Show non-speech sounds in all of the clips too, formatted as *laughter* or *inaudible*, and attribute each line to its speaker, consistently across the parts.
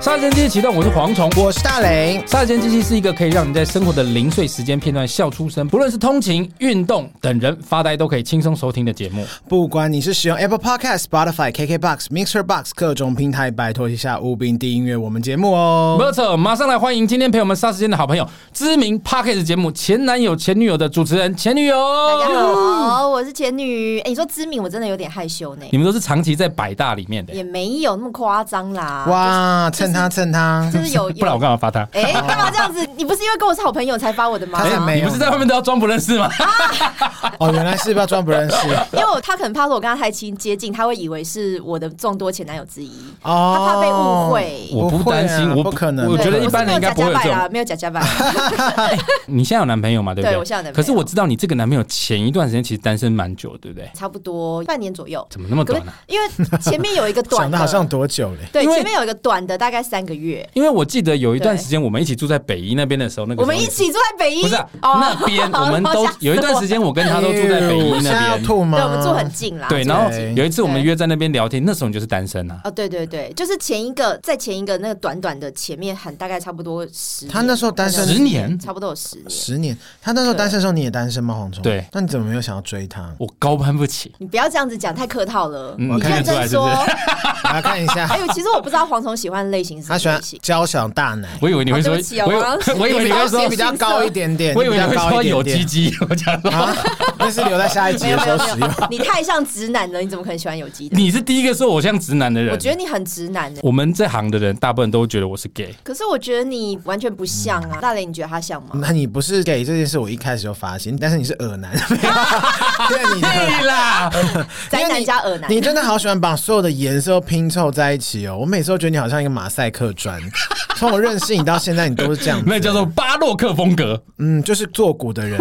Speaker 1: 杀时间机器启动，我是蝗虫。
Speaker 2: 我是大雷，
Speaker 1: 杀时间机器是一个可以让你在生活的零碎时间片段笑出声，不论是通勤、运动等人发呆都可以轻松收听的节目。
Speaker 2: 不管你是使用 Apple Podcast、Spotify、KKBox、Mixer Box 各种平台，拜托一下务必订阅我们节目哦。
Speaker 1: 没错，马上来欢迎今天陪我们杀时间的好朋友，知名 Podcast 节目《前男友前女友》的主持人前女友。
Speaker 3: 大家好，我是前女。哎、你说知名，我真的有点害羞呢，
Speaker 1: 你们都是长期在百大里面的，
Speaker 3: 也没有那么夸张啦。
Speaker 2: 哇，蹭他蹭他
Speaker 3: *laughs* 就，是有
Speaker 1: *laughs* 不然我
Speaker 3: 有。
Speaker 1: 干嘛发他？ *laughs*
Speaker 3: 哎，干、嘛这样子？你不是因为跟我是好朋友才发我的吗？
Speaker 2: 他是
Speaker 3: 因
Speaker 2: 没
Speaker 1: 你
Speaker 2: 有
Speaker 1: 不是在外面都要装不认识吗？
Speaker 2: 哦，原来是不要装不认识
Speaker 3: 为我他可能怕说我跟他太亲接近，他会以为是我的众多前男友之一，
Speaker 2: 哦，
Speaker 3: 他怕被误。会。
Speaker 1: *laughs* 我不
Speaker 2: 不会啊
Speaker 1: 担心，我
Speaker 2: 不可能
Speaker 1: 我
Speaker 3: 对
Speaker 1: 觉得一般人应该不会有
Speaker 3: 我
Speaker 1: 这
Speaker 3: 是没有假假
Speaker 1: 种
Speaker 3: 拜啦，。 *laughs* 没有假假拜。
Speaker 1: 你现在有男朋友嘛？对不对？
Speaker 3: 啊对我现在有男朋
Speaker 1: 可
Speaker 3: 友
Speaker 1: 是我知道你这个男朋友前一段时间其实单身蛮久，对不对？
Speaker 3: 差不多半年左右。
Speaker 1: 怎么那么
Speaker 3: 可
Speaker 1: 短啊
Speaker 3: 是
Speaker 1: 呢、
Speaker 3: 因为前面有一个短
Speaker 2: 想
Speaker 3: 的，
Speaker 2: 的好像多久嘞？
Speaker 3: 对，
Speaker 1: 因为
Speaker 3: 前面有一个短的，大概三个月。
Speaker 1: 因为我记得有一段时间我们一起住在北一那边的时候，那个
Speaker 3: 我
Speaker 1: 时候
Speaker 3: 们一起住在北一，
Speaker 1: 不是啊、
Speaker 3: 哦
Speaker 1: 那边，我们
Speaker 3: *laughs* 好
Speaker 1: 都
Speaker 3: 吓死
Speaker 1: 有一段时间我跟他都住在北一
Speaker 2: 哎现在
Speaker 1: 那
Speaker 2: 要
Speaker 1: 边，
Speaker 2: 吐吗？
Speaker 3: 对，我们住很近啦。
Speaker 1: 对，
Speaker 3: 住
Speaker 1: 然
Speaker 3: 很
Speaker 1: 后
Speaker 3: 近
Speaker 1: 有一次我们
Speaker 3: 对
Speaker 1: 约在那边聊天，那时候你就是单身啊。
Speaker 3: 哦，对对对，就是前一个在前一个那个短短的前面喊，大概差不多十年，
Speaker 2: 他那时候单身
Speaker 1: 十年
Speaker 3: 差不多有十年。
Speaker 2: 十年。他那时候单身的时候你也单身吗？黄虫？
Speaker 1: 对？
Speaker 2: 那你怎么没有想要追他
Speaker 1: 我高攀不起，
Speaker 3: 你不要这样子讲，太客套了。
Speaker 1: 嗯我
Speaker 3: 你
Speaker 1: 看
Speaker 3: 认
Speaker 1: 得出来
Speaker 3: 真
Speaker 1: 是不
Speaker 3: 说
Speaker 1: 是，
Speaker 2: 我要看一下
Speaker 3: *laughs* 哎， *laughs* 呦，其实我不知道蝗虫喜欢的类型是
Speaker 2: 他喜
Speaker 3: 什么
Speaker 2: 欢
Speaker 3: 类型。
Speaker 2: 娇小大奶，
Speaker 1: 我以为你会说，
Speaker 3: 哦对不起哦
Speaker 1: 我以为
Speaker 3: 我刚刚
Speaker 1: 我以为你
Speaker 2: 你
Speaker 1: 会
Speaker 2: 要
Speaker 1: 说
Speaker 2: 说比较高一点点，
Speaker 1: 我以为你
Speaker 2: 比
Speaker 1: 会
Speaker 2: 较高
Speaker 1: 说
Speaker 2: 一
Speaker 1: 有
Speaker 2: 点点
Speaker 1: 鸡鸡，我讲说
Speaker 2: 啊，那是留在下一集的
Speaker 3: 没有
Speaker 2: 时
Speaker 3: 没有
Speaker 2: 候使
Speaker 3: 没
Speaker 2: 用。
Speaker 3: 有，你太像直男了，你怎么可能喜欢有机的？
Speaker 1: 你是第一个说我像直男的人。
Speaker 3: 我觉得你很直男的，
Speaker 1: 我们这行的人大部分都觉得我是 gay，
Speaker 3: 可是我觉得你完全不像
Speaker 2: 嗯
Speaker 3: 啊。大雷，你觉得他像吗？
Speaker 2: 那你不是给这件事，我一开始就发现，但是你是耳男，对你的。
Speaker 1: 对啦，
Speaker 3: 宅男加耳男，
Speaker 2: 你真的好喜欢把所有的颜色拼凑在一起哦！我每次都觉得你好像一个马赛克砖，从我认识你到现在，你都是这样子。
Speaker 1: *laughs* 那叫做巴洛克风格。
Speaker 2: 嗯，就是做古
Speaker 1: *laughs*
Speaker 2: 的人，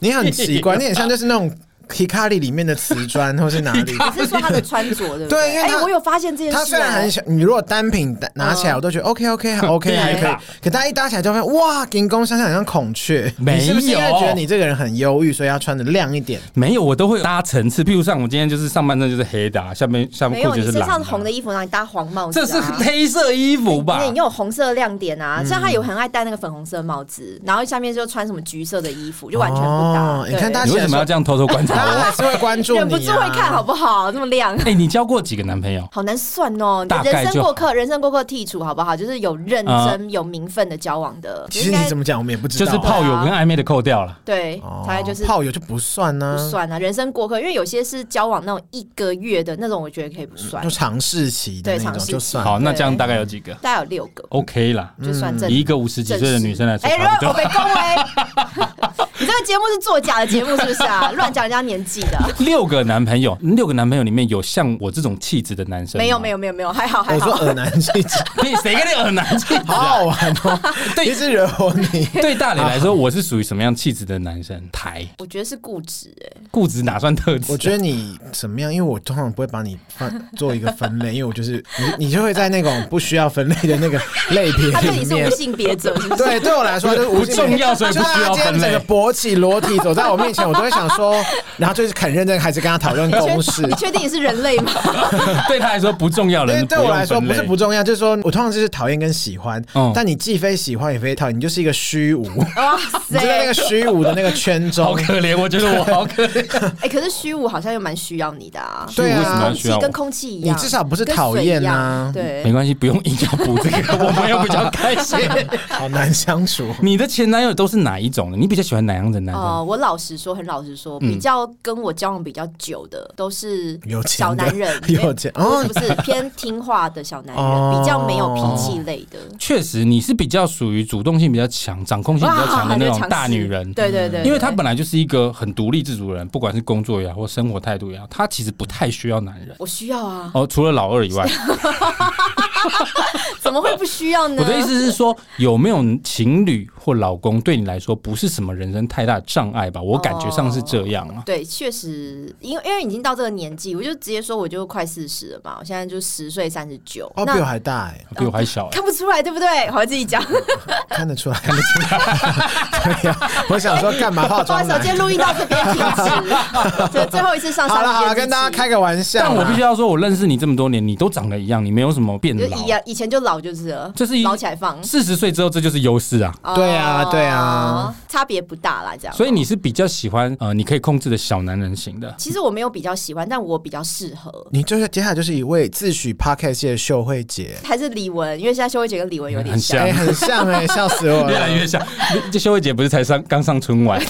Speaker 2: 你很奇怪，你很像就是那种 Hikari 里面的瓷砖，或是哪里。
Speaker 3: 你是说啊他的穿着对
Speaker 2: *laughs*
Speaker 3: 不
Speaker 2: 对因为
Speaker 3: 哎
Speaker 2: 他，
Speaker 3: 我有发现这件事。
Speaker 2: 它虽然很小，你如果单品拿起来，我都觉得 OK 啊 OK OK
Speaker 1: *laughs* 对啊
Speaker 2: 还可以。可它一搭起来就会哇，金光闪闪，像孔雀。
Speaker 1: 没有
Speaker 2: 你是不是因为觉得你这个人很忧郁，所以要穿的亮一点？
Speaker 1: 没有，我都会搭层次。譬如像我今天就是上半身就是黑的、啊，下面下
Speaker 3: 没
Speaker 1: 面
Speaker 3: 有，
Speaker 1: 裤子
Speaker 3: 你
Speaker 1: 就是
Speaker 3: 身
Speaker 1: 蓝、啊
Speaker 3: 上红的，衣服，然后你搭黄帽子
Speaker 1: 这
Speaker 3: 啊，
Speaker 1: 是黑色衣服吧？嗯
Speaker 3: 对，你有红色的亮点啊，像他有很爱戴那个粉红色帽子，然后下面就穿什么橘色的衣服，就完全不搭。
Speaker 2: 哦你看
Speaker 3: 对
Speaker 2: 他
Speaker 1: 你为什么要这样偷偷观 *laughs* 察
Speaker 2: 大家还
Speaker 1: 我？
Speaker 2: 是会关 *laughs* 注你、啊，
Speaker 3: 忍不住会看好不好？那么亮。 *laughs*
Speaker 1: 哎、你交过几个男朋友？
Speaker 3: 好难算哦，你的
Speaker 1: 大概
Speaker 3: 人
Speaker 1: 就
Speaker 3: 生过客，人生过客剔除好不好？就是有认真、
Speaker 1: 啊
Speaker 3: 有名分的交往的，
Speaker 2: 其实
Speaker 3: 应
Speaker 2: 你
Speaker 3: 该
Speaker 2: 怎么讲，我们也不知
Speaker 1: 就
Speaker 2: 道。
Speaker 1: 是泡友跟暧昧的扣掉了。
Speaker 3: 对，大概就是
Speaker 2: 泡友就不算呢、
Speaker 3: 不算啊，人生过客，因为有些是交往那种一个月的那种，我觉得可以不算
Speaker 2: 就，尝试期的
Speaker 3: 对
Speaker 2: 那
Speaker 3: 尝
Speaker 2: 种
Speaker 3: 试期
Speaker 2: 就算。
Speaker 1: 好，那
Speaker 3: 对
Speaker 1: 这样大概有几
Speaker 2: 嗯
Speaker 1: 个
Speaker 3: 大概有六个，
Speaker 1: ？OK 啦，
Speaker 3: 就算正
Speaker 1: 嗯以一个五十几岁的女生来说，
Speaker 3: 哎， *laughs*
Speaker 1: 差不多。
Speaker 3: 我被恭维，你这个节目是作假的节目是不是
Speaker 1: *laughs*
Speaker 3: 啊？乱讲人家年纪的，
Speaker 1: 六个男朋友，六个男朋友里面有像我这种气质的男生？
Speaker 3: 没有没
Speaker 1: 有，
Speaker 3: 有没有没有，还好还
Speaker 2: 我说
Speaker 3: 好。
Speaker 2: 耳男
Speaker 3: *laughs*
Speaker 2: 气质，
Speaker 1: 你谁跟你很难气质
Speaker 2: 好
Speaker 1: 啊？
Speaker 2: 好玩哦，
Speaker 1: 对
Speaker 2: 一直惹火你。
Speaker 1: *laughs* 对大磊来说，我是属于什么样气质的男 *laughs* 生？台
Speaker 3: 我觉得是固执哎、
Speaker 1: 固执哪算特质？
Speaker 2: 我觉得你怎么样？因为我通常不会把你放做一个分类，因为我就是你，你就会在那种不需要分类的那个类别
Speaker 3: 他对你
Speaker 2: 里
Speaker 3: 是无
Speaker 2: 面。
Speaker 3: 性别者，是
Speaker 2: *laughs*
Speaker 3: 不是？
Speaker 2: 对，对我来说就是无
Speaker 1: 不
Speaker 2: 性
Speaker 1: 重
Speaker 2: 别
Speaker 1: 要所以不需要
Speaker 2: 就是他今天整个
Speaker 1: 分类
Speaker 2: 勃起裸体走在我面前，我都会想说，然后就是很认真开始跟他讨论公
Speaker 3: *laughs*
Speaker 2: 式。
Speaker 3: 你确定你是人类
Speaker 2: *laughs*
Speaker 3: 吗？
Speaker 1: *laughs* 对他来说不重要
Speaker 2: 因
Speaker 1: 的
Speaker 2: 为
Speaker 1: 人，
Speaker 2: *laughs* 对我来说不是不重要，就是说我通常就是讨厌跟喜欢，
Speaker 1: 嗯
Speaker 2: 但你既非喜欢也非讨厌，你就是一个
Speaker 1: *laughs*
Speaker 2: 虚无，你
Speaker 3: 哇
Speaker 2: 就在那
Speaker 3: 塞！
Speaker 2: 个虚无的那个圈
Speaker 1: 好
Speaker 2: 中。
Speaker 1: 可怜，我觉得我好可怜。
Speaker 3: 哎、可是虚无好像又蛮需要你的啊，
Speaker 2: *laughs* 对啊
Speaker 1: 为什么要
Speaker 3: 空
Speaker 1: 需
Speaker 3: 气
Speaker 1: 要我
Speaker 3: 跟？空气一
Speaker 2: 你
Speaker 3: 样，
Speaker 2: 至少不是
Speaker 3: 跟水
Speaker 2: 讨厌啊
Speaker 3: 一样对
Speaker 1: 没，关系，不用硬要补这 *laughs* 个，我们又比较开心。
Speaker 2: 好难相处。
Speaker 1: *laughs* 你的前男友都是哪一种的？你比较喜欢哪样的男
Speaker 3: 哦、
Speaker 1: 生？
Speaker 3: 我老实说，很老实说，
Speaker 1: 嗯
Speaker 3: 比较跟我交往比较久的都是
Speaker 2: 有钱的，
Speaker 3: 小男人
Speaker 2: *laughs* 有钱哦
Speaker 3: 不是不是偏听话的小男
Speaker 2: 哦
Speaker 3: 人，比较没有脾气类的。
Speaker 1: 确实，你是比较属于主动性比较强、掌控性比较强的那
Speaker 3: 就
Speaker 1: 种
Speaker 3: 强
Speaker 1: 大
Speaker 3: 势
Speaker 1: 女人。
Speaker 3: 对对对，
Speaker 1: 因为她
Speaker 3: 对
Speaker 1: 本来就是一个很独立自主的人，不管是工作也好，或生活态度也好，她其实不太需要男人。
Speaker 3: 我需要啊，
Speaker 1: 哦，除了老二以 *laughs* 外，
Speaker 3: 怎么会不需要呢？
Speaker 1: *laughs* 我的意思是说，有没有情侣或老公对你来说不是什么人生太大的障碍吧？我感觉上是这样啊。
Speaker 3: 对，确实，因为因为已经到这个年纪，我就直接说我就快四十了嘛，我现在就十岁三十九，
Speaker 2: 哦，比我
Speaker 3: *laughs* 那
Speaker 2: 还大哎、
Speaker 1: 比我还小、欸，
Speaker 3: 看不出来对不对？好，自己讲。
Speaker 2: 看得
Speaker 1: *laughs*
Speaker 2: 出来，看得出来。对呀、我想说干嘛化
Speaker 3: 不好
Speaker 2: 妆
Speaker 3: 意思，我今 *laughs*
Speaker 2: 男？
Speaker 3: 天录音到这边停
Speaker 2: *laughs*
Speaker 3: 止，对，最后一次上
Speaker 2: 好
Speaker 3: 山。
Speaker 2: 了好了，跟大家开个玩笑啦。
Speaker 1: 但我必须要说，我认识你这么多年，你都长得一样，你没有什么变
Speaker 3: 就
Speaker 1: 老。啊
Speaker 3: 一一样，以前就老就是了，
Speaker 1: 就是一
Speaker 3: 老起来放。
Speaker 1: 四十岁之后这就是优势啊。
Speaker 2: 对啊
Speaker 3: 哦
Speaker 2: 对啊，
Speaker 3: 差别不大啦，这样。
Speaker 1: 所以你是比较喜欢呃，你可以控制的小男人型的。
Speaker 3: 其实我没有比较喜欢，但我比较适合。
Speaker 2: 你就是接下来就是一位自诩 podcast 界的秀慧姐，
Speaker 3: 还是李玟，因为现在修慧姐跟李玟有点
Speaker 1: 很
Speaker 3: 像
Speaker 1: 像，
Speaker 2: 哎、很像哎、笑死我了。
Speaker 1: *laughs* 越来越像，这修慧姐不是才上刚上春晚，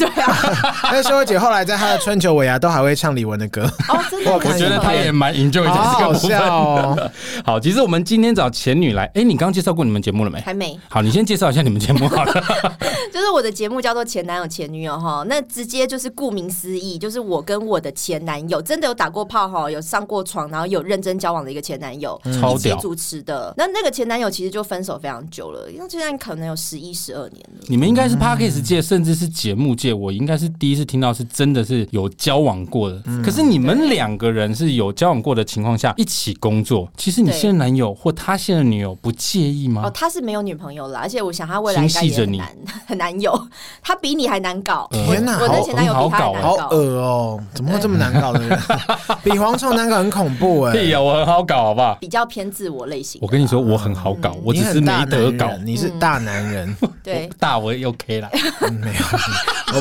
Speaker 2: 但是秀慧姐后来在她的春秋尾牙都还会唱李玟的
Speaker 1: *laughs*
Speaker 2: 歌，
Speaker 3: 哦，真的
Speaker 2: 我
Speaker 3: 吗，
Speaker 1: 我觉得她也蛮 enjoy
Speaker 2: 好
Speaker 1: 在这个
Speaker 2: 好
Speaker 1: 部分。
Speaker 2: 笑哦。
Speaker 1: 好，其实我们今天找前女来，哎、你刚刚介绍过你们节目了没？
Speaker 3: 还没。
Speaker 1: 好，你先介绍一下你们节目好了。 *laughs*
Speaker 3: 就是我的节目叫做《前男友前女友》哈，那直接就是顾名思义，就是我跟我的前男友真的有打过炮哈，有上过床，然后有认真交往的一个前男友，
Speaker 1: 嗯超
Speaker 3: 一起
Speaker 1: 屌
Speaker 3: 主持的。那那个前男友其实就分手非常久了，因为现在可能有十一、十二年了。
Speaker 1: 你们应该是 podcast 界，甚至是节目界，我应该是第一次听到是真的是有交往过的。可是你们两个人是有交往过的情况下一起工作，其实你
Speaker 3: 对
Speaker 1: 现任男友或他现任女友不介意吗？
Speaker 3: 哦，他是没有女朋友了，而且我想他未来
Speaker 1: 心
Speaker 3: 应该
Speaker 1: 系
Speaker 3: 也
Speaker 1: 着
Speaker 3: 很
Speaker 1: 你
Speaker 3: 难 *laughs* 很难有，他比你还难搞。我
Speaker 2: 天哪
Speaker 3: 我
Speaker 2: 好
Speaker 3: 的前男友比他还难
Speaker 1: 很
Speaker 2: 好
Speaker 3: 搞。
Speaker 2: 恶哦、怎么会这么难搞的人？ *laughs* 比蝗虫难搞很恐怖哎、
Speaker 1: 屁呀、啊我很好搞，好不好？
Speaker 3: 比较偏自我类型的啦。
Speaker 1: 我跟你说，我很好搞，
Speaker 3: 嗯
Speaker 1: 我只
Speaker 2: 你
Speaker 1: 是
Speaker 2: 很大
Speaker 1: 没得
Speaker 2: 男
Speaker 1: 搞。
Speaker 2: 人你是大男
Speaker 3: *laughs*
Speaker 2: 人，
Speaker 3: 对
Speaker 1: 我，大我也 OK
Speaker 3: *laughs*
Speaker 1: 啦。
Speaker 2: 嗯没有，
Speaker 3: 你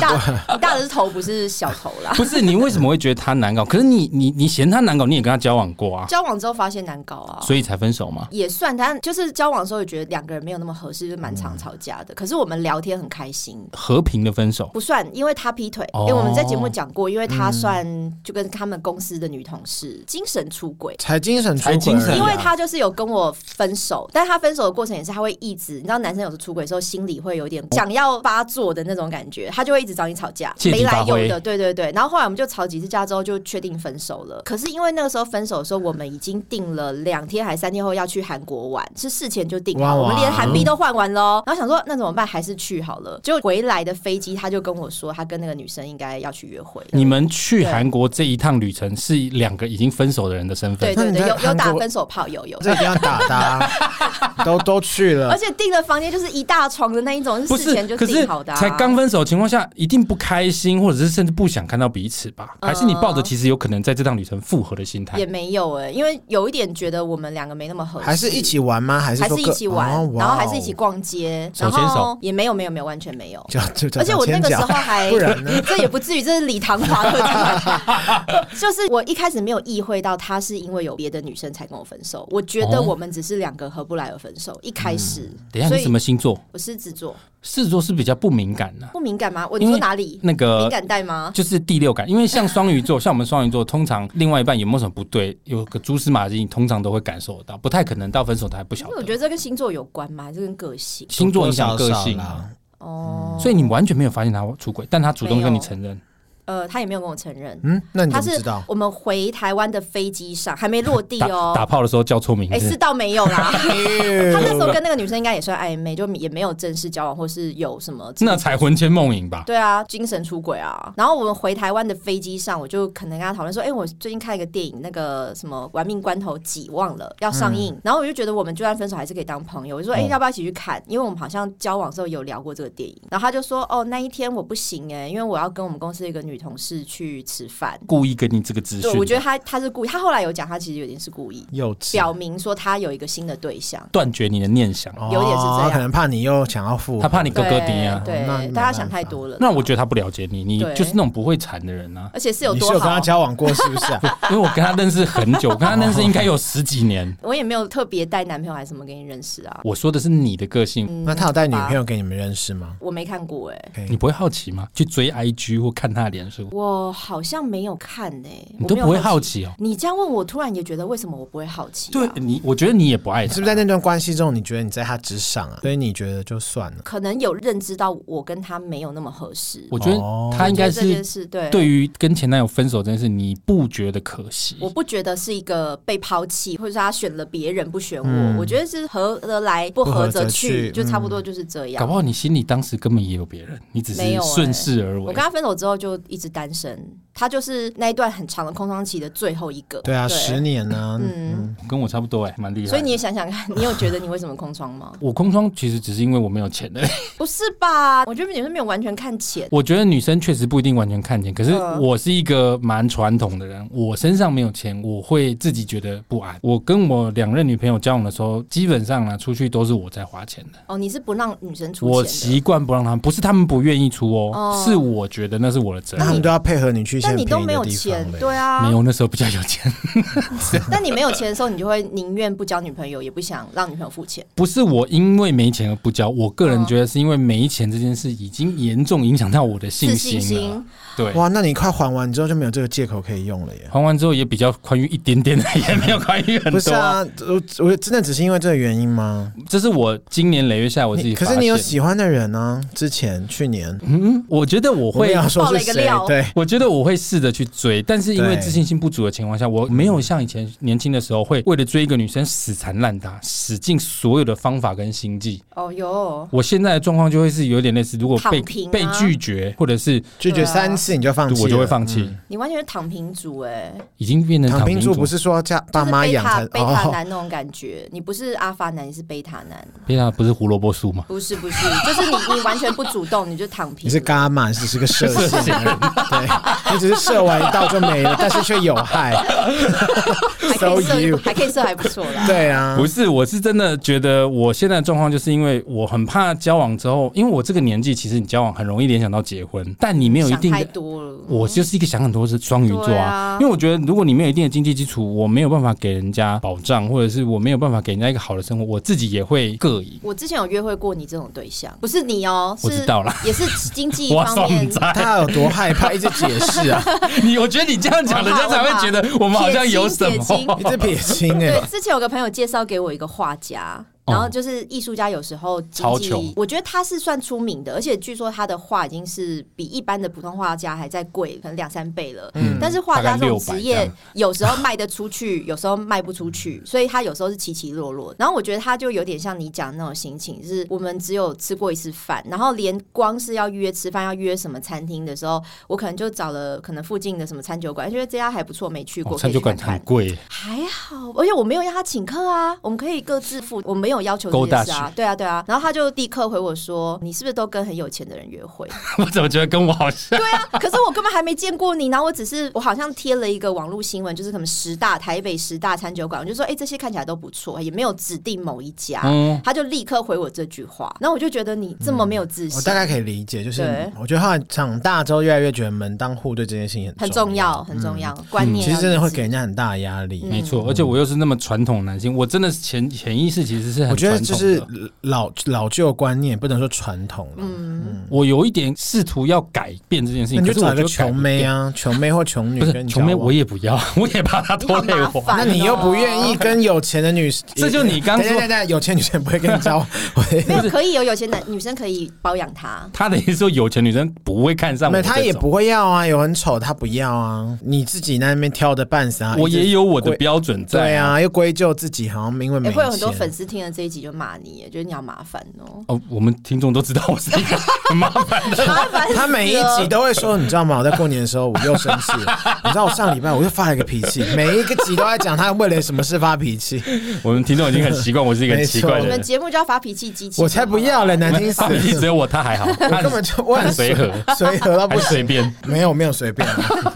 Speaker 2: *laughs*
Speaker 3: 大你大的是头，不是小头
Speaker 1: *laughs*
Speaker 3: 啦。
Speaker 1: 不是你为什么会觉得他难搞？可是你你你嫌他难搞，你也跟他交往过啊，
Speaker 3: 交往之后发现难搞啊，
Speaker 1: *laughs* 所以才分手嘛。
Speaker 3: 也算，但就是交往的时候也觉得两个人没有那么合适，就蛮常吵架的。可是我们聊天很开心。
Speaker 1: 和平的分手，
Speaker 3: 不算，因为他劈腿。
Speaker 1: 哦
Speaker 3: 因为我们在节目讲过，因为他算就跟他们公司的女同事精神出轨，
Speaker 2: 才精神出轨而已啊，
Speaker 1: 才精神
Speaker 3: 因为他就是有跟我分手，但他分手的过程也是他会一直，你知道男生有时候出轨的时候心里会有点想要发作的那种感觉，他就会一直找你吵架，
Speaker 1: 借题
Speaker 3: 没来
Speaker 1: 发挥
Speaker 3: 由的，对对对。然后后来我们就吵几次架之后就确定分手了。可是因为那个时候分手的时候，我们已经定了两天还三天后要去韩国玩，是事前就定
Speaker 2: 哇
Speaker 3: 好，
Speaker 2: 哇
Speaker 3: 我们连韩币都换完喽。然后想说那怎么办，还是去好了。结果回来的飞机他就跟我说，他跟那个女生应该要去约会了。
Speaker 1: 你们去韩国这一趟旅程是两个已经分手的人的身份
Speaker 3: 对，对对，
Speaker 2: 那你在
Speaker 3: 有有打
Speaker 2: 韩国
Speaker 3: 分手炮，有有。
Speaker 2: 这一定要打的啊、
Speaker 3: *laughs*
Speaker 2: 都都去
Speaker 3: 而
Speaker 2: 了，
Speaker 3: 且订的房间就是一大床的那一种，
Speaker 1: 嗯不
Speaker 3: 事前
Speaker 1: 是？
Speaker 3: 就
Speaker 1: 可是
Speaker 3: 订好的、啊，
Speaker 1: 才刚分手的情况下，一定不开心，或者是甚至不想看到彼此吧？还是你抱着其实有可能在这趟旅程复合的心态
Speaker 3: 嗯也？没有哎、因为有一点觉得我们两个没那么合适，
Speaker 2: 还是一起玩吗？还是
Speaker 3: 还
Speaker 2: 说
Speaker 3: 是一
Speaker 2: 各
Speaker 3: 起玩，
Speaker 2: 哦哇
Speaker 3: 然后
Speaker 2: 哦
Speaker 3: 还是一起逛街，
Speaker 1: 手
Speaker 3: 然
Speaker 1: 牵手
Speaker 3: 后也没有没有没有完全没有，
Speaker 2: 就就就
Speaker 3: 而且我那个时候
Speaker 1: *laughs*
Speaker 2: 讲
Speaker 3: 还
Speaker 2: 不然呢
Speaker 3: 这也不至于，这是李唐华的讲
Speaker 1: *laughs*
Speaker 3: 就是我一开始没有意会到他是因为有别的女生才跟我分手，我觉得
Speaker 1: 哦嗯
Speaker 3: 我们只是两个合不来而分手，一开始，
Speaker 1: 等一下，
Speaker 3: 所
Speaker 1: 你什
Speaker 3: 以
Speaker 1: 么星座？
Speaker 3: 我狮子座
Speaker 1: 狮子座是比较不敏感的、
Speaker 3: 不敏感吗？我
Speaker 1: 因为
Speaker 3: 说哪里？
Speaker 1: 那个
Speaker 3: 敏感带吗？
Speaker 1: 就是第六感，因为像双鱼
Speaker 3: *laughs*
Speaker 1: 座，像我们双鱼座，通常另外一半有没有什么不对，有个蛛丝马迹，你通常都会感受到，不太可能到分手他还不晓
Speaker 3: 因为我觉
Speaker 1: 得。
Speaker 3: 得这跟星座有关嘛，这跟个性
Speaker 1: 星座影响个
Speaker 2: 多
Speaker 1: 性啊
Speaker 2: 少少啦，
Speaker 3: 哦。
Speaker 1: 所以你完全没有发现他出轨，但他主动跟你承认。
Speaker 3: 呃，他也没有跟我承认，
Speaker 2: 嗯，那你
Speaker 3: 他
Speaker 2: 怎么
Speaker 3: 是
Speaker 2: 知道？
Speaker 3: 我们回台湾的飞机上还没落地
Speaker 1: 打
Speaker 3: 哦。
Speaker 1: 打炮的时候叫错名
Speaker 3: 哎、
Speaker 1: 字
Speaker 3: 是，倒没
Speaker 2: *laughs*
Speaker 3: 有啦。
Speaker 2: 哎
Speaker 3: 他
Speaker 2: 他
Speaker 3: 那时候跟那个女生应该也算暧昧，就也没有正式交往，或是有什么。
Speaker 1: 那才魂牵梦萦吧？
Speaker 3: 对啊，精神出轨啊。然后我们回台湾的飞机上，我就可能跟他讨论说：“哎、我最近看一个电影，那个什么《玩命关头几》忘了要上映。然后我就觉得我们就算分手还是可以当朋友。我就说：“哎、
Speaker 1: 哦
Speaker 3: 要不要一起去看？因为我们好像交往的时候有聊过这个电影。”然后他就说：“哦，那一天我不行哎、因为我要跟我们公司的一个女同事去吃饭。”
Speaker 1: 故意给你这个资
Speaker 3: 对，
Speaker 1: 讯，
Speaker 3: 我觉得他他是故意，他后来有讲，他其实有点是故意
Speaker 2: 幼稚，
Speaker 3: 表明说他有一个新的对象，
Speaker 1: 断绝你的念想，啊
Speaker 2: 哦
Speaker 3: 有点是这样
Speaker 2: 可能怕你又想要复合，
Speaker 1: 他怕你哥
Speaker 3: 对
Speaker 1: 哥低啊。
Speaker 3: 对
Speaker 2: 哦那没，
Speaker 3: 大家
Speaker 2: 办
Speaker 3: 想
Speaker 2: 法
Speaker 3: 太多了。
Speaker 1: 那我觉得他不了解你，你
Speaker 3: 对
Speaker 1: 就是那种不会缠的人啊。
Speaker 3: 而且是有
Speaker 2: 你是
Speaker 3: 多
Speaker 2: 有跟
Speaker 3: 好
Speaker 2: 他，交往过是不是啊？
Speaker 1: 因为我跟他认识很
Speaker 3: *laughs*
Speaker 1: 久，我跟他认识应该有十几年。
Speaker 3: 我也没有特别带男朋友还是什么给你认识啊。
Speaker 1: 我说的是你的个性，
Speaker 3: *laughs* 嗯
Speaker 2: 那他有带女
Speaker 3: 好吧
Speaker 2: 朋友给你们认识吗？
Speaker 3: 我没看过哎、
Speaker 2: 可以
Speaker 1: 你不会好奇吗？去追 IG 或看他的脸书，
Speaker 3: 我好像没有看哎、
Speaker 1: 你
Speaker 3: 我
Speaker 1: 都
Speaker 3: 没有
Speaker 1: 不会好
Speaker 3: 好。
Speaker 1: 奇哦。
Speaker 3: 你这样问我，突然也觉得为什么我不会好奇、啊
Speaker 1: 对，你，我觉得你也不爱
Speaker 2: 你
Speaker 1: 他，
Speaker 2: 是不是在那段关系中，你觉得你在他之上啊？所以你觉得就算了。
Speaker 3: 可能有认知到我跟他没有那么合适。
Speaker 1: 我觉
Speaker 2: 哦
Speaker 1: 得他应该
Speaker 3: 我觉得这件
Speaker 1: 是
Speaker 3: 事对。
Speaker 1: 对于跟前男友分手这件事，你不觉得可惜？
Speaker 3: 我不觉得是一个被抛弃，或者是他选了别人不选我，
Speaker 2: 嗯
Speaker 3: 我觉得是合得来不合则去，
Speaker 2: 不合则去
Speaker 3: 就差不多就是这
Speaker 1: 嗯搞
Speaker 3: 样。
Speaker 1: 不好你心里当时根本也有别人，你只
Speaker 3: 没
Speaker 1: 是
Speaker 3: 有欸
Speaker 1: 顺势而
Speaker 3: 我
Speaker 1: 为
Speaker 3: 跟。他分手之后就一直单身，他就是那一段很长的空窗期的最后一个。
Speaker 2: 对啊，十年呢、
Speaker 3: 嗯，
Speaker 1: 跟我差不多哎、蛮厉害。
Speaker 3: 所以你也想想看，你有觉得你为什么空窗吗？ *laughs*
Speaker 1: 我空窗其实只是因为我没有钱的。
Speaker 3: 不是吧？我觉得女生没有完全看钱。
Speaker 1: *laughs* 我觉得女生确实不一定完全看钱，可是
Speaker 3: 嗯
Speaker 1: 我是一个蛮传统的人，我身上没有钱，我会自己觉得不安。我跟我两任女朋友交往的时候，基本上啊呢出去都是我在花钱的，
Speaker 3: 哦，你是不让女生出
Speaker 1: 我
Speaker 3: 钱的，
Speaker 1: 习惯不让他们，不是他们不愿意出哦，
Speaker 3: 哦
Speaker 1: 是我觉得那是我的责
Speaker 2: 那他们
Speaker 1: 任。
Speaker 2: 都要配合你去一些
Speaker 3: 但
Speaker 2: 很
Speaker 3: 你都
Speaker 2: 便宜
Speaker 3: 没有
Speaker 2: 的地
Speaker 3: 钱
Speaker 2: 方，嘞。
Speaker 3: 对啊，
Speaker 1: 没有，那时候比较有钱，
Speaker 3: 但你没有钱的时候，你就会宁愿不交女朋友，也不想让女朋友付钱。
Speaker 1: 不是我因为没钱而不交，我个人
Speaker 3: 哦
Speaker 1: 觉得是因为没钱这件事已经严重影响到我的信
Speaker 3: 自
Speaker 1: 心啊
Speaker 3: 信
Speaker 1: 了。
Speaker 3: 心，
Speaker 1: 对，
Speaker 2: 哇，那你快还完之后就没有这个借口可以用了耶。
Speaker 1: 还完之后也比较宽裕一点点，也没有宽裕很多
Speaker 2: 不是。啊，我我真的只是因为这个原因吗？
Speaker 1: 这是我今年累月下来我自己
Speaker 2: 你
Speaker 1: 发
Speaker 2: 可
Speaker 1: 现。
Speaker 2: 是你有喜欢的人呢、之前去年
Speaker 1: 嗯，我觉得我
Speaker 2: 我们
Speaker 1: 会，
Speaker 2: 要说
Speaker 3: 爆了
Speaker 2: 是
Speaker 3: 一个
Speaker 2: 谁
Speaker 3: 料？
Speaker 2: 对，
Speaker 1: 我觉得我会试着去追，但是因为
Speaker 2: 对
Speaker 1: 自信心不足的情况下，我没有像以前年轻的时候会为了追一个女生死缠烂打，使尽所有的方法跟心计。
Speaker 3: 哦哟，
Speaker 1: 我现在的状况就会是有点类似，如果被
Speaker 3: 躺平啊
Speaker 1: 被拒绝，或者是
Speaker 2: 拒
Speaker 3: 啊
Speaker 2: 绝三次你就放弃了，嗯
Speaker 1: 我就会放弃，
Speaker 3: 你完全是躺平族哎、
Speaker 1: 已经变成
Speaker 2: 躺
Speaker 1: 平
Speaker 2: 平
Speaker 1: 族
Speaker 2: 族不是说家
Speaker 3: 就
Speaker 2: 爸
Speaker 3: 是
Speaker 2: 妈
Speaker 3: 贝
Speaker 2: 养
Speaker 3: 塔
Speaker 2: 才
Speaker 3: 贝塔
Speaker 2: 哦，
Speaker 3: 男那种感觉，你不是阿法男，你是贝塔男，
Speaker 1: 变成不是胡萝卜素吗？
Speaker 3: 不是不是，就是你你完全不主动，你就躺平。
Speaker 2: 你是伽马，你只是个射
Speaker 1: *laughs*
Speaker 2: 线人，对，你只是射完一道就没了，但是却有害，
Speaker 3: 还可以
Speaker 2: so you
Speaker 3: 射，还可以射，还不错
Speaker 2: *laughs*
Speaker 3: 啦。
Speaker 2: 对啊
Speaker 1: 不，是，我是真的觉得我现在的状况，就是因为我很怕交往之后，因为我这个年纪，其实你交往很容易联想到结婚，但你没有一
Speaker 3: 想
Speaker 1: 定
Speaker 3: 太
Speaker 1: 的。
Speaker 3: 多了，
Speaker 1: 我就是一个想很多是双鱼座
Speaker 3: 对
Speaker 1: 啊
Speaker 3: 啊，
Speaker 1: 因为我觉得如果你没有一定的经济基础，我没有办法给人家保障，或者是我没有办法给人家一个好的生活，我自己也会膈应。
Speaker 3: 我之前有约会过你这种对象，不是你哦，
Speaker 1: 我
Speaker 3: 是
Speaker 1: 知道啦，
Speaker 3: 也是经济
Speaker 1: 我
Speaker 3: 方
Speaker 1: 算
Speaker 3: 面。
Speaker 1: 在
Speaker 2: 他有多害怕，一直解释
Speaker 3: *laughs*
Speaker 2: 啊，
Speaker 1: 你，我觉得你这样讲，
Speaker 3: 我
Speaker 1: 人
Speaker 3: 怕
Speaker 1: 家才会觉得我们好像有什
Speaker 3: 撇清撇
Speaker 1: 么
Speaker 3: 清。
Speaker 2: 一直撇清哎、
Speaker 3: 对，之前有个朋友介绍给我一个画家，
Speaker 1: 哦
Speaker 3: 然后就是艺术家有时候经
Speaker 1: 超穷
Speaker 3: 济，我觉得他是算出名的，而且据说他的画已经是比一般的普通画家还在贵，可能两三倍了。
Speaker 2: 嗯
Speaker 3: 但是画家这种
Speaker 1: 大概600
Speaker 3: 职
Speaker 1: 这
Speaker 3: 业
Speaker 1: 样
Speaker 3: 有时候卖得出去，有时候卖不出去，所以他有时候是起起落落。然后我觉得他就有点像你讲的那种心情，是我们只有吃过一次饭，然后连光是要约吃饭、要约什么餐厅的时候，我可能就找了可能附近的什么餐酒馆，因为这家还不错，没去过，
Speaker 1: 哦
Speaker 3: 可
Speaker 1: 餐
Speaker 3: 以
Speaker 1: 酒
Speaker 3: 去
Speaker 1: 馆
Speaker 3: 看
Speaker 1: 很
Speaker 3: 看。
Speaker 1: 贵， *laughs*
Speaker 3: 还好，而且我没有让他请客啊，我们可以各自付，我没有要求
Speaker 1: 勾
Speaker 3: 这
Speaker 1: 搭
Speaker 3: 件事啊，对啊对啊。然后他就立刻回我说：“你是不是都跟很有钱的人约会 *laughs*
Speaker 1: 我怎么觉得跟我好像？？”
Speaker 3: 可是我根本还没见过你，然后我只是我好像贴了一个网络新闻，就是可能十大台北十大餐酒馆，我就说：“哎、这些看起来都不错，也没有指定某一
Speaker 2: *laughs*
Speaker 3: 家。
Speaker 1: 嗯，
Speaker 3: 他就立刻回我这句话，然后我就觉得你这么没有自信，
Speaker 2: 我大概可以理解，就是
Speaker 3: 对
Speaker 2: 我觉得后来长大之后，越来越觉得门当户对这件事情
Speaker 3: 很重
Speaker 2: 重
Speaker 3: 要，很重要，观
Speaker 2: 嗯
Speaker 3: 念
Speaker 2: 其实真的
Speaker 3: 要嗯
Speaker 2: 会
Speaker 3: 一致
Speaker 2: 给人家很大的压力。
Speaker 1: 没错，而且我又是那么传统男性，我真的是潜潜意识其实是很
Speaker 2: 我觉得
Speaker 1: 传
Speaker 2: 就
Speaker 1: 统
Speaker 2: 是
Speaker 1: 的
Speaker 2: 老老旧观念，不能说传统了。
Speaker 3: 嗯
Speaker 1: 我有一点试图要改变这件事
Speaker 2: 那
Speaker 1: 情，
Speaker 2: 你
Speaker 1: 可
Speaker 2: 就是
Speaker 1: 我
Speaker 2: 找一个
Speaker 1: 就改
Speaker 2: 穷
Speaker 1: 不
Speaker 2: 妹
Speaker 1: 变，
Speaker 2: 啊，穷妹或穷女
Speaker 1: 不
Speaker 2: 跟
Speaker 1: 是
Speaker 2: 你
Speaker 1: 穷妹，
Speaker 2: 交往
Speaker 1: 我也不要，我也怕她
Speaker 3: 你
Speaker 1: 拖
Speaker 3: 好
Speaker 1: 累
Speaker 2: *laughs*
Speaker 3: 麻
Speaker 1: 我。
Speaker 3: 烦哦
Speaker 2: 那你又不愿意跟有钱的女，
Speaker 1: *laughs* 这就你刚说
Speaker 2: 等一下等一下，有钱女生不会跟你
Speaker 1: *laughs*
Speaker 2: 交往，我的
Speaker 3: 没有可以有有些男女生可以包养他，
Speaker 1: 他的意思说，有钱女生不会看上
Speaker 2: 没
Speaker 1: 我，
Speaker 2: 有，他也，不会要啊，有很丑他不要啊，你自己那边挑的半死啊，
Speaker 1: 我
Speaker 2: 一直
Speaker 1: 也有我的标准在。
Speaker 2: 对，啊，又归咎自己好像因为
Speaker 3: 也、
Speaker 2: 没
Speaker 3: 欸会有很多
Speaker 2: 钱
Speaker 3: 粉丝听了这一集就骂你，觉得你好麻烦哦。
Speaker 2: *laughs*
Speaker 1: 哦，我们听众都知道我是一个很麻烦的。
Speaker 3: 麻烦死了
Speaker 2: 他每一集都会说，你知道吗？我在过年的时候我又生气了，
Speaker 3: *laughs*
Speaker 2: 你知道我上礼拜我又发了一个脾气，每一个集都在讲他为了什么事发脾
Speaker 3: *laughs*
Speaker 2: 气，
Speaker 1: 我们听众已经很习惯我是一个很奇怪
Speaker 2: 没
Speaker 1: 的
Speaker 3: 我
Speaker 2: 错
Speaker 3: 们
Speaker 1: 人。
Speaker 3: 节目就要发脾气机器，
Speaker 2: 我才不要嘞，难听死
Speaker 1: *laughs* 他脾气只
Speaker 2: 了，
Speaker 1: 有我，他还好，
Speaker 2: 我
Speaker 1: 他
Speaker 2: 根本就我
Speaker 1: 很
Speaker 2: 很
Speaker 1: 随和，
Speaker 2: 随和到
Speaker 1: 还
Speaker 2: 不
Speaker 1: 随
Speaker 2: 行，
Speaker 1: 便。
Speaker 2: 没有没有随便啊，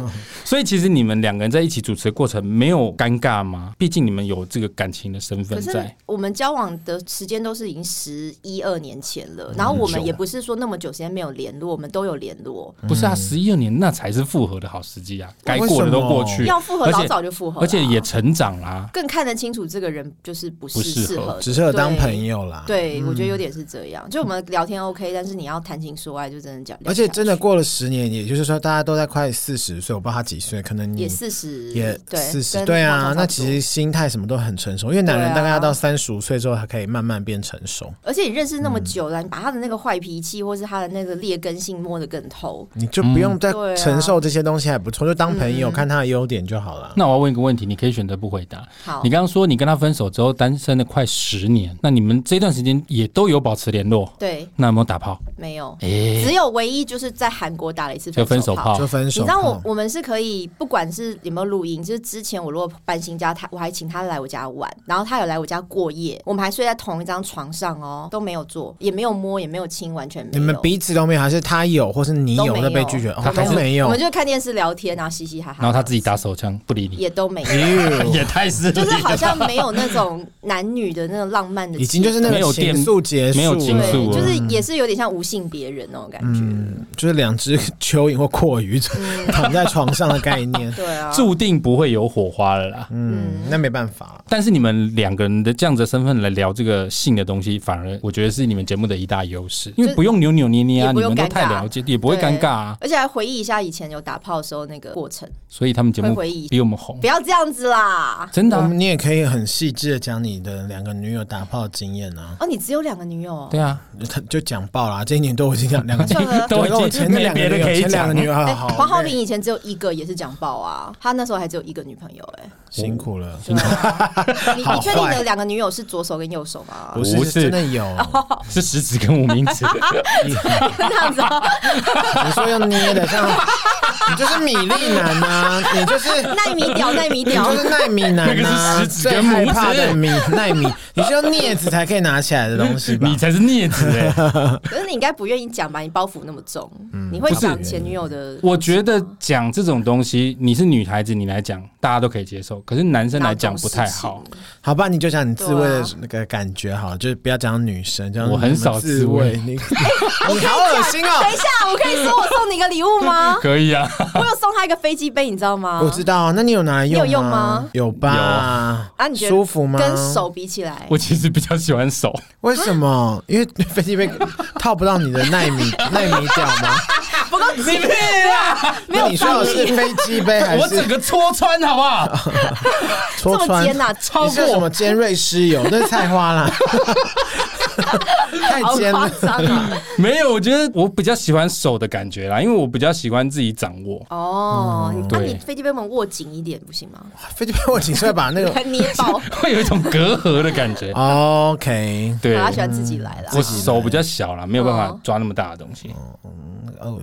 Speaker 1: 所以其实你们两个人在一起主持的过程没有尴尬吗？毕竟你们有这个感情的身份
Speaker 3: 可是
Speaker 1: 在。
Speaker 3: 我们交往的时间都是已经十一二年前
Speaker 2: 嗯
Speaker 3: 了，然后我们也不是说那么久时间没有联络，我们都有联络，
Speaker 2: 嗯
Speaker 1: 不是啊，十一二年那才是复合的好时机啊，该过的都过去，
Speaker 3: 要复合
Speaker 1: 而且
Speaker 3: 老早就复合了啊，
Speaker 1: 而且也成长啦、
Speaker 3: 更看得清楚这个人就是不是
Speaker 1: 不适合
Speaker 3: 适合的，
Speaker 2: 只适合当朋
Speaker 3: 友。
Speaker 2: 友嗯啦。
Speaker 3: 对，我觉得有点是这样，就我们聊天 OK，但是你要谈情说爱，就真的讲，
Speaker 2: 而且真的过了十年，也就是说，大家都在快四十岁，我不知道他几几岁，可能你
Speaker 3: 也四十，
Speaker 2: 也
Speaker 3: 对
Speaker 2: 四十，
Speaker 3: 跟
Speaker 2: 对
Speaker 3: 化妆
Speaker 2: 啊
Speaker 3: 差，不
Speaker 2: 那
Speaker 3: 多
Speaker 2: 其实心态什么都很成熟，因为男人
Speaker 3: 对啊
Speaker 2: 大概要到三十五岁之后，他可以慢慢变成熟。
Speaker 3: 而且你认识那么久了，你把他的那个坏脾气或是他的那个劣根性摸得更透。
Speaker 2: 你就不用再
Speaker 3: 对啊
Speaker 2: 承受这些东西，还不错，
Speaker 3: 啊
Speaker 2: 就当朋
Speaker 3: 嗯
Speaker 2: 友，看他的优点就好了。
Speaker 1: 那我要问一个问题，你可以选择不回答。
Speaker 3: 好
Speaker 1: 你，刚刚说你跟他分手之后单身了快十年，那你们这段时间也都有保持联络，
Speaker 3: 对，
Speaker 1: 那有没有打炮？
Speaker 3: 没有，
Speaker 1: 诶、
Speaker 3: 只有唯一就是在韩国哎打了一次
Speaker 1: 就分手
Speaker 3: 炮。
Speaker 1: 炮
Speaker 2: 就分
Speaker 3: 你
Speaker 2: 手嗯
Speaker 3: 知道我
Speaker 2: 后，
Speaker 3: 我们是可以，不管是有没有录音，就是之前我如果搬新家，他我还请他来我家玩，然后他有来我家过夜，我们还睡在同一张床上哦，都没有做，也没有摸，也没有亲，完全没有。
Speaker 2: 你们彼此都没有，还是他有，或是你
Speaker 3: 都
Speaker 2: 有
Speaker 3: 没
Speaker 2: 那
Speaker 3: 有
Speaker 2: 被拒绝，
Speaker 3: 都
Speaker 2: 哦，
Speaker 3: 没有
Speaker 2: 都没
Speaker 3: 我
Speaker 2: 有
Speaker 3: 们。就看电视聊天，然后嘻嘻哈哈，
Speaker 1: 然后他自己打手枪不理你，
Speaker 3: 也都没
Speaker 2: *laughs*
Speaker 3: 有，
Speaker 2: 哎
Speaker 1: *laughs* 也太是
Speaker 3: 就是好像没有那种男女的那种浪漫的气氛，
Speaker 2: 已经就是那
Speaker 1: 没有
Speaker 2: 个
Speaker 1: 电
Speaker 2: 情愫结束
Speaker 1: 没
Speaker 2: 了，
Speaker 1: 有情
Speaker 3: 对
Speaker 1: 愫，了
Speaker 3: 就是也是有点像无性别人那种感觉。
Speaker 2: 嗯，就是两只蚯蚓或阔鱼
Speaker 3: 嗯
Speaker 2: *laughs* 躺在床上的概
Speaker 3: *laughs*
Speaker 2: 念。
Speaker 3: 对啊，
Speaker 1: 注定不会有火花了啦。
Speaker 2: 嗯，那没办法，
Speaker 1: 但是你们两个人的这样子的身份来聊这个性的东西，反而我觉得是你们节目的一大优势，因为不用扭扭捏捏啊，
Speaker 3: 也
Speaker 1: 你
Speaker 3: 不用
Speaker 1: 们都
Speaker 3: 尴尬
Speaker 1: 太了解，也不会尴尬啊，
Speaker 3: 而且还回忆一下以前有打炮的时候那个过程，
Speaker 1: 所以他们节
Speaker 3: 会
Speaker 1: 目
Speaker 3: 回忆。
Speaker 1: 比我们红
Speaker 3: 不，要这样子啦！
Speaker 1: 真的
Speaker 2: 我
Speaker 1: 啊、
Speaker 2: 们你也可以很细致的讲你的两个女友打炮的经验啊，
Speaker 3: 哦，你只有两个女友哦，
Speaker 1: 对啊，
Speaker 2: 他就讲爆啦，这一年都已经讲两个
Speaker 3: 算了。
Speaker 1: *laughs* 都
Speaker 2: 对我
Speaker 1: 已
Speaker 2: 前
Speaker 1: 经
Speaker 2: 面
Speaker 1: 没
Speaker 2: 两个
Speaker 1: 别
Speaker 2: 女
Speaker 1: 的可
Speaker 2: 友，
Speaker 1: 以
Speaker 2: 前两
Speaker 1: 讲
Speaker 2: 个
Speaker 1: 了
Speaker 2: 女友
Speaker 3: 哎
Speaker 2: 好好，
Speaker 3: 黄浩
Speaker 2: 对
Speaker 3: 明以前只有一个，也是讲爆啊，他那时候还只有一个女朋友
Speaker 1: *laughs*
Speaker 3: 哎、
Speaker 2: 辛苦了，
Speaker 3: 对啊你
Speaker 2: 好
Speaker 3: 你确定你
Speaker 2: 坏
Speaker 3: 的两个女友是左手跟右手
Speaker 1: *laughs*
Speaker 3: 吗？
Speaker 2: 不是
Speaker 1: 不
Speaker 2: 是
Speaker 1: 是
Speaker 2: 真的有，
Speaker 3: 哦
Speaker 1: 是食指跟无名指，
Speaker 3: 这样子、啊，
Speaker 2: 你说要捏的
Speaker 3: *laughs*
Speaker 2: 像，你就是米粒男啊，你就是
Speaker 3: 奈米屌，奈米
Speaker 2: 你
Speaker 3: 屌
Speaker 1: *laughs*
Speaker 2: 就，是奈米
Speaker 1: 那
Speaker 2: 男
Speaker 1: 个
Speaker 2: 啊，
Speaker 1: 是食指
Speaker 2: 最
Speaker 1: 跟拇
Speaker 2: 害
Speaker 1: 指
Speaker 2: 怕的米奈米，你是用镊子才可以拿起来的东西
Speaker 1: *laughs*
Speaker 2: 吧
Speaker 1: 你？才是镊子哎、
Speaker 3: 可是你应该不愿意讲吧？你包袱那么重，你会
Speaker 1: 不是
Speaker 3: 讲前女友的？
Speaker 1: 我觉得讲这种东西，你是女孩子，你来讲大家都可以接受，可是男生来讲不太好。
Speaker 2: 好吧，你就讲你自慰的
Speaker 3: 对啊
Speaker 2: 那个感觉好了，就是不要讲女生，讲
Speaker 1: 我很少
Speaker 2: 自
Speaker 1: 自
Speaker 2: 慰
Speaker 1: 慰，
Speaker 3: *laughs*
Speaker 2: 你你好恶心哦
Speaker 3: 等！一下，哎我可以说我送你一个礼
Speaker 1: *laughs*？
Speaker 3: 物吗
Speaker 1: 可以啊，
Speaker 3: 我有送他一个飞机杯，你知道吗？
Speaker 2: 我知道，那你有拿来用
Speaker 3: 你有用吗？
Speaker 2: 有吧？
Speaker 3: 啊，你觉得
Speaker 2: 舒服吗？
Speaker 3: 跟手比起来，
Speaker 1: 我其实比较喜欢手，
Speaker 2: 为什么？因为飞机杯套不到你的纳
Speaker 3: *laughs*
Speaker 2: 米纳米屌吗？
Speaker 3: 啊不够紧 *laughs* 没
Speaker 2: 那
Speaker 3: 有
Speaker 2: 你说的
Speaker 3: 张
Speaker 2: 是
Speaker 3: 力，
Speaker 2: 飞机
Speaker 3: *laughs*
Speaker 2: 杯还
Speaker 1: 我整
Speaker 2: 是
Speaker 1: 个戳穿好不好？
Speaker 3: 这
Speaker 2: 戳
Speaker 3: 么
Speaker 2: 穿？
Speaker 3: 尖啊呐、
Speaker 1: 超
Speaker 2: 你是什
Speaker 1: 过
Speaker 2: 么尖锐湿疣？那是菜花
Speaker 3: *laughs*
Speaker 2: 啦，太
Speaker 3: 好
Speaker 2: 尖
Speaker 3: 夸
Speaker 2: 了。
Speaker 3: 张啊！
Speaker 1: 没有，我觉得我比较喜欢手的感觉啦，因为我比较喜欢自己掌握。 *laughs*
Speaker 3: 哦，
Speaker 2: 嗯
Speaker 3: 你那、
Speaker 1: 对
Speaker 3: 你飞机杯门握紧一点不行吗？
Speaker 2: 飞机杯我仅是会把那
Speaker 3: *laughs*
Speaker 2: 个。
Speaker 3: 还捏爆，
Speaker 1: 会有一种隔阂的感觉
Speaker 2: OK，
Speaker 1: 对，
Speaker 3: 他喜欢自己来啦。
Speaker 1: 我手比较小啦，没有办法
Speaker 3: 哦
Speaker 1: 抓那么大的东西。
Speaker 2: 哦，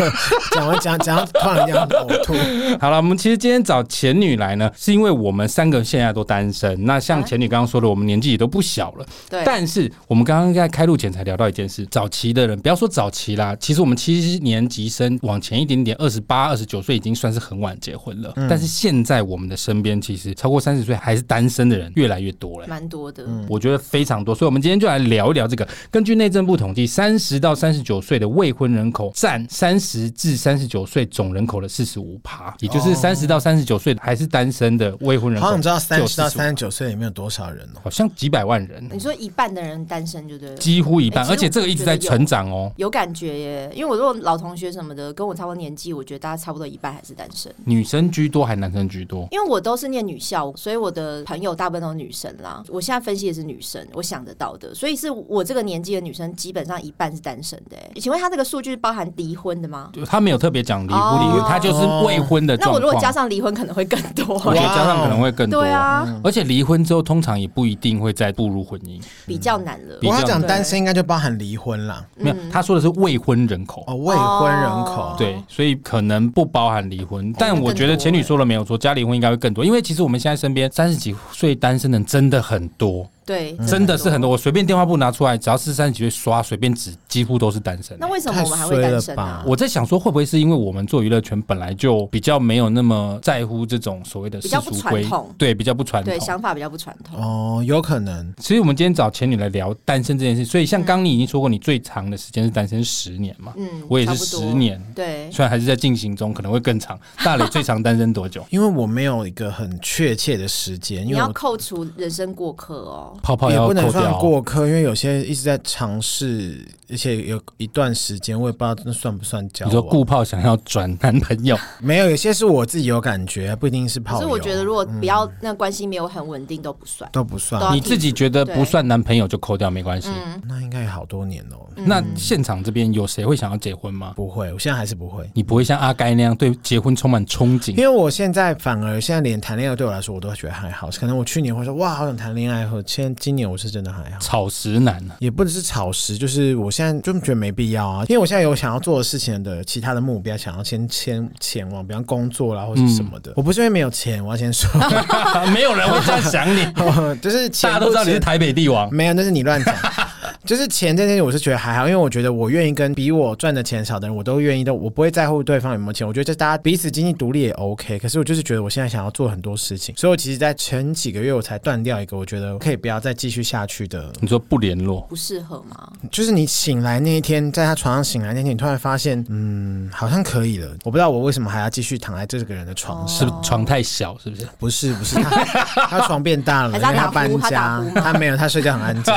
Speaker 2: *laughs* 讲完讲讲，突然这样呕吐。
Speaker 1: 好了，我们其实今天找前女来呢，是因为我们三个现在都单身。那像前女刚刚说的，我们年纪也都不小了。
Speaker 3: 对，
Speaker 1: 但是我们刚刚在开录前才聊到一件事，早期的人不要说早期啦，其实我们七年级生往前一点点，二十八、二十九岁已经算是很晚结婚
Speaker 3: 嗯
Speaker 1: 了。但是现在我们的身边，其实超过三十岁还是单身的人越来越多了。
Speaker 3: 蛮多的。
Speaker 2: 嗯
Speaker 1: 我觉得非常多，所以我们今天就来聊一聊这个。根据内政部统计，三十到三十九岁的未婚人口占三十至三十九岁总人口的四十五趴，也就是三十到三十九岁还是单身的未婚人口，
Speaker 2: 哦好想知道三十到三十，九岁里面有多少人哦。
Speaker 1: 好像几百万人，
Speaker 3: 你说一半的人单身就对了，
Speaker 1: 几乎一半，
Speaker 3: 哎
Speaker 1: 而且这个一直在成长哦。
Speaker 3: 有感觉耶。因为我如果老同学什么的跟我差不多年纪，我觉得大家差不多一半还是单身。
Speaker 1: 女生居多还男生居多？
Speaker 3: 因为我都是念女校，所以我的朋友大部分都是女生啦。我现在分析的是女生，我想得到的，所以是我这个年纪的女生基本上一半是单身的耶。请问他这个数据包含离婚的吗？
Speaker 1: 就他没有特别讲离不离婚
Speaker 3: 哦，
Speaker 1: 他就是未婚的
Speaker 3: 那
Speaker 1: 状
Speaker 3: 我
Speaker 1: 况。
Speaker 3: 如果加上离婚，可能会更多。
Speaker 1: 我觉得
Speaker 2: 哇哦
Speaker 1: 加上可能会更多。嗯
Speaker 3: 对啊，
Speaker 1: 而且离婚之后，通常也不一定会再步入婚姻。
Speaker 3: 比较难了。
Speaker 1: 比
Speaker 2: 我
Speaker 1: 较
Speaker 2: 要讲
Speaker 3: 对
Speaker 2: 单身应该就包含离婚啦，
Speaker 1: 没有，
Speaker 3: 嗯
Speaker 1: 他说的是未婚人口。
Speaker 2: 哦，未婚人口
Speaker 3: 哦。
Speaker 1: 对，所以可能不包含离婚，但
Speaker 3: 那
Speaker 1: 我
Speaker 3: 更
Speaker 1: 觉得
Speaker 3: 多
Speaker 1: 前女
Speaker 3: 欸
Speaker 1: 说了没有错，加离婚应该会更多，因为其实我们现在身边三十几岁单身的人真的很多，
Speaker 3: 对，
Speaker 1: 嗯真的是很多。。我随便电话簿拿出来，只要是三十几岁刷，随便指几乎都是单身欸、
Speaker 3: 那为什么我们还会
Speaker 2: 太衰了
Speaker 3: 单身呢、啊
Speaker 2: 吧
Speaker 1: 我在想说，会不会是因为我们做娱乐圈本来就比较没有那么在乎这种所谓的世
Speaker 3: 比较
Speaker 1: 俗
Speaker 3: 不传
Speaker 1: 规
Speaker 3: 统，
Speaker 1: 对，比较不传统
Speaker 3: 对，。想法比较不传统。
Speaker 2: 哦，有可能。
Speaker 1: 其实我们今天找前女来聊单身这件事，所以像刚你已经说过，你最长的时间是单身十年嘛，
Speaker 3: 嗯，
Speaker 1: 我也是
Speaker 3: 差
Speaker 1: 十
Speaker 3: 不多。
Speaker 1: 年，
Speaker 3: 对，
Speaker 1: 虽然还是在进行中，可能会更长。大磊最长单身多久？
Speaker 2: 因为我没有一个很确切的时间，因
Speaker 3: 你
Speaker 2: 为
Speaker 3: 要
Speaker 2: 我
Speaker 3: 扣除人生过客哦。
Speaker 1: 泡泡
Speaker 2: 也
Speaker 1: 要
Speaker 2: 不能
Speaker 1: 扣
Speaker 2: 算
Speaker 1: 掉。哦
Speaker 2: 过客，因为有些一直在尝试，而且有一段时间，我也不知道那算不算交
Speaker 1: 你
Speaker 2: 往。
Speaker 1: 说顾泡想要转男朋友，
Speaker 2: 没有，有些是我自己有感觉，不一定是
Speaker 3: 可
Speaker 2: 泡
Speaker 3: 是
Speaker 2: 友。
Speaker 3: 我觉得，如果
Speaker 1: 嗯
Speaker 3: 不要那关系没有很稳定，都不算。
Speaker 2: 都不算
Speaker 3: 都，要
Speaker 1: 你自己觉得不算男朋友就扣掉没关系。
Speaker 3: 嗯，
Speaker 2: 那应该有好多年哦。
Speaker 1: 那现场这边有谁会想要结婚吗？
Speaker 2: 不会，我现在还是不会，
Speaker 1: 你不会像阿该那样对结婚充满憧
Speaker 2: 因 *laughs*
Speaker 1: 憬？
Speaker 2: 为我现在反而现在连谈恋爱对我来说，我都觉得还好。可能我去年会说哇，好想谈恋爱，或者现在今年我是真的还好。
Speaker 1: 草食男
Speaker 2: *laughs*
Speaker 1: 啊，
Speaker 2: 也不只是草食，就是我现在就觉得没必要啊，因为我现在有想要做的事情的其他的目标，想要先先前往，比方工作啦或是什么
Speaker 1: 嗯
Speaker 2: 的。我不是因为没有钱，我要先说，
Speaker 1: *laughs* 没有人会这样想
Speaker 2: *laughs*
Speaker 1: 你，
Speaker 2: 就是钱
Speaker 1: 大家都知道你是台北帝王。
Speaker 2: 没有，那是你乱讲。 *laughs* 就是钱这件事，我是觉得还好，因为我觉得我愿意跟比我赚的钱少的人，我都愿意的，我不会在乎对方有没有钱。我觉得这大家彼此经济独立也 OK。可是我就是觉得我现在想要做很多事情，所以我其实，在前几个月我才断掉一个，我觉得可以不要再继续下去的
Speaker 1: 你说不联络，
Speaker 2: 哦
Speaker 3: 不适合吗？
Speaker 2: 就是你醒来那一天，在他床上醒来那天，你突然发现，嗯，好像可以了。我不知道我为什么还要继续躺在这个人的床
Speaker 3: 哦
Speaker 2: 上。
Speaker 1: 是不是床太小？是不是？
Speaker 2: 不是不是，他他床变大了，
Speaker 3: *laughs* 还
Speaker 2: 因
Speaker 3: 是他
Speaker 2: 为
Speaker 3: 打呼
Speaker 2: 搬
Speaker 3: 他打
Speaker 2: 家
Speaker 3: 呼，吗
Speaker 2: 他没有，他睡觉很安
Speaker 3: *laughs*
Speaker 2: 静。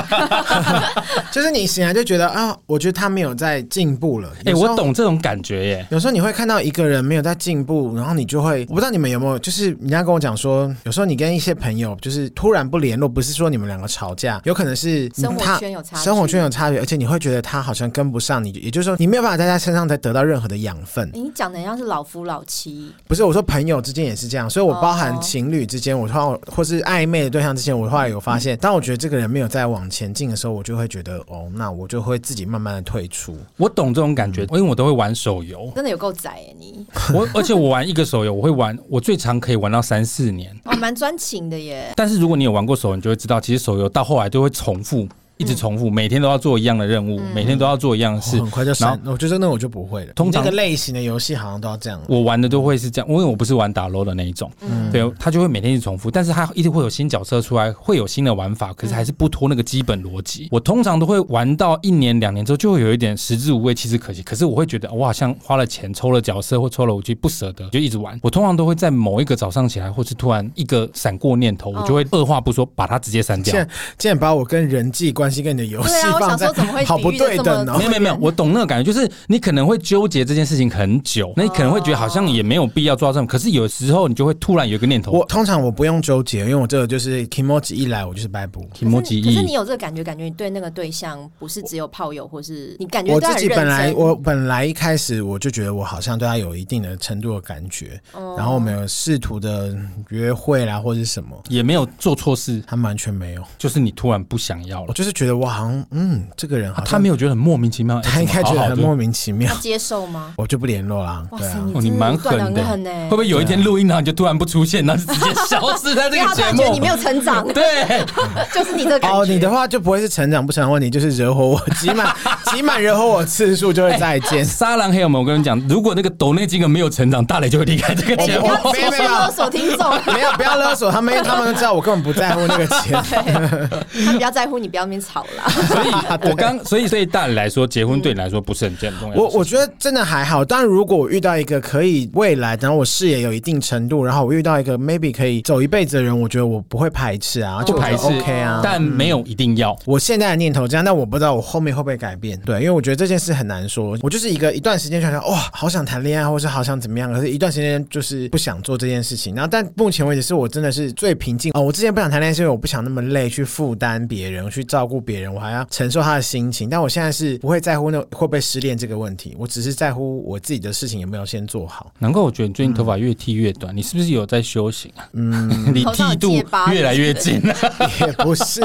Speaker 2: 就是你醒来就觉得啊，我觉得他没有在进步了。
Speaker 1: 哎、
Speaker 2: 有时
Speaker 1: 我
Speaker 2: 候
Speaker 1: 懂这种感觉耶。
Speaker 2: 有时候你会看到一个人没有在进步，然后你就会，我不知道你们有没有，就是人家跟我讲说，有时候你跟一些朋友就是突然不联络，不是说你们两个吵架，有可能是你
Speaker 3: 生活
Speaker 2: 他
Speaker 3: 圈有差距
Speaker 2: 生活圈有差别，而且你会觉得他好像跟不上你，也就是说你没有办法在他身上再得到任何的养分。
Speaker 3: 诶你讲的像是老夫老妻，
Speaker 2: 不是我说朋友之间也是这样，所以我包含
Speaker 3: 哦，
Speaker 2: 情侣之间，我突然或是暧昧的对象之间，我后来有发现，当我觉得这个人没有再往前进的时候，我就会觉得哦，那我就会自己慢慢的退出。
Speaker 1: 我懂这种感觉，因为我都会玩手
Speaker 2: *laughs*
Speaker 1: 游
Speaker 3: 真的有够窄哎，你
Speaker 1: 我而且我玩一个手游，我会玩，我最长可以玩到三四年。
Speaker 3: 哦，蛮专情的
Speaker 2: *laughs*
Speaker 3: 耶。
Speaker 1: 但是如果你有玩过手游，你就会知道，其实手游到后来都会重复，一直重复，每天都要做一样的任务，每天都要做一样的事
Speaker 2: 哦我。很快就
Speaker 1: 然
Speaker 2: 删。我觉得那我就不会了。
Speaker 1: 通常
Speaker 2: 你那个类型的游戏好像都要这样。
Speaker 1: 我玩的都会是这样，因为我不是玩打 l o 的那一种，对，他就会每天一直重复，但是他一定会有新角色出来，会有新的玩法，可是还是不脱那个基本逻辑。我通常都会玩到一年两年之后，就会有一点食之无味，弃之可惜。可是我会觉得，我好像花了钱抽了角色或抽了武器，不舍得，就一直玩。我通常都会在某一个早上起来，或是突然一个闪过念头，我就会二话不说把它直接删掉
Speaker 2: 竟。然竟然把我跟人际关系跟你的游戏
Speaker 3: 对啊我
Speaker 2: 放
Speaker 3: 想
Speaker 2: 在
Speaker 3: 说怎么会
Speaker 2: 好不
Speaker 3: 比喻得
Speaker 2: 对等
Speaker 3: 这
Speaker 2: 哦
Speaker 3: 么
Speaker 1: 没。有没有没
Speaker 3: *laughs*
Speaker 1: 有，我懂那个感觉，就是你可能会纠结这件事情很久，那你可能会觉得好像也没有必要做到这样，可是有时候你就会突然有一个念头，
Speaker 2: 我通常我不用纠结，因为我这个就是 k i m o j i 一来我就是拜布。
Speaker 1: 提莫
Speaker 3: 可是
Speaker 1: 记
Speaker 3: 可是你
Speaker 1: 忆。
Speaker 3: 有这个感觉，感觉你对那个对象不是只有炮友，或是你感觉
Speaker 2: 我
Speaker 3: 对他
Speaker 2: 自己
Speaker 3: 很认
Speaker 2: 本来
Speaker 3: 真
Speaker 2: 我本来一开始我就觉得我好像对他有一定的程度的感觉，
Speaker 3: 哦
Speaker 2: 然后我们有试图的约会啦或者是什么，
Speaker 1: 也没有做错事，
Speaker 2: 他完全没有。
Speaker 1: 就是你突然不想要
Speaker 2: 我
Speaker 1: 了。
Speaker 2: 就是觉得我好像嗯，这个人好像、
Speaker 1: 啊他没有觉得很莫名其妙，哎
Speaker 2: 他应该觉
Speaker 1: 怎么
Speaker 2: 得
Speaker 1: 好好
Speaker 2: 很
Speaker 1: 的
Speaker 2: 莫名其妙
Speaker 3: 他，接受吗？
Speaker 2: 我就不联络啦。
Speaker 3: 哇
Speaker 2: 对
Speaker 3: 塞，
Speaker 2: 啊，
Speaker 1: 哦，你
Speaker 3: 你真
Speaker 1: 蛮
Speaker 3: 的断得
Speaker 1: 狠的，
Speaker 3: 嗯很欸
Speaker 1: 会
Speaker 3: 呢
Speaker 1: 不。会有一天录音，然后你就突然不出现，然后就直接消失在这
Speaker 3: 因
Speaker 1: 个
Speaker 3: 为他突
Speaker 1: 节
Speaker 3: 然觉得你没
Speaker 1: 目？，
Speaker 3: 有成长
Speaker 1: *laughs* 对，
Speaker 3: 就是你这个感觉。
Speaker 2: 哦，你的话就不会是成长不成长的问题，就是惹火我， *laughs* 挤满挤满惹火我次数就会再见。
Speaker 1: 沙狼黑友们，我跟你讲，如果那个抖内金额没有成长，大雷就会离开这个
Speaker 3: 哎，
Speaker 1: 节
Speaker 3: 你不 *laughs*
Speaker 1: 目。
Speaker 3: 要情绪勒索听众，
Speaker 2: 没有，不要勒索他们，因为他们都知道我根本不在乎那个钱。
Speaker 3: 他比较在乎你，不要那边吵啦。
Speaker 1: 所以，我刚，所以对大雷来说，结婚对你来说不是很重要。
Speaker 2: 我我觉得真的还好，但如果我遇到一个可以未来，然后我视野有一定程度，然后我遇到一个 maybe 可以走一辈子的人，我觉得我不会排斥啊，就
Speaker 1: 不排斥
Speaker 2: OK 啊。
Speaker 1: 但没有一定要。
Speaker 2: 我现在的念头这样，但我不知道我后面会不会改变。对，因为我觉得这件事很难说。我就是一个一段时间就想说，哇、哦好想谈恋爱，或是好想怎么样，可是一段时间就是不想做这件事情。然后，但目前为止是我真的是最平静哦。我之前不想谈恋爱，是哦因为我不想那么累，去负担别人，去照顾别人，我还要承受他的心情。但我现在是不会在乎那会不会失恋这个问题，我只是在乎我自己的事情有没有先做好。
Speaker 1: 难怪我觉得你最
Speaker 2: 嗯
Speaker 1: 近头发越剃越短，你是不是有在修行啊？ *laughs* 嗯，离
Speaker 3: 头上
Speaker 1: 剃
Speaker 3: 有
Speaker 1: 度
Speaker 3: 戒疤
Speaker 1: 越来越近了。
Speaker 2: 也不是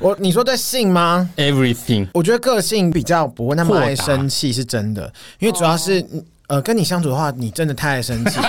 Speaker 2: 我，你说对性吗？
Speaker 1: *laughs*
Speaker 2: *laughs*
Speaker 1: Everything，
Speaker 2: 我觉得个性比较不会那么爱生气是真的，因为主要是、
Speaker 3: 哦
Speaker 2: 呃跟你相处的话，你真的太爱生
Speaker 3: *laughs*
Speaker 2: 气，
Speaker 1: 啊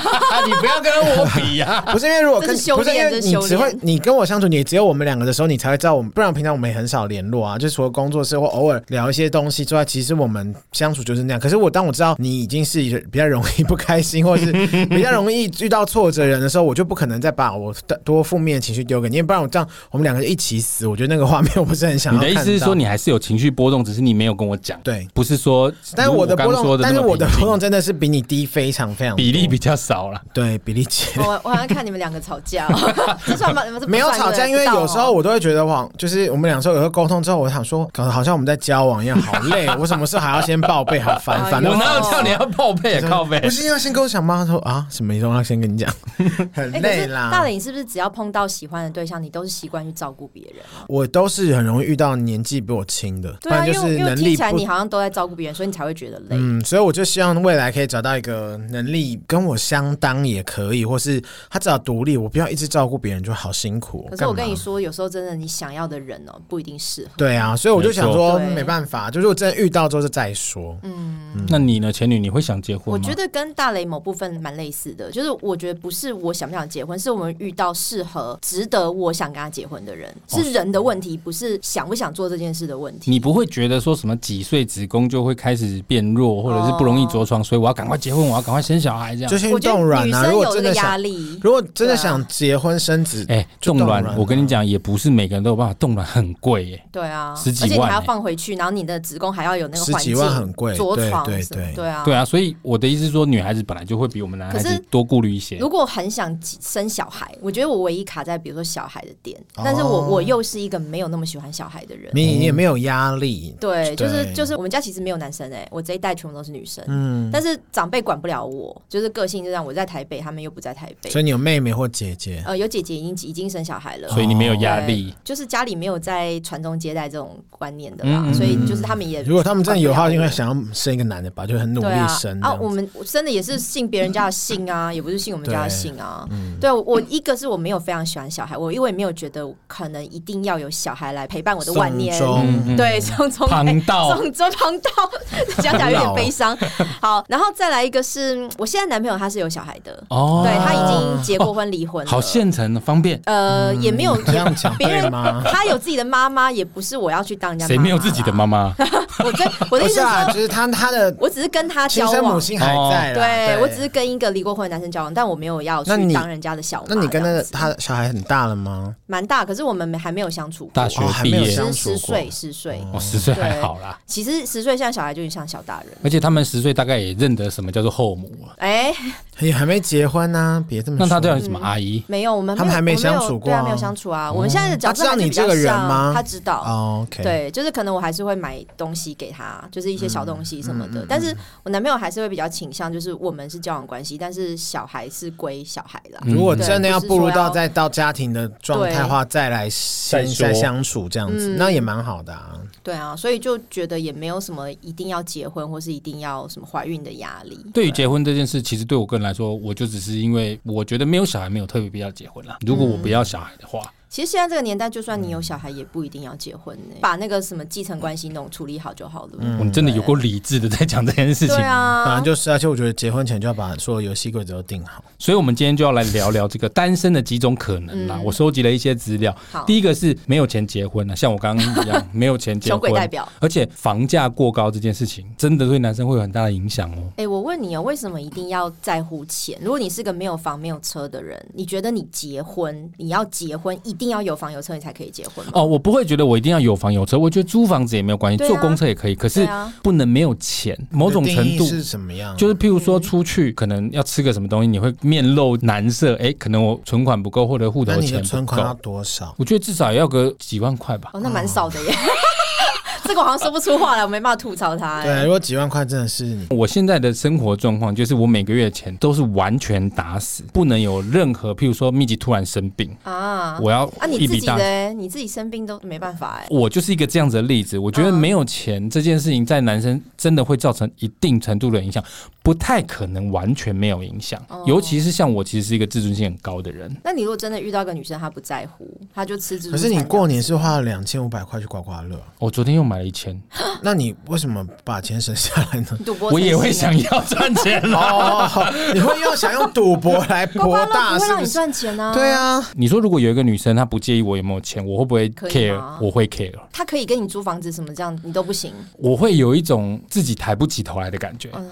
Speaker 1: 你不要跟我比呀、
Speaker 2: 不是因为如果跟
Speaker 3: 这是修
Speaker 2: 不是因
Speaker 3: 炼
Speaker 2: 为你
Speaker 3: 这是
Speaker 2: 只
Speaker 3: 修
Speaker 2: 会
Speaker 3: 炼
Speaker 2: 你跟我相处，你只有我们两个的时候，你才会知道我们，不然平常我们也很少联络啊，就除了工作室或偶尔聊一些东西之外，其实我们相处就是那样。可是我当我知道你已经是一个比较容易不开心，或是比较容易遇到挫折的人的时候，我就不可能再把我的多负面的情绪丢给你，因为不然我这样我们两个一起死，我觉得那个画面我不是很想
Speaker 1: 你
Speaker 2: 要看
Speaker 1: 的
Speaker 2: 到。
Speaker 1: 意思是说你还是有情绪波动，只是你没有跟我讲，
Speaker 2: 对。
Speaker 1: 不是说，
Speaker 2: 但是我的
Speaker 1: 如
Speaker 2: 波
Speaker 1: 我刚说
Speaker 2: 动，但
Speaker 1: 那
Speaker 2: 是
Speaker 1: 么
Speaker 2: 我的
Speaker 1: 平静
Speaker 2: 波动真的是比你低非常非常多
Speaker 1: 比例比较少了。
Speaker 2: 对比例姐。
Speaker 3: 我我好像看你们两个吵
Speaker 2: *laughs*
Speaker 3: 架、哦，这算吗？你们这不
Speaker 2: 没有
Speaker 3: 算
Speaker 2: 吵架，
Speaker 3: 对
Speaker 2: 因
Speaker 3: 不哦
Speaker 2: 为
Speaker 3: 对
Speaker 2: 有时候我都会觉得网，就是我们两时候有时候沟通之后，我想说，搞得好像我们在交往一样，好累，我什么事还要先报备，好烦，
Speaker 3: 哎
Speaker 2: 烦
Speaker 3: 呦
Speaker 2: 到
Speaker 1: 我哪有叫你要报备啊？靠背
Speaker 2: 不，哦是要先跟我讲吗？他说啊，什么时候要先跟你讲？很
Speaker 3: 哎，可
Speaker 2: 累
Speaker 3: 是大
Speaker 2: 啦。
Speaker 3: 磊，你是不是只要碰到喜欢的对象，你都是习惯去照顾别人？
Speaker 2: 我都是很容易遇到年纪比我轻的，不
Speaker 3: 对啊，
Speaker 2: 然就
Speaker 3: 因为
Speaker 2: 是
Speaker 3: 因为
Speaker 2: 能
Speaker 3: 听
Speaker 2: 力
Speaker 3: 起来你
Speaker 2: 不。
Speaker 3: 好像都在照顾别人，所以你才会觉得累。
Speaker 2: 嗯，所以我就希望未来可以找到一个能力跟我相当也可以，或是他只要独立，我不要一直照顾别人就好辛苦。哦
Speaker 3: 可是我
Speaker 2: 干
Speaker 3: 跟
Speaker 2: 嘛
Speaker 3: 你说，有时候真的你想要的人哦，不一定适合。
Speaker 2: 对啊，所以我就想说
Speaker 3: 没错
Speaker 2: 没办法，就是我真的遇到之后就再说。
Speaker 3: 嗯
Speaker 1: 嗯那你呢，前女？你会想结婚
Speaker 3: 我
Speaker 1: 吗？
Speaker 3: 觉得跟大雷某部分蛮类似的，就是我觉得不是我想不想结婚，是我们遇到适合、值得我想跟他结婚的人，
Speaker 1: 哦
Speaker 3: 是人的问题，不是想不想做这件事的问题。
Speaker 1: 你不会觉得说什么几岁子宫就会开始变弱，或者是不容易
Speaker 3: 哦
Speaker 1: 着床，所以我要赶快结婚，我要赶快生小孩这样
Speaker 2: 就。先
Speaker 3: 我觉
Speaker 2: 冻
Speaker 3: 得
Speaker 2: 卵
Speaker 3: 女
Speaker 2: 啊！
Speaker 3: 生
Speaker 2: 如果
Speaker 3: 有这
Speaker 2: 真
Speaker 3: 个
Speaker 2: 的
Speaker 3: 压
Speaker 2: 想，
Speaker 3: 力，
Speaker 2: 如果真的
Speaker 3: 对啊
Speaker 2: 想结婚生子，
Speaker 1: 哎，
Speaker 2: 就
Speaker 1: 冻
Speaker 2: 冻
Speaker 1: 卵
Speaker 2: 卵，啊
Speaker 1: 我跟你讲，也不是每个人都有办法冻卵，很贵耶。
Speaker 3: 对啊，
Speaker 1: 十几
Speaker 3: 而且你
Speaker 1: 万
Speaker 3: 还要
Speaker 1: 欸
Speaker 3: 放回去，然后你的子宫还要有那个
Speaker 2: 十
Speaker 3: 环
Speaker 2: 几
Speaker 3: 境，
Speaker 2: 万很贵
Speaker 3: 着
Speaker 2: 对
Speaker 3: 床
Speaker 2: 对
Speaker 3: 什么
Speaker 2: 对
Speaker 3: 对啊，
Speaker 1: 对啊，所以我的意思是说，女孩子本来就会比我们男孩
Speaker 3: 可是
Speaker 1: 子多顾虑一些。
Speaker 3: 如果很想生小孩，我觉得我唯一卡在比如说小孩的点，
Speaker 2: 哦
Speaker 3: 但是我我又是一个没有那么喜欢小孩的人。
Speaker 2: 你也没有压力，
Speaker 3: 对，就是
Speaker 2: 对
Speaker 3: 就是我们家其实没有男生哎、我这一代全部都是女生，
Speaker 2: 嗯，
Speaker 3: 但是长辈管不了我，就是个性就让我在台北，他们又不在台北
Speaker 2: 所。以你有妹妹或姐姐，
Speaker 3: 呃，有姐姐已经已经生小孩了，
Speaker 1: 所以你没有压力
Speaker 3: 哦对，就是家里没有在传宗接代这种观念的啦，
Speaker 1: 嗯嗯嗯
Speaker 3: 所以就是他们也
Speaker 2: 如果他们真的有的话，应该
Speaker 3: 为。
Speaker 2: 想要生一个男的吧，就很努
Speaker 3: 哦啊对
Speaker 2: 力
Speaker 3: 啊
Speaker 2: 生这
Speaker 3: 啊！
Speaker 2: 样
Speaker 3: 我
Speaker 2: 子。
Speaker 3: 们真的也是信别人家的姓啊，也不是信我们家的姓啊。
Speaker 2: 嗯
Speaker 3: 对，我我一个是我没有非常喜欢小孩，我因为没有觉得可能一定要有小孩来陪伴我的晚年。
Speaker 2: 送终
Speaker 1: 嗯
Speaker 3: 对，送终
Speaker 1: 旁道
Speaker 3: *laughs* 送终旁道，讲起来有点悲伤。好，然后再来一个是嗯我现在男朋友他是有小孩的，
Speaker 1: 哦，
Speaker 3: 对他已经结过婚、离婚了。
Speaker 1: 好现成，方便。
Speaker 3: 呃，也没有
Speaker 2: 这样讲
Speaker 3: 别
Speaker 2: 对
Speaker 3: 人
Speaker 2: 吗？
Speaker 3: 他有自己的妈妈，也不是我要去当人家。
Speaker 1: 谁没有自己的妈？妈？
Speaker 3: 我在我的
Speaker 2: 不
Speaker 3: 意
Speaker 2: 是
Speaker 3: 思是
Speaker 2: 啊，
Speaker 3: 说，
Speaker 2: 就是他他的
Speaker 3: 我只是跟他
Speaker 2: 亲
Speaker 3: 交
Speaker 2: 生母
Speaker 3: 往，哦
Speaker 2: 亲还在啦。
Speaker 3: 对我只是跟一个离过婚的男生交往，但我没有要去
Speaker 2: 啊那你
Speaker 3: 当人家的小妈这
Speaker 2: 那
Speaker 3: 样
Speaker 2: 你
Speaker 3: 子。
Speaker 2: 跟那个他小孩很大了吗？
Speaker 3: 蛮大，可是我们没还没有相处过，
Speaker 1: 大学
Speaker 2: 哦还
Speaker 1: 毕
Speaker 2: 没有
Speaker 1: 业
Speaker 2: 相
Speaker 3: 十
Speaker 2: 处过
Speaker 3: 十岁十岁，
Speaker 1: 哦，十岁还好啦。
Speaker 3: 其实十岁现在小孩就已经像小大人。
Speaker 1: 而且他们十岁大概也认得什么叫做后母了，
Speaker 3: 哎、
Speaker 2: 也还没结婚呢，别这么
Speaker 1: 那
Speaker 2: 说。
Speaker 1: 他叫你
Speaker 3: 嗯
Speaker 1: 什么阿姨？
Speaker 3: 没有，我们
Speaker 2: 他们还
Speaker 3: 没
Speaker 2: 没
Speaker 3: 有我有
Speaker 2: 相处过
Speaker 3: 对
Speaker 2: 啊
Speaker 3: 啊，没有相处啊。我们现在的角
Speaker 2: 他
Speaker 3: 色
Speaker 2: 知道
Speaker 3: 还是
Speaker 2: 你
Speaker 3: 比较
Speaker 2: 这个人
Speaker 3: 像啊
Speaker 2: 吗
Speaker 3: 他知道。
Speaker 2: 哦，OK，，
Speaker 3: 对，就是可能我还是会买东西给他，就是一些小东西什么
Speaker 2: 嗯
Speaker 3: 的。但是我男朋友还是会比较倾向，就是我们是交往关系，但是小孩是归小孩啦。
Speaker 1: 嗯
Speaker 2: 如果
Speaker 3: 对
Speaker 2: 真的要
Speaker 3: 不是说
Speaker 2: 步入到
Speaker 3: 要
Speaker 2: 再到家庭的状态的话，再来
Speaker 1: 再
Speaker 2: 先
Speaker 1: 说
Speaker 2: 再相处这样子，
Speaker 3: 嗯
Speaker 2: 那也蛮好的啊。
Speaker 3: 对啊，所以就觉得也没有什么一定要结婚或是一定要什么怀孕的压力。
Speaker 1: 对于结婚这件事，其实对我个人来说，我就只是因为我觉得没有小孩没有特别必要结婚啦。如果我
Speaker 3: 嗯
Speaker 1: 不要小孩的话，
Speaker 3: 其实现在这个年代，就算
Speaker 1: 嗯
Speaker 3: 你有小孩，也不一定要结婚呢、把那个什么继承关系弄处理好就好了。
Speaker 1: 我们真的有过理智的在讲这件嗯事情
Speaker 3: 对。
Speaker 2: 本来
Speaker 3: 啊，
Speaker 2: 就是，而且我觉得结婚前就要把所有游戏规则都定好。
Speaker 1: 所以，我们今天就要来聊聊这个单身的几种可能啦。
Speaker 3: 嗯
Speaker 1: 我收集了一些资料，
Speaker 3: 好，
Speaker 1: 第一个是没有钱结婚了，啊像我刚刚一
Speaker 3: *laughs*
Speaker 1: 样，没有钱结
Speaker 3: 穷鬼代
Speaker 1: 婚，
Speaker 3: 表。
Speaker 1: 而且房价过高这件事情，真的对男生会有很大的影响哦。
Speaker 3: 哎、我问你哦，为什么一定要在乎钱？如果你是个没有房没有车的人，你觉得你结婚，你要结婚一定要有房有车，你才可以结婚吗？
Speaker 1: 哦，我不会觉得我一定要有房有车，我觉得租房子也没有关系，
Speaker 3: 对啊
Speaker 1: 坐公车也可以，可
Speaker 3: 对
Speaker 1: 是
Speaker 3: 啊，
Speaker 1: 不能没有钱。某种
Speaker 2: 你的定
Speaker 1: 程
Speaker 2: 义
Speaker 1: 度
Speaker 2: 是什么样？
Speaker 1: 就是譬如说出去可能要吃个什么东西，你会面露难色，哎、可能我存款不够或者户头
Speaker 2: 那你
Speaker 1: 钱
Speaker 2: 的
Speaker 1: 不
Speaker 2: 存款要
Speaker 1: 够，
Speaker 2: 多少？
Speaker 1: 我觉得至少也要个几万块吧。
Speaker 3: 哦，那蛮少的耶。 *laughs* 这个我好像说不出话来，我没办法吐槽他、
Speaker 2: 对，
Speaker 3: 哎，
Speaker 2: 如果几万块真的是你，
Speaker 1: 我现在的生活状况就是，我每个月的钱都是完全打死，不能有任何，譬如说密集突然生病，
Speaker 3: 啊
Speaker 1: 我要
Speaker 3: 啊，你
Speaker 1: 一
Speaker 3: 自
Speaker 1: 笔
Speaker 3: 己
Speaker 1: 大。
Speaker 3: 的，你自己生病都没办法哎、
Speaker 1: 我就是一个这样子的例子，我觉得
Speaker 3: 嗯
Speaker 1: 没有钱这件事情在男生真的会造成一定程度的影响，不太可能完全没有影响
Speaker 3: 哦。
Speaker 1: 尤其是像我，其实是一个自尊心很高的人，
Speaker 3: 那你如果真的遇到一个女生，她不在乎，她就吃自助
Speaker 2: 可
Speaker 3: 餐这
Speaker 2: 是
Speaker 3: 样子。？
Speaker 2: 你过年是花了两千五百块去刮刮乐，
Speaker 1: 我昨天又买了一千，
Speaker 2: 那你为什么把钱省下来呢
Speaker 3: 赌博成性啊，
Speaker 1: 我也会想要赚钱
Speaker 3: *laughs*
Speaker 1: 啦。
Speaker 2: 哦，你会又想用赌博来
Speaker 3: 刮
Speaker 2: 博
Speaker 3: 刮乐
Speaker 2: 大，
Speaker 3: 不会
Speaker 2: 是
Speaker 3: 让
Speaker 2: 不
Speaker 3: 你
Speaker 2: 是？
Speaker 3: 赚钱啊。
Speaker 2: 对，啊，
Speaker 1: 你说如果有一个女生她不介意我有没有钱，我会不会
Speaker 3: 可以啊
Speaker 1: care？
Speaker 3: 吗
Speaker 1: 我会 care，
Speaker 3: 她可以跟你租房子什么这样，你都不行。
Speaker 1: 我会有一种自己抬不起头来的感觉。
Speaker 3: 嗯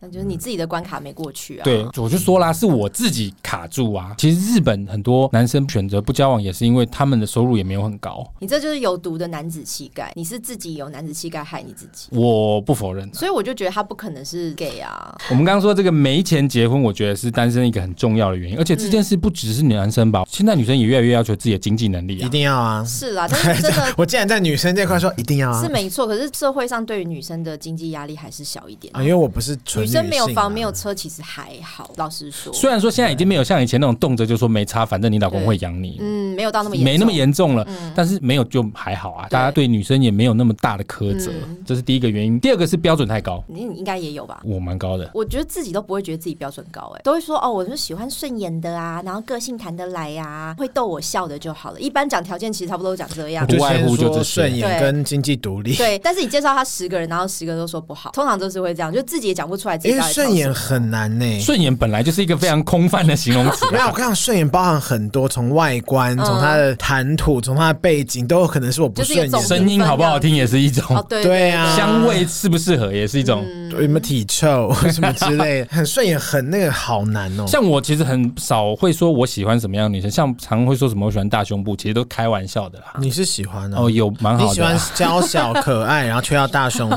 Speaker 3: 那就是你自己的关卡没过去啊。
Speaker 1: 对，我就说啦，是我自己卡住啊。其实日本很多男生选择不交往，也是因为他们的收入也没有很高。
Speaker 3: 你这就是有毒的男子气概，你是自己有男子气概害你自己。
Speaker 1: 我不否认，
Speaker 3: 所以我就觉得他不可能是 gay 啊，
Speaker 1: 我们刚刚说这个没钱结婚，我觉得是单身一个很重要的原因。而且这件事不只是男生吧，现在女生也越来越要求自己的经济能力
Speaker 2: 一
Speaker 1: 啊。
Speaker 2: 定要啊！
Speaker 3: 是啦，但
Speaker 2: *laughs*
Speaker 3: 是真的
Speaker 2: 我竟然在女生这块说一定要啊
Speaker 3: 是没错。可是社会上对于女生的经济压力还是小一点
Speaker 2: 啊，因为我不是纯
Speaker 3: 女生没有
Speaker 2: 性啊
Speaker 3: 房没有车，其实还好。老实说，
Speaker 1: 虽然说现在已经没有像以前那种动辄就说没差，反正你老公会养你，啊
Speaker 3: 嗯，没有到那么严重
Speaker 1: 没那么严重了，
Speaker 3: 嗯
Speaker 1: 但是没有就还好啊。
Speaker 3: 对
Speaker 1: 大家对女生也没有那么大的苛责，
Speaker 3: 嗯
Speaker 1: 这是第一个原因。第二个是标准太高，
Speaker 3: 你你应该也有吧？
Speaker 1: 我蛮高的。
Speaker 3: 我觉得自己都不会觉得自己标准高、哎，都会说哦，我是喜欢顺眼的啊，然后个性谈得来呀、啊，会逗我笑的就好了。一般讲条件其实差不多都讲这样
Speaker 2: 我。就
Speaker 1: 不外
Speaker 2: 先
Speaker 1: 乎就
Speaker 2: 说
Speaker 1: 这些
Speaker 2: 顺眼
Speaker 3: 对
Speaker 2: 跟经济独立，
Speaker 3: 对，但是你介绍他十个人，然后十个都说不好，通常都是会这样，就自己也讲不出来自己
Speaker 2: 因为
Speaker 3: 到底挑
Speaker 2: 顺眼
Speaker 3: 什么
Speaker 2: 很难呢、
Speaker 1: 顺眼本来就是一个非常空泛的形容词啊、
Speaker 2: 没有，我跟你讲，顺眼包含很多，从外观，
Speaker 3: 嗯
Speaker 2: 从他的谈吐，从他的背景，都有可能是我不
Speaker 3: 就是有
Speaker 2: 顺眼
Speaker 3: 种
Speaker 2: 的。
Speaker 1: 声音好不好听也是一种，
Speaker 3: 哦，嗯对
Speaker 2: 对
Speaker 1: *laughs*
Speaker 2: 啊，
Speaker 1: 香味适不适合也是一种。
Speaker 2: 有没有体臭什么之类的，很顺眼，很那个好难哦。
Speaker 1: 像我其实很少会说我喜欢什么样的女生，像常会说什么我喜欢大胸部，其实都开玩笑的啦。
Speaker 2: 你是喜欢哦
Speaker 3: 嗯
Speaker 1: 哦，？有蛮
Speaker 2: 你
Speaker 1: 好
Speaker 2: 喜
Speaker 1: 的
Speaker 2: 欢
Speaker 1: 啊，
Speaker 2: 娇小可爱，然后却要大胸部，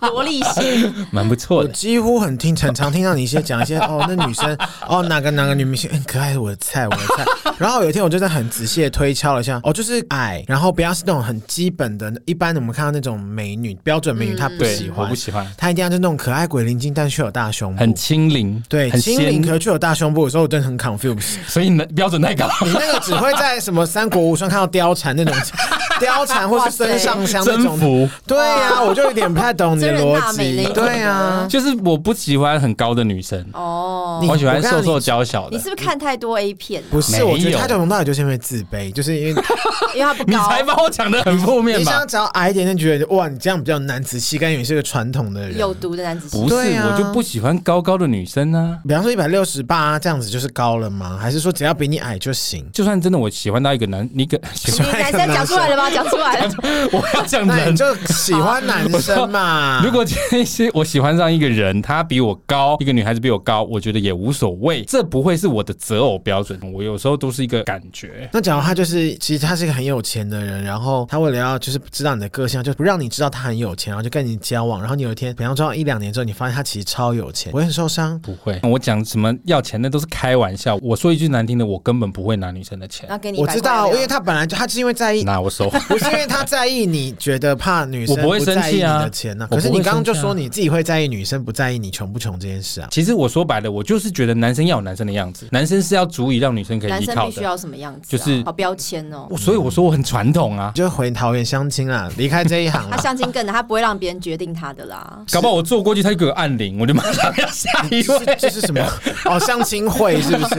Speaker 3: 萝莉
Speaker 2: *laughs*
Speaker 3: 型，
Speaker 1: 蛮不错
Speaker 2: 我
Speaker 1: 的。
Speaker 2: 几乎很听很常听到你一些讲一
Speaker 1: *laughs*
Speaker 2: 些哦，那女生哦哪个哪个女明星很可爱，我的菜我的菜。然后有一天我就在很仔细的推敲了一下，哦就是矮，然后不要是那种很基本的，一般我们看到那种美女标准美女，她不
Speaker 1: 嗯对
Speaker 2: 喜，
Speaker 1: 我
Speaker 2: 欢
Speaker 1: 不，喜欢，
Speaker 2: 她一定要是那种可爱鬼灵精，但却有大胸部，
Speaker 1: 很轻灵，
Speaker 2: 对
Speaker 1: 很
Speaker 2: 轻
Speaker 1: 仙
Speaker 2: 灵，，可却有大胸部，有时候我真的很 confused。
Speaker 1: 所以你的标准太高。 *laughs*
Speaker 2: 你那个只会在什么三国无双看到貂蝉那种，貂蝉或是孙尚香那
Speaker 1: 征
Speaker 2: 种。
Speaker 1: 服
Speaker 2: 对呀、啊，我就有点不太懂你的逻
Speaker 3: 真人大美
Speaker 2: 辑
Speaker 3: 那。种
Speaker 2: 对呀、啊，
Speaker 1: 就是我不喜欢很高的女生，
Speaker 3: 哦，
Speaker 2: 你
Speaker 1: 我喜欢
Speaker 2: 我看到
Speaker 1: 瘦
Speaker 2: 你
Speaker 1: 瘦娇小
Speaker 3: 你
Speaker 1: 的
Speaker 3: 是。不是看太多 A 片啊、
Speaker 2: 不是，
Speaker 1: 没有
Speaker 2: 我觉得他从头到尾就是因为自卑，就是
Speaker 1: *laughs*
Speaker 2: 因为
Speaker 3: 因为他
Speaker 2: *laughs*
Speaker 3: 不
Speaker 1: 你
Speaker 3: 高，
Speaker 1: 才把我讲的很负面
Speaker 2: 你
Speaker 1: 吧
Speaker 2: 想？只要矮一点，就觉得哇，你这样比较男子气概，因为你是个传统的人。
Speaker 3: 有毒的男子气
Speaker 1: 不是，
Speaker 2: 对啊
Speaker 1: 我就不喜欢高高的女生啊。
Speaker 2: 比方说一百六十八这样子就是高了吗？还是说只要比你矮就行？
Speaker 1: 就算真的我喜欢到一个男，你个 *laughs*
Speaker 3: 你男生讲出来了吗？讲出
Speaker 2: *laughs*
Speaker 3: 来了，
Speaker 1: 我要讲
Speaker 2: 那
Speaker 1: 人
Speaker 2: 你就喜欢男生嘛？
Speaker 1: *laughs* 如果今天是我喜欢上一个人，他比我高，一个女孩子比我高，我觉得也无所谓，这不会是我的择偶标准。我有时候都是一个感觉。
Speaker 2: 那假如他就是，其实他是一个很有钱的人，然后他为了要就是知道你的个性，就不让你知道他很有钱，然后就跟你交往，然后你有一天，比方交往一两年之后，你发现他其实超有钱，我会很受伤。
Speaker 1: 不会，我讲什么要钱那都是开玩笑。我说一句难听的，我根本不会拿女生的钱
Speaker 3: 然，后给你
Speaker 2: 我
Speaker 3: 100
Speaker 2: 知道，
Speaker 3: 块
Speaker 2: 因
Speaker 3: 料
Speaker 2: 为他本来就他是因为在意，
Speaker 1: 那我收。
Speaker 2: 不是因为他在意你，觉得怕女生
Speaker 1: 我不会生
Speaker 2: 在意你
Speaker 1: 气啊
Speaker 2: 的钱呢、
Speaker 1: 我不会
Speaker 2: 可是你刚刚就
Speaker 1: 生气啊
Speaker 2: 说你自己会在意女生不在意你穷不穷这件事
Speaker 1: *laughs*
Speaker 2: 啊。
Speaker 1: 其实我说白了，我就是觉得男生要有男生的样子，男生是要足以让女生可以
Speaker 3: 男
Speaker 1: 依
Speaker 3: 生
Speaker 1: 靠
Speaker 3: 必须
Speaker 1: 的。
Speaker 3: 要什么样子、啊，
Speaker 1: 就是
Speaker 3: 好标签哦。
Speaker 1: 我所以我说我很传统啊，
Speaker 2: 就回桃园相亲啦，离开这一行
Speaker 1: *laughs*
Speaker 3: 他
Speaker 2: 啦。
Speaker 3: 相亲更难，他不会让别人决定他的啦。
Speaker 1: 搞不好我坐过去，他就给我按铃，我就马上要下一
Speaker 2: 这 *laughs* 是
Speaker 1: 位。
Speaker 2: 这是什么？哦，相亲会是不是？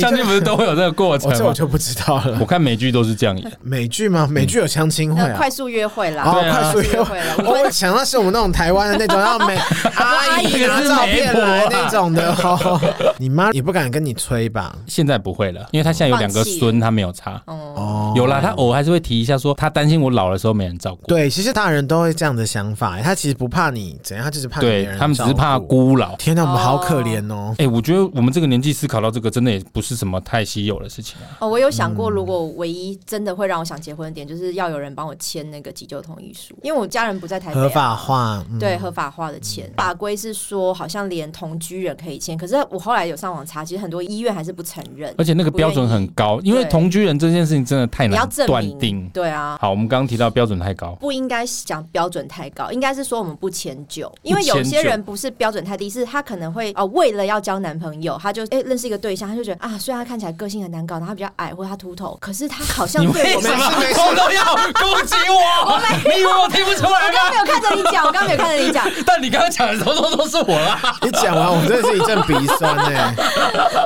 Speaker 1: *laughs* 相
Speaker 2: 这
Speaker 1: 亲不是都会有这个过程
Speaker 2: 哦，这我
Speaker 1: 吗？
Speaker 2: 就不知道
Speaker 1: 我嗯
Speaker 2: 了。
Speaker 1: 看美剧都是这样演。
Speaker 2: 美剧吗？美剧有相亲会
Speaker 3: 那
Speaker 2: 啊？
Speaker 3: 呃快速约会啦，
Speaker 2: 哦，
Speaker 1: 对啊
Speaker 2: 快速约会哦
Speaker 3: 会了
Speaker 2: 了！我想到是我们那种台湾的那种，要
Speaker 1: *laughs*
Speaker 2: 美阿姨拿照片来
Speaker 1: 啊
Speaker 2: 那种的哦。你妈也不敢跟你吹吧？
Speaker 1: 现在不会了，因为他现在有两个
Speaker 3: 放弃
Speaker 1: 孙，他没有差。
Speaker 3: 哦，
Speaker 2: 哦，
Speaker 1: 有啦，他偶尔还是会提一下说，他担心我老的时候没人照顾。
Speaker 2: 对，其实大人都会这样的想法，欸他其实不怕你怎样，他就是怕你没
Speaker 1: 对，
Speaker 2: 人
Speaker 1: 他们只是怕
Speaker 2: 照顾。
Speaker 1: 孤老。
Speaker 2: 天哪，我们好可怜哦！
Speaker 1: 哎、我觉得我们这个年纪思考到这个，真的也不是什么太稀有的事情啊。
Speaker 3: 哦，我有想过，如果唯一真的会让我想结婚的点，就是要有人帮我签那个急救同意书，因为我家人不在台北啊、
Speaker 2: 合法化，嗯
Speaker 3: 对合法化的签法规是说，好像连同居人可以签，可是我后来有上网查，其实很多医院还是不承认，
Speaker 1: 而且那个标准很高，因为
Speaker 3: 对
Speaker 1: 同居人这件事情真的太
Speaker 3: 你要
Speaker 1: 难
Speaker 3: 证
Speaker 1: 断
Speaker 3: 明
Speaker 1: 定。。
Speaker 3: 对啊，
Speaker 1: 好，我们刚刚提到标准太高，
Speaker 3: 不应该讲标准太高，应该是说我们不迁就，因为
Speaker 1: 不迁就
Speaker 3: 有些人不是标准太低，是他可能会啊、呃为了要交男朋友，他就哎、认识一个对象，他就觉得啊，虽然他看起来个性很难搞，然后他比较矮或者他秃头，可是他好像
Speaker 1: 你
Speaker 3: 对
Speaker 1: 为
Speaker 3: 我
Speaker 1: 什
Speaker 3: 们。
Speaker 1: 么
Speaker 2: 没事没事
Speaker 1: 偷偷要攻击我？你以为我听不出啊来
Speaker 3: 我刚刚没
Speaker 1: 吗？
Speaker 3: 有看着你讲，我刚刚没有看着你讲，
Speaker 1: 但你刚刚讲的偷偷都是我啦。
Speaker 2: 你讲完，我真的是一阵鼻酸哎。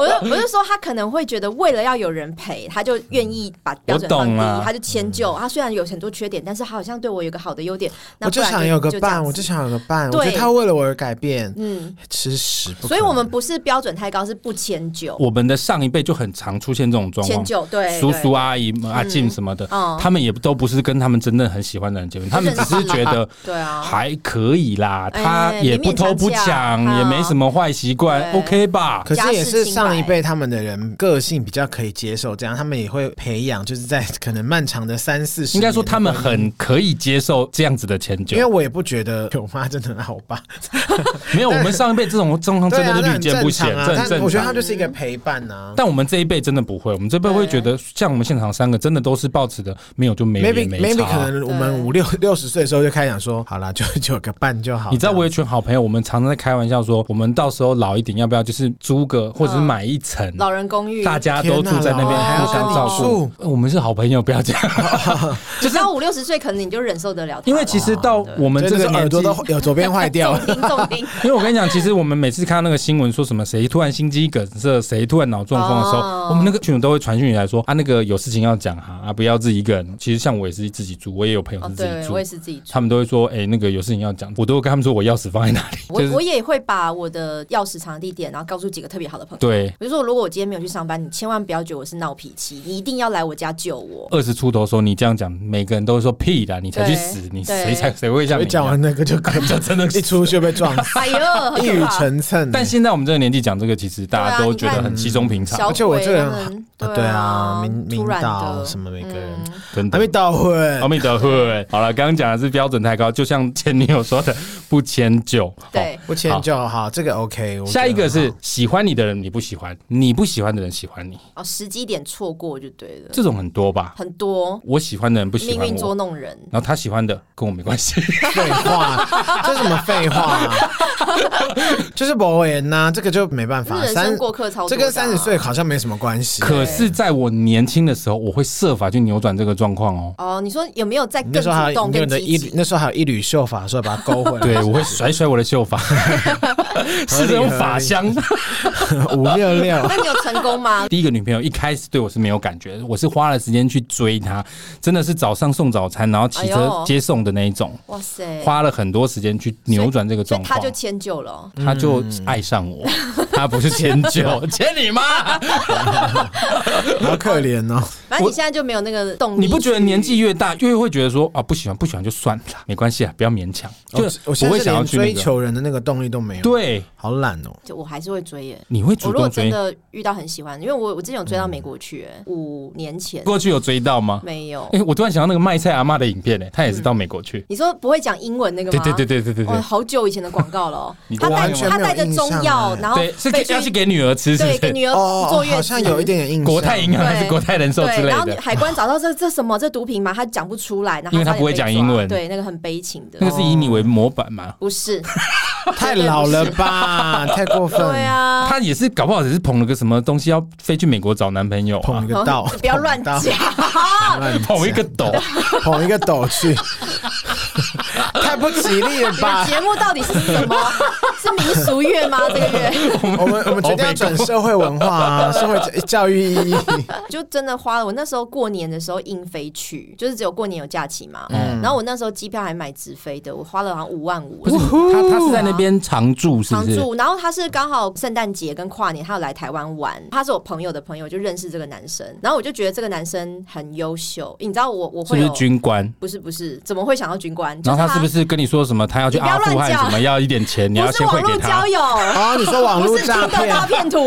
Speaker 3: 我就我就说他可能会觉得为了要有人陪，他就愿意把标准
Speaker 1: 懂
Speaker 3: 放低，
Speaker 1: 啦
Speaker 3: 他就迁就。他虽然有很多缺点，但是他好像对我有一个好的优点。 *laughs* 那
Speaker 2: 我就
Speaker 3: 不然
Speaker 2: 想有个
Speaker 3: 就这样
Speaker 2: 伴，
Speaker 3: 子
Speaker 2: 我就想有个伴。我
Speaker 3: 对
Speaker 2: 觉得他为了我而改变，
Speaker 3: 嗯，
Speaker 2: 吃屎不可能。
Speaker 3: 所以我们不是标准太高，是不迁就，
Speaker 1: 我们的上一辈就很常出现这种状
Speaker 3: 迁
Speaker 1: 况，
Speaker 3: 就对
Speaker 1: 叔叔
Speaker 3: 啊，
Speaker 1: 阿姨、阿静什么的，
Speaker 3: 嗯
Speaker 1: 他们也都不是跟他们真正很喜欢的人结
Speaker 3: 哦
Speaker 1: 婚，他们只是觉得。
Speaker 3: 对啊，
Speaker 1: 还可以啦，
Speaker 3: 哎
Speaker 1: 他也不偷不抢
Speaker 3: 勉勉强，强
Speaker 1: 也没什么坏习惯
Speaker 3: 对
Speaker 1: ，OK 吧？
Speaker 2: 可是也
Speaker 3: 家
Speaker 2: 是
Speaker 3: 世清白
Speaker 2: 上一辈他们的人个性比较可以接受这样，他们也会培养，就是在可能漫长的三四十，
Speaker 1: 应该说他们。很可以接受这样子的迁就
Speaker 2: 因为，我也不觉得我妈真的很好吧，
Speaker 1: 没有我们上一辈这种状况
Speaker 2: 对
Speaker 1: 真
Speaker 2: 啊，
Speaker 1: 的
Speaker 2: 那
Speaker 1: 是屡
Speaker 2: 很
Speaker 1: 见
Speaker 2: 正
Speaker 1: 不鲜，
Speaker 2: 常
Speaker 1: 这
Speaker 2: 啊。
Speaker 1: 很
Speaker 2: 但
Speaker 1: 正
Speaker 2: 我觉得
Speaker 1: 常
Speaker 2: 它。就是一个陪伴啊呐、
Speaker 1: 但我们这一辈真的不会，我们这辈会觉得像我们现场三个真的都是抱持的没有就没有也
Speaker 2: 啊 Maybe
Speaker 1: 没
Speaker 2: maybe 可
Speaker 1: 差。
Speaker 2: 能我们五六六十岁的时候就开始想说，好啦，就 *laughs* 就有个伴就好。
Speaker 1: 你知道我有一群好朋友，我们常常在开玩笑说，我们到时候老一点要不要就是租个或者
Speaker 2: 嗯
Speaker 1: 是买一层，
Speaker 3: 老人公寓，
Speaker 1: 大家都住在那边
Speaker 2: 天哪
Speaker 1: 互相照
Speaker 2: 老人
Speaker 1: 顾
Speaker 2: 还要跟你。
Speaker 1: 呃我们是好朋友，不要这样。
Speaker 3: 就是到五六十岁，可能你就忍受得了他了。
Speaker 1: 因为其实到我们
Speaker 2: 真
Speaker 1: 这
Speaker 2: 的是
Speaker 1: 个
Speaker 2: 耳
Speaker 1: 年纪
Speaker 2: 朵，都有左边坏
Speaker 1: *laughs*
Speaker 2: 掉了
Speaker 3: 重。听重
Speaker 2: *laughs*
Speaker 3: 听，
Speaker 1: 因为我跟你讲，其实我们每次看到那个新闻说什么谁突然心肌梗塞，谁突然脑中风的时候，
Speaker 3: 哦
Speaker 1: 我们那个群主都会传讯息来说啊，那个有事情要讲哈，啊不要自己一个人。其实像我也是自己住，我也有朋友
Speaker 3: 哦
Speaker 1: 是，自己
Speaker 3: 对
Speaker 1: 住。
Speaker 3: 我也是自己住。
Speaker 1: 他们都会说，哎、那个有事情要讲，我都会跟他们说我钥匙放在哪里，
Speaker 3: 我
Speaker 1: 就是
Speaker 3: 我也会把我的钥匙藏的地点，然后告诉几个特别好的朋友。
Speaker 1: 对，
Speaker 3: 比如说，如果我今天没有去上班，你千万不要觉得我是闹脾气，你一定要来我家救
Speaker 2: *laughs*
Speaker 3: 我。
Speaker 1: 二十出头的时候你这样讲，每个人都会说屁啦，你才去死，
Speaker 3: 对
Speaker 1: 你
Speaker 3: 对
Speaker 1: 谁才谁会像
Speaker 2: 我
Speaker 1: 你
Speaker 2: 一
Speaker 1: 一
Speaker 2: 讲
Speaker 1: 样？
Speaker 2: 完那个就可能
Speaker 1: 这 *laughs* 真的
Speaker 2: 一
Speaker 1: 是。
Speaker 2: 出去就被撞死，
Speaker 3: 哎呦，很
Speaker 2: 一语
Speaker 3: 可怕。
Speaker 2: 成谶。
Speaker 1: 但现在我们这个年纪讲这个，其实大家
Speaker 3: 对啊
Speaker 1: 都
Speaker 3: 你
Speaker 1: 觉得
Speaker 3: 看
Speaker 1: 很稀松平常，
Speaker 3: 小
Speaker 2: 而且我
Speaker 3: 鬼
Speaker 2: 这个人
Speaker 3: 他们
Speaker 2: 啊
Speaker 3: 对
Speaker 2: 对啊，明明
Speaker 3: 突然
Speaker 2: 道
Speaker 3: 的
Speaker 2: 什么每个人
Speaker 3: 嗯
Speaker 1: 真
Speaker 2: 还
Speaker 1: 的哦
Speaker 2: 没。到婚
Speaker 1: 阿，弥陀佛。欸好了，刚刚讲的是标准太高，就像前女友说的，不迁就。
Speaker 3: 对，
Speaker 2: 不迁就好，这个 OK 我
Speaker 1: 好，
Speaker 2: 觉得
Speaker 1: 下
Speaker 2: 很好。
Speaker 1: 一个是喜欢你的人你不喜欢，你不喜欢的人喜欢你，
Speaker 3: 哦，时机点错过就对了，
Speaker 1: 这种很多吧？
Speaker 3: 很多
Speaker 1: 我喜欢的人不喜
Speaker 3: 命
Speaker 1: 欢
Speaker 3: 运捉
Speaker 1: 我，
Speaker 3: 弄人。
Speaker 1: 然后他喜欢的跟我没关系。
Speaker 2: 废
Speaker 1: *laughs*
Speaker 2: 话，这什么废话、就是博言呐，这个就没办
Speaker 3: 这
Speaker 2: 法。
Speaker 3: 人
Speaker 2: 三
Speaker 3: 生过客超多的啊
Speaker 2: 这跟三十岁好像没什么关系。
Speaker 1: 可是在我年轻的时候，我会设法去扭转这个状况哦。
Speaker 3: 哦，你说有没有在
Speaker 2: 你
Speaker 3: 更
Speaker 2: 那时候还
Speaker 3: 主
Speaker 2: 有
Speaker 3: 动、
Speaker 2: 你有
Speaker 3: 更
Speaker 2: 的一
Speaker 3: 积
Speaker 2: 缕
Speaker 3: 极？
Speaker 2: 那时候还有一缕秀发，说把它勾 *laughs* 回来。
Speaker 1: 对，我会甩甩我的
Speaker 3: *laughs*
Speaker 1: 秀发，是这种法香。
Speaker 2: 五六 *laughs* 六
Speaker 3: 那你有成
Speaker 1: *laughs*
Speaker 3: 功吗？
Speaker 1: 第一个女朋友一开始对我是没有感觉的，我是花了时间去追她，真的是早上送早餐，然后骑
Speaker 3: 哎
Speaker 1: 车
Speaker 3: 呦
Speaker 1: 接送的那一种，
Speaker 3: 哇塞，
Speaker 1: 花了很多时间去扭转这个
Speaker 3: 所
Speaker 1: 状
Speaker 3: 以他
Speaker 1: 况
Speaker 3: 就。迁就了
Speaker 2: 嗯
Speaker 1: 他
Speaker 3: 哦。
Speaker 1: 就爱上我， *laughs* 他不是迁
Speaker 2: *laughs*
Speaker 1: 就，迁你妈！
Speaker 2: 好可怜哦。
Speaker 3: 反正你现在就没有那个动力去。
Speaker 1: 你不觉得年纪越大越会觉得说啊不喜欢不喜欢就算了，没关系啊，不要勉强。就
Speaker 2: 我
Speaker 1: 我
Speaker 2: 现在
Speaker 1: 会
Speaker 2: 是
Speaker 1: 想要
Speaker 2: 连
Speaker 1: 去那
Speaker 2: 追
Speaker 1: 个，
Speaker 2: 求人的那个动力都没有。，
Speaker 1: 对，
Speaker 2: 好懒哦。
Speaker 3: 就我还是会追耶？
Speaker 1: 你会
Speaker 3: 我
Speaker 1: 主
Speaker 3: 如果
Speaker 1: 动
Speaker 3: 真
Speaker 1: 追。
Speaker 3: 的遇到很喜欢，因为我我之前有追到美国去耶，五年前
Speaker 1: 过去有追到吗？
Speaker 3: 没有。
Speaker 1: 哎、我突然想到那个卖菜阿妈的影片呢、她也是到美国去。
Speaker 3: 你说不会讲英文那个
Speaker 1: 对
Speaker 3: 吗？
Speaker 1: 对对对对对
Speaker 3: 哦，
Speaker 1: 对，
Speaker 3: 好久以前的广告了哦
Speaker 1: 你。
Speaker 3: 他带
Speaker 1: 完全
Speaker 3: 他
Speaker 2: 没有
Speaker 3: 带着中
Speaker 2: 印象
Speaker 3: 药，
Speaker 2: 哎
Speaker 3: 然后
Speaker 1: 对，是给
Speaker 3: 嗯被去
Speaker 1: 要去给女儿吃，是不
Speaker 3: 对给
Speaker 1: 是？
Speaker 3: 女儿
Speaker 2: 哦
Speaker 3: 坐，月
Speaker 2: 好
Speaker 3: 子，
Speaker 2: 像有一点点印象。
Speaker 1: 国泰银行
Speaker 3: 对
Speaker 1: 还是国泰人寿之
Speaker 3: 对，
Speaker 1: 类
Speaker 3: 然后你
Speaker 1: 的，
Speaker 3: 海关找到这这什么这毒品嘛，他讲不出来，然后
Speaker 1: 因为他
Speaker 3: 差点
Speaker 1: 不会
Speaker 3: 被
Speaker 1: 讲
Speaker 3: 抓
Speaker 1: 英文
Speaker 3: 对，那个很悲情的
Speaker 1: 那，个是嗯以你为模板嘛？
Speaker 3: 不是，
Speaker 2: *laughs* 太老了 *laughs* 吧，太过分。
Speaker 3: 对啊，
Speaker 1: 她也是搞不好只是捧了个什么东西，要飞去美国找男朋友
Speaker 2: 捧
Speaker 1: 啊
Speaker 2: 一，个道，
Speaker 3: *laughs* 不要乱讲，
Speaker 2: 乱
Speaker 1: 捧一个斗。
Speaker 2: *laughs* 捧一个斗去，太不吉利了吧？
Speaker 3: 节目到底是
Speaker 1: *laughs*
Speaker 3: 什么？是民俗月吗？这个月
Speaker 2: 我们 *laughs* 我们决定要转社会文化啊，社会教育意义。
Speaker 3: 就真的花了。我那时候过年的时候硬飞去，就是只有过年有假期嘛。
Speaker 1: 嗯
Speaker 3: 然后我那时候机票还买直飞的，我花了好像五万
Speaker 1: *laughs*
Speaker 3: 五。
Speaker 1: 不是她，她是在那边常住，是不
Speaker 3: 常
Speaker 1: 是？
Speaker 3: 住，然后他是刚好圣诞节跟跨年，他有来台湾玩。他是我朋友的朋友，就认识这个男生，然后我就觉得这个男生很优秀。你知道我我
Speaker 1: 是不
Speaker 3: 会有
Speaker 1: 是军官？
Speaker 3: 不是不是怎么会想到军官？
Speaker 1: 然后
Speaker 3: 就
Speaker 1: 他是不是跟你说什么？他要去
Speaker 3: 你不要
Speaker 1: 阿富汗
Speaker 3: 乱叫
Speaker 1: 什么？要一点
Speaker 3: *laughs*
Speaker 1: 钱，你要
Speaker 3: 不是
Speaker 1: 先
Speaker 3: 网
Speaker 1: 汇
Speaker 3: 络
Speaker 1: 给
Speaker 3: 交
Speaker 1: 他。
Speaker 3: 友？
Speaker 2: *laughs* 哦，你说 *laughs* 网
Speaker 3: 不
Speaker 2: 络
Speaker 3: 是
Speaker 2: 诈
Speaker 3: 听的
Speaker 2: 骗？*laughs*
Speaker 3: 诈骗图，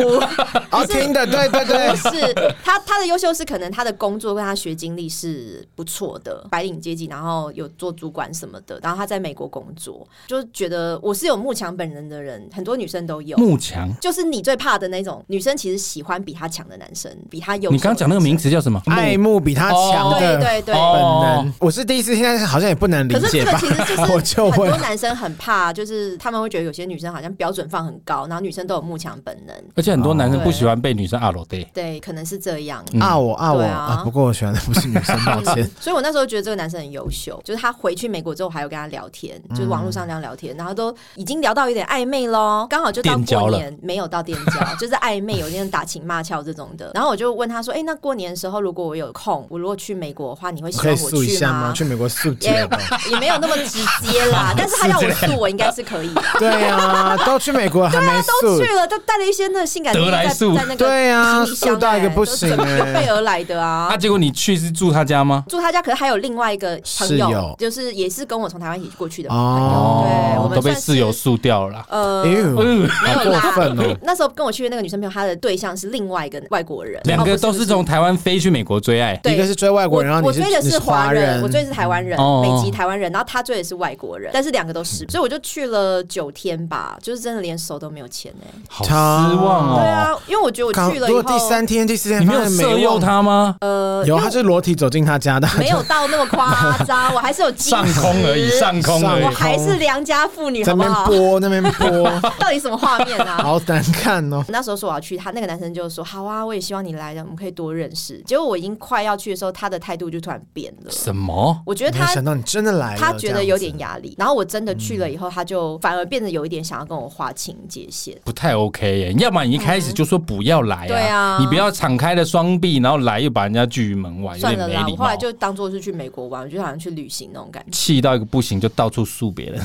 Speaker 2: 哦，听的，对对对
Speaker 3: 不。是他，他的优秀是可能他的工作跟他学经历是不错的，白领阶级，然后有做主管什么的，然后他在美国工作，就觉得我是有慕强本人的人，很多女生都有。
Speaker 1: 慕强，
Speaker 3: 就是你最怕的那种女生，其实喜欢比她强的男生，比她有。
Speaker 1: 你刚刚讲那个名，词叫什么？
Speaker 2: 爱慕比他强
Speaker 3: 对
Speaker 2: 的
Speaker 3: 对哎对。
Speaker 1: 哦
Speaker 2: 本能，我是第一次，现在好像也不能理
Speaker 3: 可是
Speaker 2: 解
Speaker 3: 这个
Speaker 2: 吧
Speaker 3: 其实
Speaker 2: *laughs*
Speaker 3: 就？
Speaker 2: 我
Speaker 3: 是
Speaker 2: 就
Speaker 3: 很
Speaker 2: 问
Speaker 3: 多，男生很怕，就是他们会觉得有些女生好像标准放很高，然后女生都有慕强本能，
Speaker 1: 而且很多男生
Speaker 3: 哦
Speaker 1: 不喜欢被女生阿罗对，
Speaker 3: 对，可能是这样。
Speaker 1: 嗯
Speaker 2: 啊我啊我
Speaker 3: 对啊
Speaker 2: 啊！不过我喜欢的不是女生，抱
Speaker 3: *laughs*
Speaker 2: 歉。
Speaker 3: 所以我那时候觉得这个男生很优秀，就是他回去美国之后，我还有跟他聊天，就是网络上这样聊天，然后都已经聊到有点暧昧喽，刚好就到
Speaker 1: 电交
Speaker 3: 过
Speaker 1: 了
Speaker 3: 年，没有到电
Speaker 2: *laughs*
Speaker 3: 交，就是暧昧，有点打情骂俏这种的。然后我就问他说：“哎、那过年的时候如果我有空，我如果去美国的话，你会希
Speaker 2: 可
Speaker 3: 望
Speaker 2: 以
Speaker 3: 我
Speaker 2: 素一
Speaker 3: 去
Speaker 2: 下
Speaker 3: 吗？”
Speaker 2: 吗？去美国素
Speaker 3: 也 *laughs*
Speaker 2: 姐吧。
Speaker 3: 也没有那么直接啦，但是他要我素，我应该是可以啦。
Speaker 2: 对啊，都去美国还没
Speaker 3: 都
Speaker 2: 素
Speaker 3: 去，了，都带了一些那性感
Speaker 1: 得来
Speaker 3: 在
Speaker 1: 速
Speaker 3: 在那个
Speaker 2: 对啊
Speaker 3: 行李箱
Speaker 2: 速到一个
Speaker 3: 欸
Speaker 2: 不行
Speaker 3: 都准
Speaker 2: 欸
Speaker 3: 备而来的啊
Speaker 1: 啊，。结果你去是住他家吗？
Speaker 3: 住他家，可是还有另外一个朋
Speaker 2: 室
Speaker 3: 友，
Speaker 2: 友
Speaker 3: 就是也是跟我从台湾一起过去的朋友。
Speaker 2: 哦
Speaker 3: 对我们
Speaker 1: 都被
Speaker 3: 算是
Speaker 1: 室友诉掉了啦。
Speaker 3: 呃
Speaker 2: 哎，呦，
Speaker 1: 嗯，
Speaker 2: 好过分哦！
Speaker 3: 那时候跟我去的那个女生朋友，她的对象是另外一个外国人，
Speaker 1: 两个
Speaker 3: 然后
Speaker 1: 都
Speaker 3: 不
Speaker 1: 是
Speaker 3: 是
Speaker 1: 从台湾飞去美国追爱，
Speaker 3: *laughs* 对
Speaker 2: 一个是追外国
Speaker 3: 我
Speaker 2: 人，然后
Speaker 3: 我
Speaker 2: 你
Speaker 3: 追的
Speaker 2: 你是
Speaker 3: 华
Speaker 2: 人，
Speaker 3: 我追的是台湾人，
Speaker 1: 哦
Speaker 3: 美籍台湾人，然后他追的是外国人，但是两个都
Speaker 2: 嗯
Speaker 3: 是，所以我就去了九天吧，就是真的连手都没有牵哎、
Speaker 1: 好失望
Speaker 3: 对
Speaker 1: 哦。
Speaker 3: 啊，因为我觉得我
Speaker 2: 刚
Speaker 3: 去了
Speaker 2: 如
Speaker 3: 以
Speaker 2: 果
Speaker 3: 后，
Speaker 2: 第三天、第四天
Speaker 1: 你没有
Speaker 2: 发现
Speaker 1: 色诱
Speaker 2: 用，
Speaker 1: 他
Speaker 3: *laughs*
Speaker 1: 吗？
Speaker 3: 呃，
Speaker 2: 有
Speaker 3: 因为
Speaker 2: 他是裸体走进他家的，
Speaker 3: 没有到那么夸张，我还是有矜持
Speaker 1: 上空而已，上空而
Speaker 2: 上
Speaker 3: 我
Speaker 1: 已。
Speaker 3: 还是良家妇
Speaker 2: *laughs*
Speaker 3: 女，
Speaker 2: 在
Speaker 3: 好不
Speaker 2: 那边
Speaker 3: 好？
Speaker 2: 播那边播，
Speaker 3: 到底什么画面啊？ *laughs*
Speaker 2: 好难看哦。
Speaker 3: 那时候说我要去，他那个男生就说好啊，我也希望你来的，我们可以多认识。结果我已经快要去的时候，他的态度就突然变了。
Speaker 1: 什么？
Speaker 3: 我觉得
Speaker 2: 没有
Speaker 3: 他
Speaker 2: 想到你真的来了，
Speaker 3: 他觉得有点
Speaker 2: 这样
Speaker 3: 压力，然后我真的去了以后，他就反而变得有一点想要跟我划清界限。
Speaker 1: 不太 OK 耶！要么你一开始就说不要来
Speaker 3: 嗯对啊
Speaker 1: 你不要敞开了双臂，然后来又把人家拒于门外，嗯有
Speaker 3: 算
Speaker 1: 点
Speaker 3: 了
Speaker 1: 没
Speaker 3: 啦，
Speaker 1: 礼
Speaker 3: 我后
Speaker 1: 貌
Speaker 3: 来。就当做是去美国玩，我就好像去旅行那种感觉。
Speaker 1: 气到一个不行，就到处诉别
Speaker 3: *laughs*
Speaker 1: 人。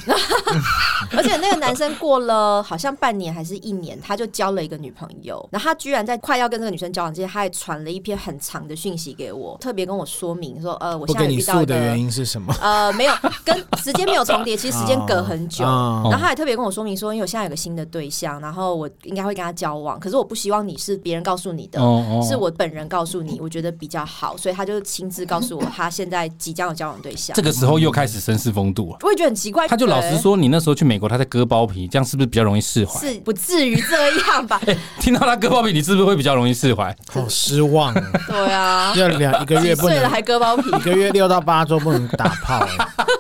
Speaker 3: 而且那个男生过了好像半年还是一年，他就交了一个女朋友，然后他居然在快要跟这个女生交往之前，他还传了一篇很长的讯息给我，特别跟我说明说，呃，我
Speaker 2: 子。不
Speaker 3: 现在
Speaker 2: 给你
Speaker 3: 遇到
Speaker 2: 素
Speaker 3: 一
Speaker 2: 的原
Speaker 3: 个。
Speaker 2: 因是什么？
Speaker 3: 呃，没有，跟时间没有重叠， *laughs* 其实时间隔很久。
Speaker 1: 哦
Speaker 2: 啊
Speaker 3: 然后他还特别跟我说明说，因为我现在有个新的对象，然后我应该会跟他交往，可是我不希望你是别人告诉你的，
Speaker 1: 哦
Speaker 3: 是我本人告诉你，我觉得比较好，所以他就亲自告诉我他现在即将有交往对象
Speaker 1: 这。个时候又开始绅士风度了。
Speaker 3: 我也觉得很奇怪，
Speaker 1: 他就老实
Speaker 3: 对
Speaker 1: 说，你那时候去美国，他在割包皮，这样是不是比较容易释怀？
Speaker 3: 是不至于这样吧？
Speaker 1: 听到他割包皮，你是不是会比较容易释怀？ *laughs*
Speaker 2: 好失望哦，
Speaker 3: *laughs* 对啊，
Speaker 2: 要两一个
Speaker 3: 几
Speaker 2: 月不
Speaker 3: 岁了
Speaker 2: 能，
Speaker 3: 还割包皮，
Speaker 2: 一个月六到八周不能打
Speaker 3: *laughs*
Speaker 2: 炮，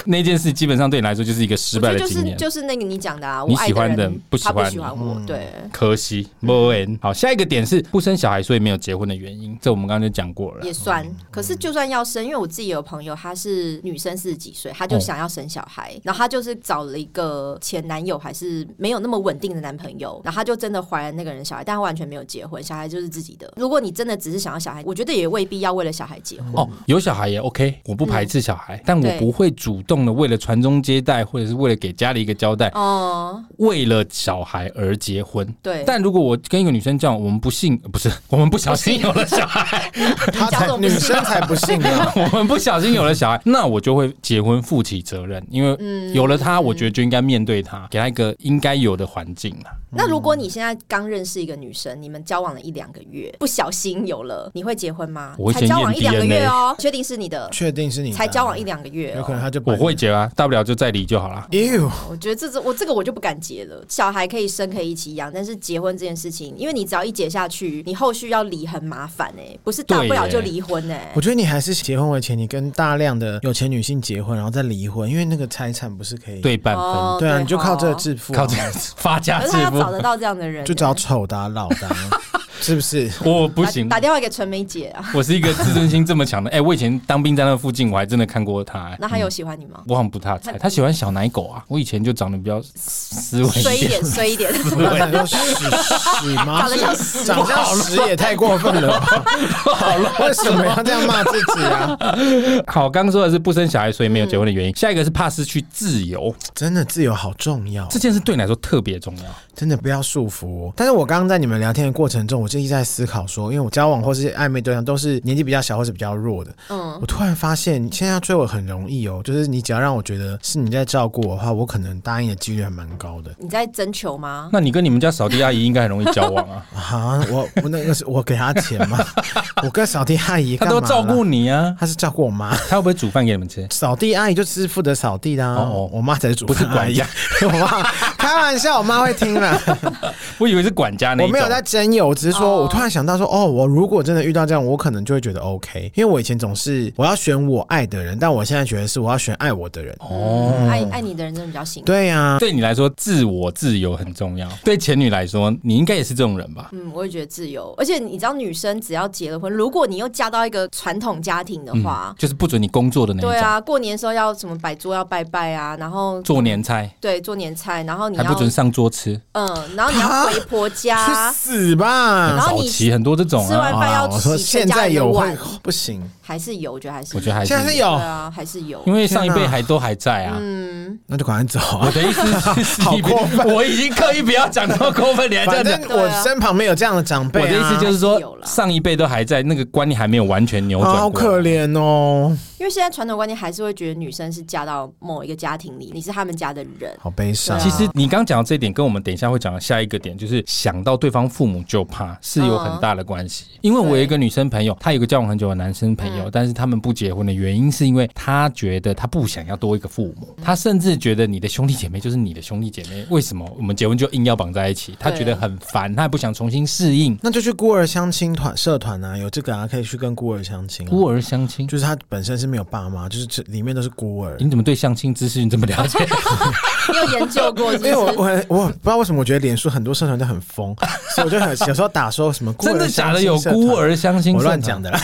Speaker 1: 那件事基本上对你来说就是一个 *laughs* 失
Speaker 3: 我觉
Speaker 1: 败
Speaker 3: 得
Speaker 1: 的
Speaker 3: 就
Speaker 1: 经
Speaker 3: 是
Speaker 1: 验，
Speaker 3: 就是那个你讲的啊，
Speaker 1: 你
Speaker 3: 我爱
Speaker 1: 喜欢的
Speaker 3: 人
Speaker 1: 人不喜
Speaker 3: 他不
Speaker 1: 欢
Speaker 3: 喜
Speaker 1: 你
Speaker 3: 欢我，对。
Speaker 1: 可惜。不然好，下一个点是不生小孩，所以没有结婚的原因，这我们刚刚就讲过了
Speaker 3: 也。算，可是就算要生，因为我自己有朋友，她是女生四十几
Speaker 1: 哦
Speaker 3: 岁，她就想要生小孩，然后她就是找了一个前男友还是没有那么稳定的男朋友，然后她就真的怀了那个人小孩，但她完全没有结婚，小孩就是自己的。如果你真的只是想要小孩，我觉得也未必要为了小孩结婚。
Speaker 1: 哦，有小孩也 OK，我不排
Speaker 3: 嗯
Speaker 1: 斥小孩，但我不会主动的为了传宗接代，或者是为了给家里一个交代，
Speaker 3: 哦、
Speaker 1: 为了小孩而结婚。
Speaker 3: 对，
Speaker 1: 但如果我跟一个女生这样，我们不幸 *laughs* 呃不是我们不小心有了小孩，
Speaker 2: 他
Speaker 3: 讲
Speaker 2: 才
Speaker 3: 什么不
Speaker 2: 女
Speaker 3: 信
Speaker 2: 生才不信啊
Speaker 3: *laughs*
Speaker 2: 呢。
Speaker 1: 我们不小心有了小孩， *laughs* 那我就会结婚负起责任，因
Speaker 3: 嗯
Speaker 1: 为有了他，我觉得就应该面对他，给他一个应该有的环境啦。
Speaker 3: 那如
Speaker 2: 嗯
Speaker 3: 果你现在刚认识一个女生，你们交往了一两个月，不小心有了，你会结婚吗
Speaker 1: 我会？
Speaker 3: 才
Speaker 1: 先
Speaker 3: 交往
Speaker 1: 验
Speaker 3: 一两个
Speaker 1: DNA
Speaker 3: 月哦，确定是你的，
Speaker 2: 确定是你的
Speaker 3: 才交往一，两个月、
Speaker 2: 有可
Speaker 3: 哦。
Speaker 2: 能他就
Speaker 1: 我会。结啊，大不了就再离就好啦。
Speaker 2: 哎呦，
Speaker 3: 我觉得这这我这个我就不敢结了。小孩可以生可以一起养，但是结婚这件事情，因为你只要一结下去，你后续要离很麻烦哎、不是大
Speaker 1: 对
Speaker 3: 不了
Speaker 1: 耶
Speaker 3: 就离婚哎、
Speaker 2: 我觉得你还是结婚为前提，跟大量的有钱女性结婚，然后再离婚，因为那个财产不是可以
Speaker 1: 对半分，
Speaker 3: 哦
Speaker 2: 对啊，你就靠这个啊
Speaker 3: 哈
Speaker 2: 致富啊，
Speaker 1: 靠这个发家
Speaker 3: 可
Speaker 1: 致
Speaker 3: 是他要
Speaker 1: 富，
Speaker 3: 找得到这样的人、
Speaker 2: 就找丑的啊、老的啊，是不是？
Speaker 1: *laughs* 我不
Speaker 3: 打
Speaker 1: 行
Speaker 3: 打。电话给纯梅姐 *laughs* 啊。
Speaker 1: 我是一个自尊心这么强的，哎、我以前当兵在那附近，我还真的看过他、哎
Speaker 3: 那他有喜欢你吗？
Speaker 1: 我好像不太猜，他喜欢小奶狗啊。我以前就长得比较斯
Speaker 2: 嗯
Speaker 1: 文
Speaker 3: 衰
Speaker 1: 一
Speaker 3: 一
Speaker 1: 点，
Speaker 2: *laughs*
Speaker 3: 点，衰一点。 *laughs*
Speaker 2: 那长得像屎屎吗？
Speaker 3: 长得像屎
Speaker 2: 长得像屎也太过分了吧？
Speaker 1: *laughs*
Speaker 2: 好了，为什么要这样骂自己啊？
Speaker 1: *laughs* 好，刚刚说的是不生小孩，所以没有结婚的
Speaker 3: 嗯
Speaker 1: 原因。下一个是怕失去自由，
Speaker 2: 真的自由好重要，
Speaker 1: 这件事对你来说特别重要。
Speaker 2: 真的不要束缚我。但是我刚刚在你们聊天的过程中，我就一直在思考说，因为我交往或是暧昧对象都是年纪比较小或是比较弱的，
Speaker 3: 嗯，
Speaker 2: 我突然发现现在要追我很容易哦，就是你只要让我觉得是你在照顾我的话，我可能答应的几率还蛮高的。
Speaker 3: 你在征求吗？
Speaker 1: 那你跟你们家扫地阿姨应该很容易交往
Speaker 2: *laughs*
Speaker 1: 啊，
Speaker 2: 啊，我我那个是我给他钱
Speaker 1: *laughs*
Speaker 2: 吗？我跟扫地阿姨
Speaker 1: 她
Speaker 2: 干嘛
Speaker 1: 都
Speaker 2: 啦
Speaker 1: 照顾，你啊，
Speaker 2: 她是照顾我妈。
Speaker 1: 她会不会煮饭给你们吃？
Speaker 2: 扫地阿姨就是负责扫地的、啊，
Speaker 1: 哦哦
Speaker 2: 我妈才是主
Speaker 1: 不是
Speaker 2: 管 *laughs* 阿姨。我妈开玩笑，我妈会听啦。
Speaker 1: 我以为是管家那
Speaker 2: 我
Speaker 1: 一种。
Speaker 2: 没有在真有，我只是说，我突然想到说，哦，我如果真的遇到这样，我可能就会觉得 OK，因为我以前总是我要选我爱的人，但我现在觉得是我要选爱我的人。
Speaker 1: 哦。
Speaker 3: 爱爱你的人真的比较幸福。
Speaker 2: 对呀、
Speaker 1: 对你来说，自我自由很重要。对前女来说，你应该也是这种人吧？
Speaker 3: 嗯，我也觉得自由，而且你知道，女生只要结了婚，如果你又嫁到一个传统家庭的话，
Speaker 1: 就是不准你工作的那一种，
Speaker 3: 对啊，过年的时候要什么摆桌要拜拜啊，然后
Speaker 1: 做年菜
Speaker 3: 对做年菜，然后你
Speaker 1: 还
Speaker 3: 要
Speaker 1: 不准上桌吃，
Speaker 3: 嗯，然后你要回婆
Speaker 2: 去
Speaker 3: 家，
Speaker 2: 死吧！
Speaker 3: 啊然后
Speaker 1: 早
Speaker 3: 你
Speaker 1: 期很多这种
Speaker 3: 吃
Speaker 1: 啊，
Speaker 3: 完饭
Speaker 2: 啊
Speaker 3: 要
Speaker 2: 我说
Speaker 3: 洗
Speaker 2: 现
Speaker 3: 全家
Speaker 2: 在
Speaker 3: 人的
Speaker 2: 有会
Speaker 3: 碗，
Speaker 2: 哦不行，
Speaker 3: 还是有，我觉得还是
Speaker 1: 我觉得还是
Speaker 2: 现在是
Speaker 3: 对
Speaker 2: 有，
Speaker 3: 啊，还是有，
Speaker 1: 因为上一辈还都还在啊。 *laughs*
Speaker 3: 嗯，
Speaker 2: 那就赶快走
Speaker 1: 我
Speaker 2: 啊！
Speaker 1: 的意
Speaker 2: *laughs*
Speaker 1: 思是是，
Speaker 2: 好过分
Speaker 1: *laughs* 我已经刻意不要讲那么过分，你还这
Speaker 2: 反
Speaker 1: 样
Speaker 2: 正
Speaker 1: 讲。
Speaker 3: 对
Speaker 2: 我
Speaker 3: 啊
Speaker 2: 身旁没有这样的长辈、
Speaker 1: 我
Speaker 2: 啊，
Speaker 1: 的意思就是
Speaker 3: 还是有
Speaker 1: 说，
Speaker 3: 啦
Speaker 1: 上一辈都还在，那个观念还没有完全扭转过。
Speaker 2: 好可怜哦，
Speaker 3: 因为现在传统观念还是会觉得女生是嫁到某一个家庭里，你是他们家的人，
Speaker 2: 好悲伤。
Speaker 3: 对
Speaker 1: 其
Speaker 3: 啊
Speaker 1: 实你刚讲到这一点，跟我们等一下会讲的下一个点，就是想到对方父母就怕，是有很大的关系。
Speaker 2: 嗯
Speaker 1: 因为我有一个女生朋友，她有一个交往很久的男生朋友，但是他们不结婚的原因是因为她觉得她不想要多一个父
Speaker 2: 嗯
Speaker 1: 母，她甚至觉得你的兄弟姐妹就是你的兄弟姐妹，为什么我们结婚就硬要绑在一起？她觉得很烦，她也不想重新适应。
Speaker 2: 那就去孤儿相亲团社团啊，有这个啊，可以去跟孤儿相亲、啊。
Speaker 1: 孤儿相亲，
Speaker 2: 就是他本身是没有爸妈，就是这里面都是孤儿。
Speaker 1: 你怎么对相亲知识你这么了解？
Speaker 3: 你有研究过
Speaker 2: *laughs*
Speaker 3: 是
Speaker 2: 因
Speaker 3: 不是
Speaker 2: 为
Speaker 1: *laughs*
Speaker 2: 我我很我不知道为什么，我觉得脸书很多社团都很疯， *laughs* 所以我就很有时候打说什 *laughs* 么孤儿
Speaker 1: 真的假的？有
Speaker 2: 相亲社团
Speaker 1: 孤，儿相亲？啊
Speaker 2: 我乱
Speaker 1: *laughs*
Speaker 2: 讲，的啦。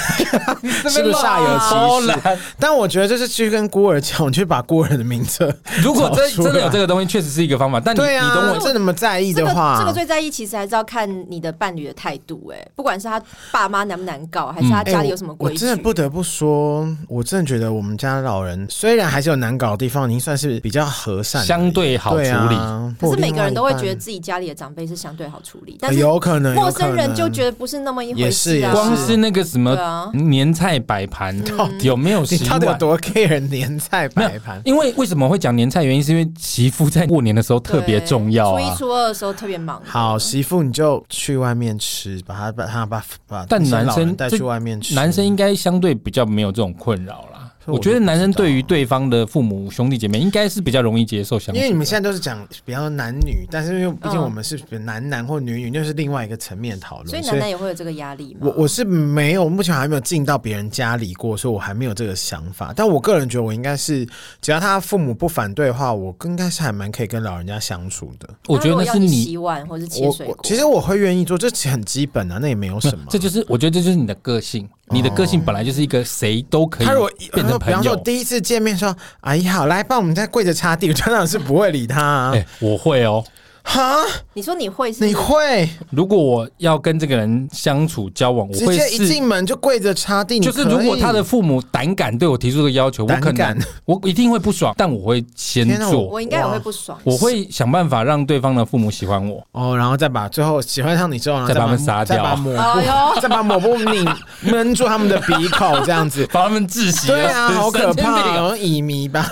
Speaker 2: *laughs*
Speaker 1: 是
Speaker 2: 是不是煞有其事
Speaker 1: 事？
Speaker 2: 但我觉得就是去跟孤儿讲，你去把孤儿的名册， *laughs*
Speaker 1: 如果真
Speaker 2: 找出来
Speaker 1: 真的有这个东西，确实是一个方法。但你、
Speaker 2: 对啊，
Speaker 1: 你懂我，
Speaker 2: 真的那么在意
Speaker 3: 这
Speaker 2: 的
Speaker 3: 个
Speaker 2: 话，
Speaker 3: 这个最在意，其实还是要看你的伴侣的态度、哎，不管是他爸妈难不难搞，还是他
Speaker 2: 哎
Speaker 3: 家里有什么
Speaker 2: 我？
Speaker 3: 规
Speaker 2: 我
Speaker 3: 矩、
Speaker 2: 真的不得不说，我真的觉得我们家老人虽然还是有难搞的地方，已经算是比较和善的，
Speaker 1: 相对好处理
Speaker 2: 对啊、
Speaker 3: 可是每个人都会觉得
Speaker 2: 得，
Speaker 3: 自己家里的长辈是相对好处理，但是
Speaker 2: 哎有可能
Speaker 3: 陌生人就觉
Speaker 2: 得。
Speaker 3: 得不是那么一回事
Speaker 2: 也
Speaker 3: 啊。
Speaker 1: 光是那个什么
Speaker 3: 对啊嗯
Speaker 1: 年菜摆盘，有没有
Speaker 2: 你
Speaker 1: 习
Speaker 2: 到底有
Speaker 1: 惯？
Speaker 2: 多 care 年菜摆盘？
Speaker 1: 因为为什么会讲年菜？原因是因为媳妇在过年的时候特别重要
Speaker 3: 对初
Speaker 1: 啊
Speaker 3: 一。初二的时候特别忙。
Speaker 2: 好，媳妇你就去外面吃，把他把他把把
Speaker 1: 但
Speaker 2: 那些
Speaker 1: 男
Speaker 2: 老
Speaker 1: 生
Speaker 2: 人带
Speaker 1: 这
Speaker 2: 去外面吃。
Speaker 1: 男生应该相对比较没有这种困扰啦。
Speaker 2: 这我
Speaker 1: 我觉
Speaker 2: 就
Speaker 1: 得
Speaker 2: 不
Speaker 1: 男生
Speaker 2: 知道
Speaker 1: 对于对方的父母兄弟姐妹应该是比较容易接受相处的，
Speaker 2: 因为你们现在都是讲比较男女，但是因为毕竟
Speaker 3: 嗯
Speaker 2: 我们是男男或女女，那是另外一个层面讨论。
Speaker 3: 所以
Speaker 2: 所
Speaker 3: 楠
Speaker 2: 以
Speaker 3: 楠也会有这个压力嘛？
Speaker 2: 我我是没有，目前还没有进到别人家里过，所以我还没有这个想法。但我个人觉得，我应该是只要他父母不反对的话，我应该是还蛮可以跟老人家相处的。
Speaker 1: 我觉得那是
Speaker 3: 他如果要
Speaker 1: 你
Speaker 3: 洗碗或是切
Speaker 2: 我
Speaker 3: 水果
Speaker 2: 我，其实我会愿意做，这其实很基本啊，那也没有什么。
Speaker 1: 这就是我觉得这就是你的个性，你的个性本来就是一个谁都可以
Speaker 2: 他如果
Speaker 1: 变成
Speaker 2: 比方
Speaker 1: 朋
Speaker 2: 说我
Speaker 1: 友。
Speaker 2: 第一次见面说：“阿姨好，来帮我们在柜子擦地。”我当然是不会理他、啊。
Speaker 1: *laughs* 哎，我会哦。
Speaker 2: 哈，
Speaker 3: 你说你会是
Speaker 2: 你会
Speaker 1: 如果我要跟这个人相处交往，我
Speaker 2: 直
Speaker 1: 会
Speaker 2: 接一
Speaker 1: 是
Speaker 2: 进门就跪着擦地？你
Speaker 1: 就是如
Speaker 2: 可
Speaker 1: 果
Speaker 2: 以
Speaker 1: 他的父母胆敢对我提出这个要求，我
Speaker 2: 胆
Speaker 1: 可能
Speaker 2: 敢
Speaker 1: 我一定会不爽，但我会先
Speaker 2: 天哪
Speaker 1: 做，
Speaker 3: 我应该也
Speaker 2: 哇
Speaker 3: 会不爽。
Speaker 1: 我会想办法让对方的父母喜欢我。
Speaker 2: 哦，然后再把最后喜欢上你之后，然后
Speaker 1: 再把
Speaker 2: 把
Speaker 1: 他们杀掉。
Speaker 2: 再把抹
Speaker 3: *laughs* 哎
Speaker 2: 布，
Speaker 3: 呦
Speaker 2: 再把抹布拧闷住他们的鼻口，这样子
Speaker 1: *laughs* 把他们窒息了，
Speaker 2: 对啊，好可
Speaker 1: 神经病
Speaker 2: 怕、
Speaker 1: 啊！
Speaker 2: 哦，乙醚吧。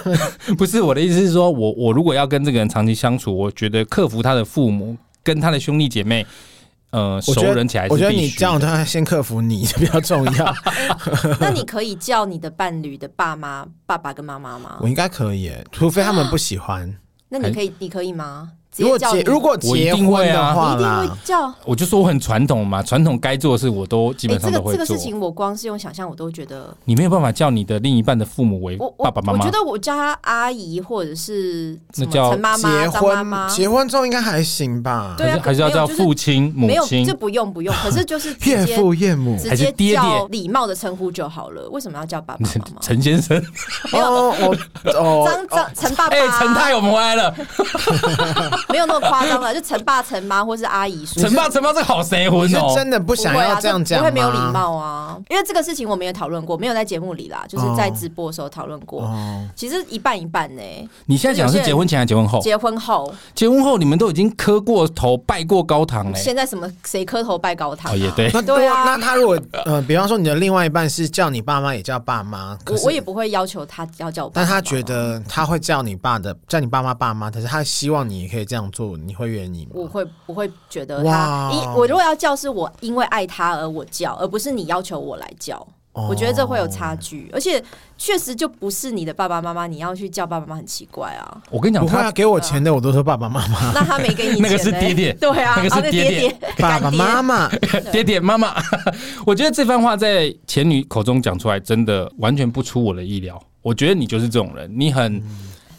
Speaker 1: 不是我的意思是说，我我如果要跟这个人长期相处，我觉得克服他的父母跟他的兄弟姐妹，呃，
Speaker 2: 我
Speaker 1: 熟
Speaker 2: 觉
Speaker 1: 人
Speaker 2: 得
Speaker 1: 起来，是
Speaker 2: 我觉得
Speaker 1: 必
Speaker 2: 你
Speaker 1: 须
Speaker 2: 这样，他先克服你比较重要。
Speaker 3: *laughs* 那你可以叫你的伴侣的爸妈、爸爸跟妈妈吗
Speaker 2: 我？应该可以耶，除非他们不喜
Speaker 3: *laughs*
Speaker 2: 欢。
Speaker 3: 那你可以，你可以吗？直
Speaker 2: 如
Speaker 3: 接
Speaker 2: 果
Speaker 3: 叫你
Speaker 2: 结如果
Speaker 1: 我一
Speaker 2: 结
Speaker 1: 定会啊
Speaker 2: 婚的
Speaker 3: 你
Speaker 2: 话
Speaker 3: 一定
Speaker 2: 啦
Speaker 3: 会，叫。
Speaker 1: 我就说我很传统嘛，传统该做的事我都基
Speaker 3: 哎、
Speaker 1: 本
Speaker 3: 这
Speaker 1: 上都
Speaker 3: 个
Speaker 1: 会
Speaker 3: 这个
Speaker 1: 做
Speaker 3: 事。情，我光是用想象，我都觉得
Speaker 1: 你没有办法叫你的另一半的父母为
Speaker 3: 我我
Speaker 1: 爸爸妈
Speaker 3: 我
Speaker 1: 妈
Speaker 3: 觉，得我叫她阿姨或者是什
Speaker 1: 那
Speaker 3: 么
Speaker 1: 叫
Speaker 3: 陈妈妈、
Speaker 2: 结
Speaker 3: 张妈妈
Speaker 2: 婚，结婚之后应该还行吧？
Speaker 3: 对啊
Speaker 1: 还是还是要
Speaker 3: 没有
Speaker 1: 叫
Speaker 3: 就是
Speaker 1: 父亲、母
Speaker 3: 没有
Speaker 1: 亲
Speaker 3: 这。不用不用，可是就是直
Speaker 2: 岳
Speaker 3: 接
Speaker 2: 父岳母哦
Speaker 3: 直
Speaker 1: 还是
Speaker 3: 接
Speaker 1: 爹爹
Speaker 3: 叫礼貌的称呼就好了，为什么要叫爸爸妈
Speaker 1: *laughs* *laughs*
Speaker 3: 妈？
Speaker 1: 陈先生，
Speaker 3: 没有
Speaker 2: 哦，我哦
Speaker 3: 张，张陈爸爸，
Speaker 1: 哎、陈太，我们回来了，
Speaker 3: 没有那么夸张了，就 *laughs* 陈爸、陈妈或是阿姨叔叔。
Speaker 1: *laughs* 陈爸，陈爸这个好谁
Speaker 2: 我
Speaker 1: 婚
Speaker 2: 是
Speaker 1: 哦？
Speaker 2: 真的不
Speaker 3: 不
Speaker 2: 想
Speaker 3: 会
Speaker 2: 要
Speaker 3: 啊
Speaker 2: 这样讲
Speaker 3: 不
Speaker 2: 吗，
Speaker 3: 会没有礼貌啊。因为这个事情我们也讨论过，没有在节目里啦，就是在
Speaker 2: 哦
Speaker 3: 直播的时候讨论过。
Speaker 2: 哦。
Speaker 3: 其实一半一半呢、
Speaker 1: 你现在讲的是结婚前还是结婚后？
Speaker 3: 结婚后，
Speaker 1: 结婚后你们都已经磕过头、拜过高堂嘞、
Speaker 3: 现在什么谁磕头拜高堂、啊？
Speaker 1: 哦，也
Speaker 3: *laughs*
Speaker 1: 对，
Speaker 2: 那
Speaker 3: 对啊
Speaker 2: 那他如果呃，比方说你的另外一半是叫你爸妈也叫爸妈，可
Speaker 3: 我
Speaker 2: 是
Speaker 3: 我也不会要求他要叫我爸
Speaker 2: 但
Speaker 3: 爸妈妈，
Speaker 2: 他觉得他会叫你爸的，叫你爸妈爸妈，可是他希望你也可以这样做，你会愿意
Speaker 3: 我
Speaker 2: 吗？
Speaker 3: 会我会觉得
Speaker 2: 哇
Speaker 3: 他，因我如果要叫是我因为爱他而我叫，而不是你要求我来叫。
Speaker 2: 哦
Speaker 3: 我觉得这会有差距，而且确实就不是你的爸爸妈妈，你要去叫爸爸妈妈很奇怪
Speaker 2: *laughs*
Speaker 3: 啊。
Speaker 1: 我跟你讲，
Speaker 2: 不会啊，
Speaker 1: 他
Speaker 2: 给我钱的我都说爸爸妈妈，
Speaker 3: 那他没给你钱、
Speaker 1: 那个是
Speaker 3: 欸
Speaker 1: 爹爹
Speaker 3: *laughs* 对啊，
Speaker 1: *laughs* 那个是
Speaker 3: 啊
Speaker 1: 爹爹
Speaker 3: 爹，
Speaker 2: 爸
Speaker 3: 干
Speaker 2: 爸
Speaker 3: 爹
Speaker 2: 妈妈，
Speaker 1: *laughs* 爹爹妈妈，我觉得这番话在前女口中讲出来，真的完全不出我的意料。我觉得你就是这种人，你很。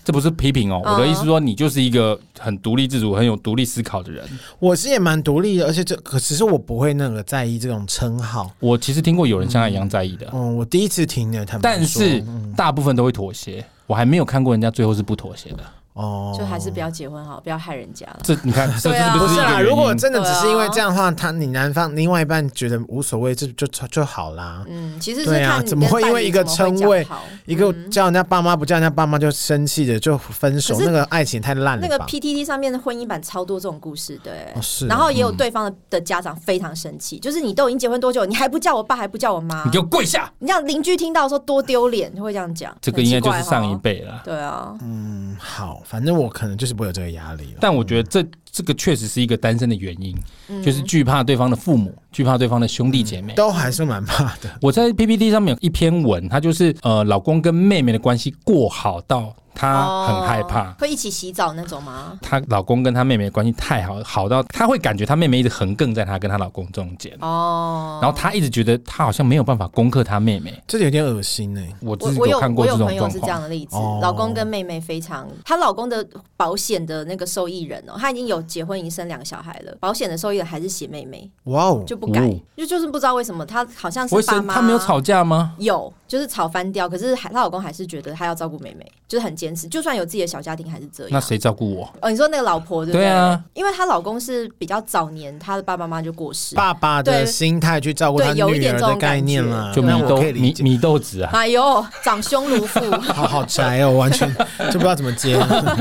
Speaker 1: 这不是批评哦，
Speaker 3: 嗯
Speaker 1: 我的意思说，你就是一个很独立自主、很有独立思考的人。
Speaker 2: 我是也蛮独立的，而且这可只是我不会那个在意这种称号。
Speaker 1: 我其实听过有人像他一样在意的，
Speaker 2: 嗯，我第一次听呢，他们
Speaker 1: 但是大部分都会妥协。我还没有看过人家最后是不妥协的。
Speaker 2: 哦，
Speaker 3: 就还是不要结婚好，不要害人家了。
Speaker 1: 这你看，这
Speaker 3: 对
Speaker 1: 这
Speaker 3: 啊
Speaker 1: 是
Speaker 2: 不
Speaker 1: 是
Speaker 2: 是
Speaker 1: 一
Speaker 2: 啦，
Speaker 1: 个原
Speaker 2: 如果
Speaker 1: 因
Speaker 2: 真的只是因为
Speaker 3: 对啊
Speaker 2: 这样的话，他你男方另外一半觉得无所谓，这就就就好啦。
Speaker 3: 嗯，其实是
Speaker 2: 对啊
Speaker 3: 看你
Speaker 2: 怎么
Speaker 3: 跟
Speaker 2: 会因
Speaker 3: 伴
Speaker 2: 为
Speaker 3: 侣
Speaker 2: 一个
Speaker 3: 怎么会
Speaker 2: 称
Speaker 3: 讲
Speaker 2: 谓
Speaker 3: 好
Speaker 2: 一个
Speaker 3: 嗯
Speaker 2: 叫人家爸妈不叫人家爸妈就生气的就分手，
Speaker 3: 可是
Speaker 2: 那个爱情太烂
Speaker 3: 那个
Speaker 2: 了吧？
Speaker 3: PTT 上面的婚姻版超多这种故事，对。
Speaker 2: 哦是哦
Speaker 3: 然后也有
Speaker 1: 嗯
Speaker 3: 对方的的家长非常生气，就是你都已经结婚多久，你还不叫我爸，还不叫我妈
Speaker 1: 你，给我跪下。
Speaker 3: 你让邻居听到说多丢脸，就会这样讲。
Speaker 1: 这个应该就
Speaker 3: 很
Speaker 1: 是
Speaker 3: 奇怪
Speaker 1: 上一
Speaker 3: 哦。
Speaker 1: 辈了。
Speaker 3: 对啊，
Speaker 2: 嗯，好，反正我可能就是不会有这个压力了。
Speaker 1: 但我觉得这这个确实是一个单身的原因，
Speaker 3: 嗯
Speaker 1: 就是惧怕对方的父母，惧怕对方的兄弟姐妹。
Speaker 2: 都还是蛮怕的，
Speaker 1: 我在 PPT 上面有一篇文，它就是呃，老公跟妹妹的关系过好到她很害怕。
Speaker 3: 哦会一起洗澡那种吗？
Speaker 1: 她老公跟她妹妹的关系太好，好到她会感觉她妹妹一直横亘在她跟她老公中间，
Speaker 3: 哦，
Speaker 1: 然后她一直觉得她好像没有办法攻克她妹妹。
Speaker 2: 这有点恶心呢、
Speaker 1: 我
Speaker 3: 我
Speaker 1: 自己
Speaker 3: 我有
Speaker 1: 看过
Speaker 3: 我
Speaker 1: 这
Speaker 3: 有
Speaker 1: 种
Speaker 3: 朋友
Speaker 1: 状
Speaker 3: 是这样
Speaker 1: 况，
Speaker 3: 的例子
Speaker 2: 哦，
Speaker 3: 老公跟妹妹非常，她老公的保险的那个受益人哦，他已经有结婚，已经生两个小孩了，保险的受益人还是写妹妹，
Speaker 2: 哇哦，
Speaker 3: 就不改
Speaker 1: 哦，
Speaker 3: 就就是不知道为什么，她好像是
Speaker 1: 为
Speaker 3: 爸
Speaker 1: 什么
Speaker 3: 妈
Speaker 1: 她没有。吵架吗？
Speaker 3: 有，就是吵翻掉，可是还她老公还是觉得她要照顾妹妹，就是很坚持，就算有自己的小家庭还是这
Speaker 1: 那
Speaker 3: 样。
Speaker 1: 谁照顾
Speaker 2: 嗯
Speaker 1: 我？
Speaker 3: 哦，你说那个老婆对不
Speaker 1: 对啊，
Speaker 3: 因为她老公是比较早年，她的爸爸妈妈就过世。
Speaker 2: 爸爸的
Speaker 3: 对
Speaker 2: 心态去照顾他
Speaker 3: 对有一
Speaker 2: 女
Speaker 3: 点
Speaker 2: 儿
Speaker 3: 这
Speaker 2: 的
Speaker 3: 种
Speaker 2: 概念
Speaker 3: 感觉
Speaker 2: 啦，
Speaker 1: 就米
Speaker 2: 那
Speaker 1: 豆
Speaker 2: 我可以理
Speaker 1: 米
Speaker 2: 解。
Speaker 1: 米豆子
Speaker 2: *laughs*
Speaker 1: 啊！
Speaker 3: 哎呦，长兄如父，
Speaker 2: 好好宅哦，完
Speaker 3: *laughs*
Speaker 2: 全就不知道怎么接，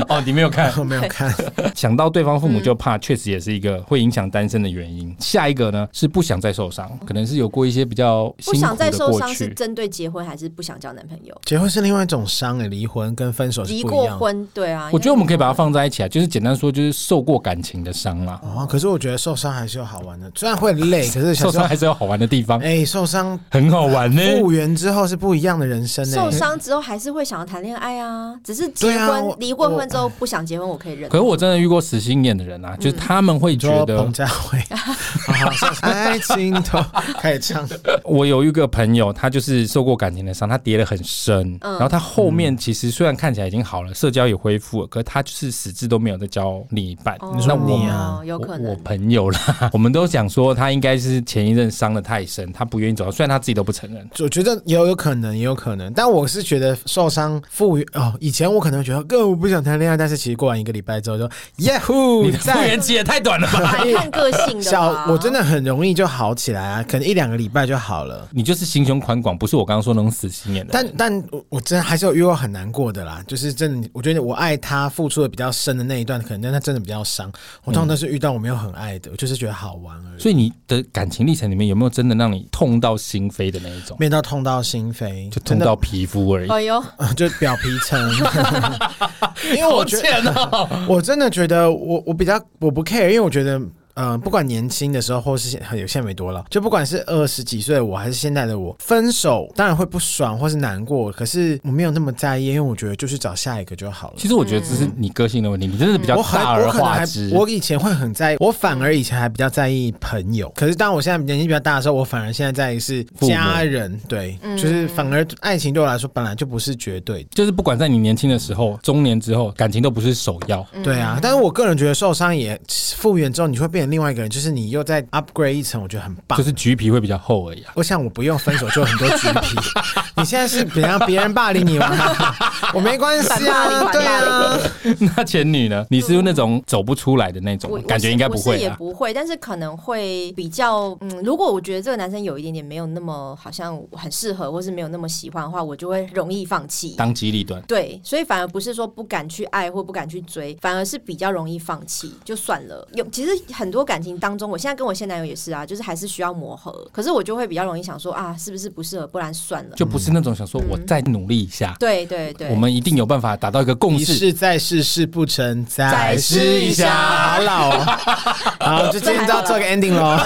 Speaker 1: 哦，你没有
Speaker 2: *laughs*
Speaker 1: 看，
Speaker 2: 我没有看。
Speaker 1: 想到对方
Speaker 3: 嗯
Speaker 1: 父母就怕，确实也是一个会影响单身的原因。下一个呢是不想再受伤，可能是有过一些比较
Speaker 3: 不
Speaker 1: 辛
Speaker 3: 想
Speaker 1: 苦
Speaker 3: 再
Speaker 1: 的
Speaker 3: 受
Speaker 1: 过
Speaker 3: 伤是
Speaker 1: 去。
Speaker 3: 针对结婚还是不想交男朋友？
Speaker 2: 结婚是另外一种伤诶，离婚跟分哦手是
Speaker 3: 离
Speaker 2: 不一
Speaker 3: 过
Speaker 2: 样。
Speaker 3: 婚，对啊，
Speaker 1: 我觉得我们可以把它
Speaker 3: 它。
Speaker 1: 放在一起啊，就是简单说，就是受过感情的伤啦。
Speaker 2: 哦，可是我觉得受伤还是有好玩的，虽然会累，可是
Speaker 1: 受
Speaker 2: 想说
Speaker 1: 伤，还是有好玩的地方，
Speaker 2: 哎，受伤
Speaker 1: 很好玩呢。
Speaker 2: 复原之后是不一样的人生呢。
Speaker 3: 受伤之后还是会想要谈恋爱啊，只是结
Speaker 2: 对啊
Speaker 3: 婚
Speaker 2: 我
Speaker 3: 离、过婚之后不想结婚，我可以认
Speaker 1: 可。是我真的遇过死心眼的人啊，就是他们会
Speaker 2: 嗯你
Speaker 1: 觉
Speaker 2: 说彭
Speaker 1: 得，
Speaker 2: 佳慧，好好受伤爱情头开始唱，
Speaker 1: 我有一个朋友，他就是受过感情的伤，他跌得很深，
Speaker 3: 嗯
Speaker 1: 然后他后面其实虽然看起来已经好了，社交也恢复了，可是他就是始至都没有在交另一半。
Speaker 3: 哦
Speaker 2: 你说
Speaker 1: 那我
Speaker 2: 你啊
Speaker 3: 有可
Speaker 1: 我我
Speaker 3: 能。
Speaker 1: 朋友啦，我们都想说他应该是前一任伤的太深，他不愿意走，虽然他自己都不承认。
Speaker 2: 我觉得也有可能，也有可能，但我是觉得受伤复原哦，以前我可能会觉得，哥我不想谈恋爱，但是其实过完一个礼拜之后就耶呼
Speaker 1: 你的复
Speaker 2: 在
Speaker 1: 原期也太短了
Speaker 2: *laughs*
Speaker 1: 吧？
Speaker 3: 还看个性的吧
Speaker 2: 小，我真的很容易就好起来啊，可能一两个礼拜就好了。
Speaker 1: 你就是心胸宽广，不是我刚刚说那种死心眼的人。
Speaker 2: 但但我我真的还是有遇过很难过的啦，就是真的，我觉得我爱他付出的比较深的那一段，可能但他真的比较伤。我通
Speaker 1: 嗯
Speaker 2: 常都是遇到我没有很爱的，我就是觉得好玩而已，
Speaker 1: 所以你的感情历程里面有没有真的让你痛到心扉的那一种？
Speaker 2: 没有到痛到心扉，
Speaker 1: 就痛到皮肤而已。
Speaker 3: 哎呦，
Speaker 2: 真的 *laughs* 就表皮层。
Speaker 1: *laughs*
Speaker 2: 因为我觉得
Speaker 1: 好贱哦
Speaker 2: 我真的觉得我我比较我不 care，因为我觉得。嗯，不管年轻的时候，或是现有现在没多了，就不管是二十几岁的我，还是现在的我，分手当然会不爽或是难过，可是我没有那么在意，因为我觉得就是找下一个就好了
Speaker 1: 其。实我觉得这
Speaker 3: 嗯
Speaker 1: 是你个性的问题，你真的是比较
Speaker 2: 我很
Speaker 1: 大
Speaker 2: 我
Speaker 1: 而
Speaker 2: 可能
Speaker 1: 化
Speaker 2: 还
Speaker 1: 之。
Speaker 2: 我以前会很在意，我反而以前还比较在意朋友。可是当我现在年纪比较大的时候，我反而现在在意是
Speaker 1: 父母
Speaker 2: 家人。对，
Speaker 3: 嗯
Speaker 2: 就是反而爱情对我来说本来就不是绝对的。
Speaker 1: 就是不管在你年轻的时候、中年之后，感情都不是首要。
Speaker 3: 嗯
Speaker 2: 对啊，但是我个人觉得受伤也复原之后，你会变成另外一个人，就是你又再 upgrade 一层，我觉得很棒。
Speaker 1: 就是橘皮会比较厚而已啊。 *laughs*
Speaker 2: 我想我不用分手就有很多橘皮，你现在是别让别人霸凌
Speaker 3: *laughs*
Speaker 2: 你吗？我没关系啊，
Speaker 3: 反霸凌
Speaker 2: 对啊，
Speaker 1: 那前女呢？你是那种走不出来的那种
Speaker 3: 我
Speaker 1: 吗，感觉应该
Speaker 3: 不
Speaker 1: 不会
Speaker 3: 也
Speaker 1: 啊。
Speaker 3: 不会，但是可能会比较嗯，如果我觉得这个男生有一点点没有那么好像很适合，或是没有那么喜欢的话，我就会容易放弃。
Speaker 1: 当机立断。
Speaker 3: 对，所以反而不是说不敢去爱或不敢去追，反而是比较容易放弃，就算了。有其实很多感情当中，我现在跟我现男友也是啊，就是还是需要磨合。可是我就会比较容易想说啊，是不是不适合，不然算了。
Speaker 1: 就不是
Speaker 2: 嗯
Speaker 1: 那种想说，我再努力一下，
Speaker 3: 对对对，
Speaker 1: 我们一定有办法达到一个共
Speaker 2: 一
Speaker 1: 识。
Speaker 2: 试再试，试不成再
Speaker 3: 再
Speaker 2: 试
Speaker 3: 试
Speaker 2: 一
Speaker 3: 一
Speaker 2: 下。
Speaker 3: 下
Speaker 2: 好老、 *laughs* 哦，好，就今天到做个 ending 喽，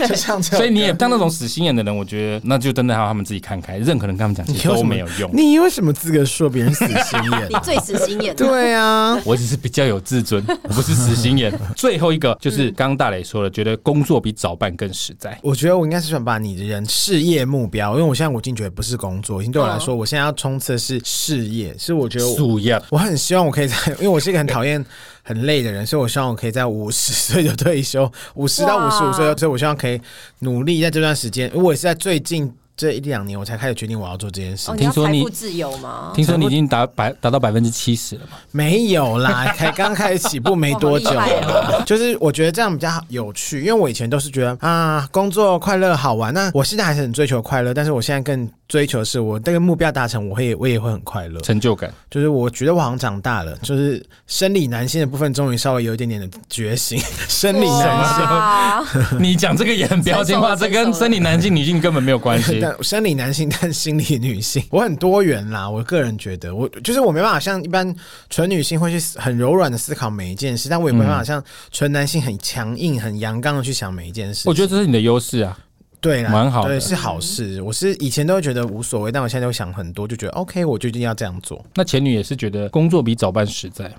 Speaker 2: 就这样子。
Speaker 1: 所以你也当那种死心眼的人，我觉得那就真的要他们自己看开，任何人跟他们讲其实都没有用。
Speaker 2: 你有什么资格说别人死心眼
Speaker 3: 你？最死心眼的，
Speaker 2: 对啊，
Speaker 1: 我只是比较有自尊， *laughs* 我不是死心
Speaker 2: *laughs*
Speaker 1: 眼。
Speaker 2: 嗯
Speaker 1: 最后一个就是刚刚大磊说了，觉得工作比早办更实在。
Speaker 2: 我觉得我应该是想把你的人事业目标，因为我现在我已经觉得不是工作，已经对我来说，我现在要冲刺的是事业，是我觉得我
Speaker 1: 素业
Speaker 2: 我很希望我可以在， *laughs* 因为我是一个很讨厌很累的人，所以我希望我可以在五十 *laughs* 岁就退休，五十到五十五岁，所以我希望可以努力在这段时间。我也是在最近这一两年，我才开始决定我要做这件事。
Speaker 3: 哦，你要
Speaker 1: 听说
Speaker 3: 财
Speaker 1: 你
Speaker 3: 富自由吗？
Speaker 1: 听说你已经达百达到百分之七十了嘛？
Speaker 2: 没有
Speaker 3: *laughs*
Speaker 2: 啦，才刚开始起步没多久
Speaker 3: 哇好厉害，哦
Speaker 2: 就是我觉得这样比较有趣，因为我以前都是觉得啊，工作快乐好玩，那我现在还是很追求快乐，但是我现在更追求的是我这个目标达成，我会我也会很快乐。
Speaker 1: 成就
Speaker 3: *laughs*
Speaker 1: 感。
Speaker 2: 就是我觉得我好像长大了，就是生理男性的部分终于稍微有一点点的觉醒， *laughs* 生理男性。
Speaker 3: 哇，
Speaker 1: 你讲这个也很标签化，
Speaker 3: 成
Speaker 1: 这
Speaker 3: 熟了成熟
Speaker 1: 跟
Speaker 3: 了
Speaker 1: 生理男性、女性根本没有关
Speaker 3: *laughs*
Speaker 1: 系。
Speaker 2: 但生理男性，但心理女性，我很多元啦。我个人觉得，我就是我没办法像一般纯女性会去思很柔软的思考每一件事，但我也没
Speaker 1: 嗯
Speaker 2: 办法像纯男性很强硬、很阳刚的去想每一件事。
Speaker 1: 我觉得这是你的优势啊，
Speaker 2: 对啦，
Speaker 1: 蛮好的
Speaker 2: 对是好事。我是以前都会觉得无所谓，但我现在就想很多，就觉得 OK，我就一定要这样做。
Speaker 1: 那前女也是觉得工作比早班实在，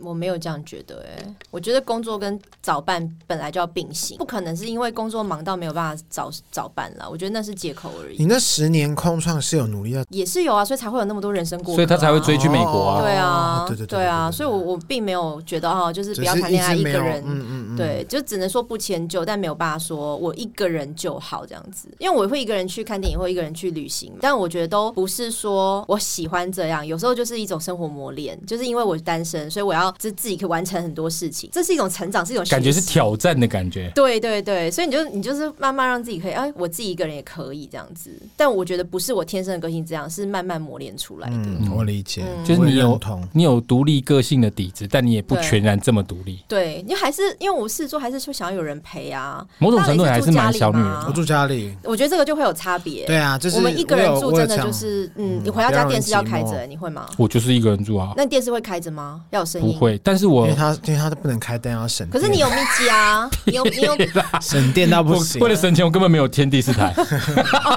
Speaker 3: 我没有这样觉得哎、我觉得工作跟早办本来就要并行，不可能是因为工作忙到没有办法早早办了，我觉得那是借口而已
Speaker 2: 你。那十年空创是有努力要
Speaker 3: 也是有啊，所以才会有那么多人生过、啊，
Speaker 1: 所以她才会追去美国啊。
Speaker 3: 对啊，
Speaker 2: 哦对对对对
Speaker 3: 对啊，所以我我并没有觉得哦，就是
Speaker 2: 只
Speaker 3: 不要谈
Speaker 2: 是一
Speaker 3: 恋爱
Speaker 2: 直
Speaker 3: 一
Speaker 2: 没
Speaker 3: 个
Speaker 2: 有，
Speaker 3: 人，
Speaker 2: 嗯嗯嗯，
Speaker 3: 对，就只能说不迁就，但没有办法说我一个人就好这样子，因为我会一个人去看电影，或一个人去旅行，但我觉得都不是说我喜欢这样，有时候就是一种生活磨练，就是因为我单身，所以我要自自己可以完成很多事情，这是一种成长，是一种
Speaker 1: 感觉
Speaker 3: 学
Speaker 1: 是
Speaker 3: 习
Speaker 1: 挑战的感觉。
Speaker 3: 对对对，所以你就你就是慢慢让自己可以，哎，我自己一个人也可以这样子。但我觉得不是我天生的个性这样，是慢慢磨练出来的。
Speaker 2: 嗯，我理解，
Speaker 1: 就是你
Speaker 2: 我也
Speaker 1: 有
Speaker 2: 认
Speaker 3: 啊
Speaker 2: 同。
Speaker 1: 你有独立个性的底子，但你也不
Speaker 3: 对
Speaker 1: 全然这么独立，
Speaker 3: 对，你还是因为我事做，还是说想要有人陪啊。
Speaker 1: 某种
Speaker 3: 那
Speaker 1: 程
Speaker 3: 你
Speaker 1: 度还
Speaker 3: 是
Speaker 1: 是
Speaker 3: 住家
Speaker 1: 蛮
Speaker 3: 里
Speaker 1: 小女
Speaker 3: 吗
Speaker 1: 人。
Speaker 2: 我住家里，
Speaker 3: 我觉得这个就会有差别。
Speaker 2: 对啊，就是
Speaker 3: 我们一个人
Speaker 2: 有
Speaker 3: 住
Speaker 2: 我有
Speaker 3: 真的就
Speaker 2: 讲
Speaker 3: 是，嗯，
Speaker 2: 嗯
Speaker 3: 你回
Speaker 2: 不要
Speaker 3: 到家
Speaker 2: 让人
Speaker 3: 电视要
Speaker 2: 寂
Speaker 3: 开
Speaker 2: 寞
Speaker 3: 着、你会吗？
Speaker 1: 我就是一个人住啊，
Speaker 3: 那你电视会开着吗？要有声
Speaker 1: 不
Speaker 3: 音。
Speaker 1: 会。但是
Speaker 2: 因
Speaker 1: 我
Speaker 2: 为他因为他都不能开灯，要省
Speaker 3: 可
Speaker 2: 电。
Speaker 3: 是你有秘
Speaker 1: *laughs*
Speaker 3: 籍啊，你有你有
Speaker 2: *laughs* 省电到不
Speaker 1: 我
Speaker 2: 行，
Speaker 3: 啊
Speaker 1: 为了省钱，我根本没有添第四
Speaker 3: *laughs*
Speaker 1: 台，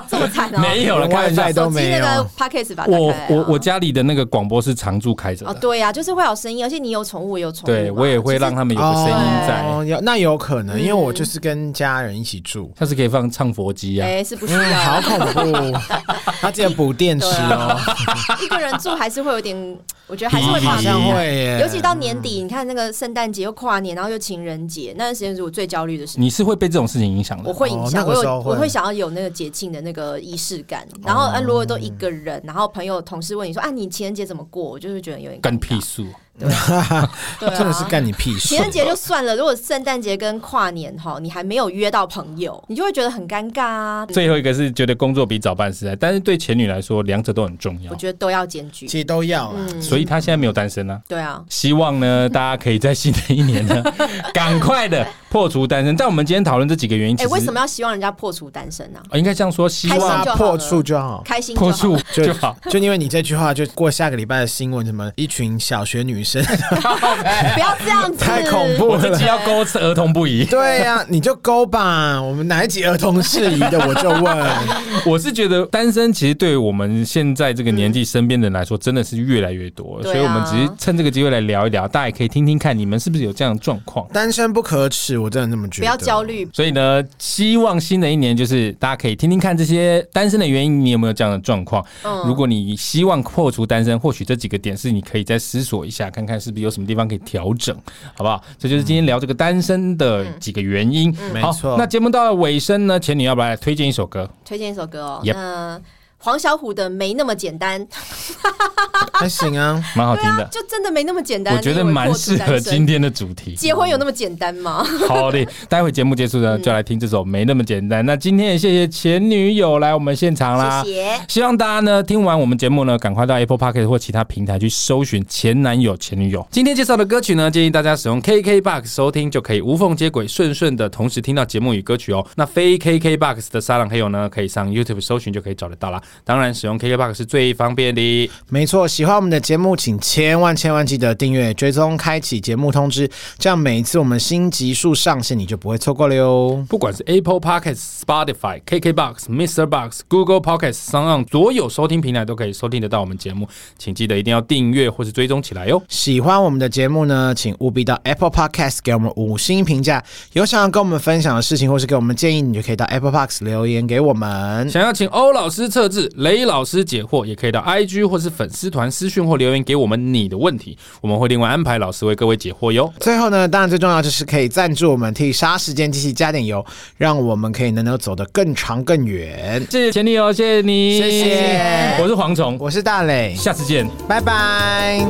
Speaker 3: 这么惨啊？
Speaker 1: 没有了，
Speaker 2: 连
Speaker 1: 开玩
Speaker 2: WiFi
Speaker 1: 笑。
Speaker 2: 都
Speaker 3: 手机
Speaker 2: 没
Speaker 3: 那
Speaker 2: 有
Speaker 3: 个 Pockets 把它
Speaker 1: 我
Speaker 3: 开来啊
Speaker 1: 我我家里的那个广播是常驻开着
Speaker 3: 哦，
Speaker 1: 的，
Speaker 3: 对呀、就是会有声音，而且你有宠物，我有宠物嘛，
Speaker 1: 对我也会让他 *laughs* 们有个声音在，
Speaker 2: 哦，有那有可能，
Speaker 3: 嗯
Speaker 2: 因为我就是跟家人一起住，
Speaker 1: 它是可以放唱佛机啊。
Speaker 3: 哎、是不需要、
Speaker 2: 嗯，好恐
Speaker 3: *laughs*
Speaker 2: 怖，他记得补电池哦，
Speaker 3: 一个人住还是会有点，我啊觉得还是会
Speaker 1: 对啊
Speaker 2: 好
Speaker 3: 怕
Speaker 2: 像
Speaker 3: 到。
Speaker 2: 会耶，
Speaker 3: 尤其到年底，你看那个圣诞节又跨年，然后又情人节，那段时间是我最焦虑的事情。
Speaker 1: 你是会被这种事情影响
Speaker 3: 我
Speaker 1: 的，
Speaker 3: 会影响，
Speaker 2: 哦那个
Speaker 3: 我
Speaker 2: 时
Speaker 3: 有
Speaker 2: 候会哦
Speaker 3: 我会想要有那个节庆的那个仪式感。然后，呃如果都一个人，然后朋友同事问你说啊，你情人节怎么过？我就会觉得有点
Speaker 1: 干
Speaker 3: 尴
Speaker 1: 屁
Speaker 3: 尬。
Speaker 1: 事。
Speaker 3: 对
Speaker 2: *laughs* 真的是
Speaker 3: 啊。
Speaker 2: 干你屁事
Speaker 3: 情。人节就算了，如果圣诞节跟跨年哈，你还没有约到朋友，你就会觉得很尴尬啊。
Speaker 1: 最后一个是觉得工作比早办实在，但是对前女来说，两者都很重要
Speaker 3: 我，觉得都要兼具。
Speaker 2: 其实都要啊啦，
Speaker 3: 嗯
Speaker 1: 所以她现在没有单身啊。
Speaker 3: 对啊，
Speaker 1: 希望呢，大家可以在新的一年
Speaker 3: *laughs*
Speaker 1: 呢，赶快的破除单身。但我们今天讨论这几个原因，其
Speaker 3: 哎，
Speaker 1: 实
Speaker 3: 为什么要希望人家破除单身呢？
Speaker 1: 呃应该这样说，希
Speaker 3: 开心
Speaker 1: 望
Speaker 3: 就好
Speaker 2: 破处就好。
Speaker 3: 开心就
Speaker 1: *laughs* 破
Speaker 3: 好。
Speaker 1: 处就好。
Speaker 3: *laughs*
Speaker 2: 就因为你这句话，就过下个礼拜的新闻，什么一群小学女生，
Speaker 3: *laughs* 不要这样子，
Speaker 2: 太恐怖
Speaker 1: 我
Speaker 2: 了。
Speaker 1: 自己要勾是儿童不宜
Speaker 2: 对呀、你就勾吧。我们哪一集儿童适宜的，我就问。
Speaker 1: 我是觉得单身其实对我们现在这个年纪身边的人来说，真的是越来越多，
Speaker 3: 对啊
Speaker 1: 所以我们只是趁这个机会来聊一聊，大家也可以听听看你们是不是有这样的状况。
Speaker 2: 单身不可耻，我真的这么觉得。
Speaker 3: *laughs* 不要焦虑。 *laughs*
Speaker 1: 所以呢，希望新的一年就是大家可以听听看这些单身的原因，你有没有这样的状况？
Speaker 3: 嗯
Speaker 1: 如果你希望破除单身，或许这几个点是你可以再思索一下，看看是不是有什么地方可以调整，好不好？这就是今天聊这个单身的几个原因。
Speaker 2: 嗯没错
Speaker 1: 好，那节目到了尾声呢，前女要不要来推荐一首歌？
Speaker 3: 推荐一首歌哦，
Speaker 1: Yep
Speaker 3: 那黄小琥的《没那么简单》，
Speaker 2: 还行啊。
Speaker 1: 蛮好听的，
Speaker 3: 就真的没那么啊简单。
Speaker 1: 我觉得
Speaker 3: 你以为
Speaker 1: 蛮
Speaker 3: 破除
Speaker 1: 适
Speaker 3: 单
Speaker 1: 合
Speaker 3: 身
Speaker 1: 今天的主题。
Speaker 3: 结婚有那么简单吗？
Speaker 1: *laughs* 好的，待会节目结束
Speaker 3: 嗯
Speaker 1: 呢，就来听这首《没那么简单》。那今天也谢谢前女友来我们现场啦。
Speaker 3: 谢谢。
Speaker 1: 希望大家呢听完我们节目呢，赶快到 Apple p o c k e t 或其他平台去搜寻前男友、前女友。今天介绍的歌曲呢，建议大家使用 KKBox 收听，就可以无缝接轨，顺顺的同时听到节目与歌曲哦。那非 KKBox 的沙朗黑友呢，可以上 YouTube 搜寻就可以找得到啦。当然，使用 KKBOX 是最方便的。
Speaker 2: 没错，喜欢我们的节目，请千万千万记得订阅、追踪、开启节目通知，这样每一次我们新集数上线，你就不会错过了哟。
Speaker 1: 不管是 Apple Podcast、Spotify、KKBox、Mr. Box、Google Podcast、s o n On 所有收听平台都可以收听得到我们节目，请记得一定要订阅或是追踪起来哦哟。
Speaker 2: 喜欢我们的节目呢，请务必到 Apple Podcast 给我们五星评价。有想要跟我们分享的事情，或是给我们建议，你就可以到 Apple Podcast 留言给我们。
Speaker 1: 想要请欧老师测字、雷老师解惑，也可以到 IG 或是粉丝团私讯或留言给我们你的问题，我们会另外安排老师为各位解惑哟。
Speaker 2: 最后呢，当然最重要就是可以赞助我们，替杀时间机器加点油，让我们可以能够走得更长更远。
Speaker 1: 谢谢前女哦，谢谢你，
Speaker 2: 谢谢
Speaker 1: 我是蝗虫，
Speaker 2: 我是大磊，
Speaker 1: 下次见。
Speaker 2: 拜拜。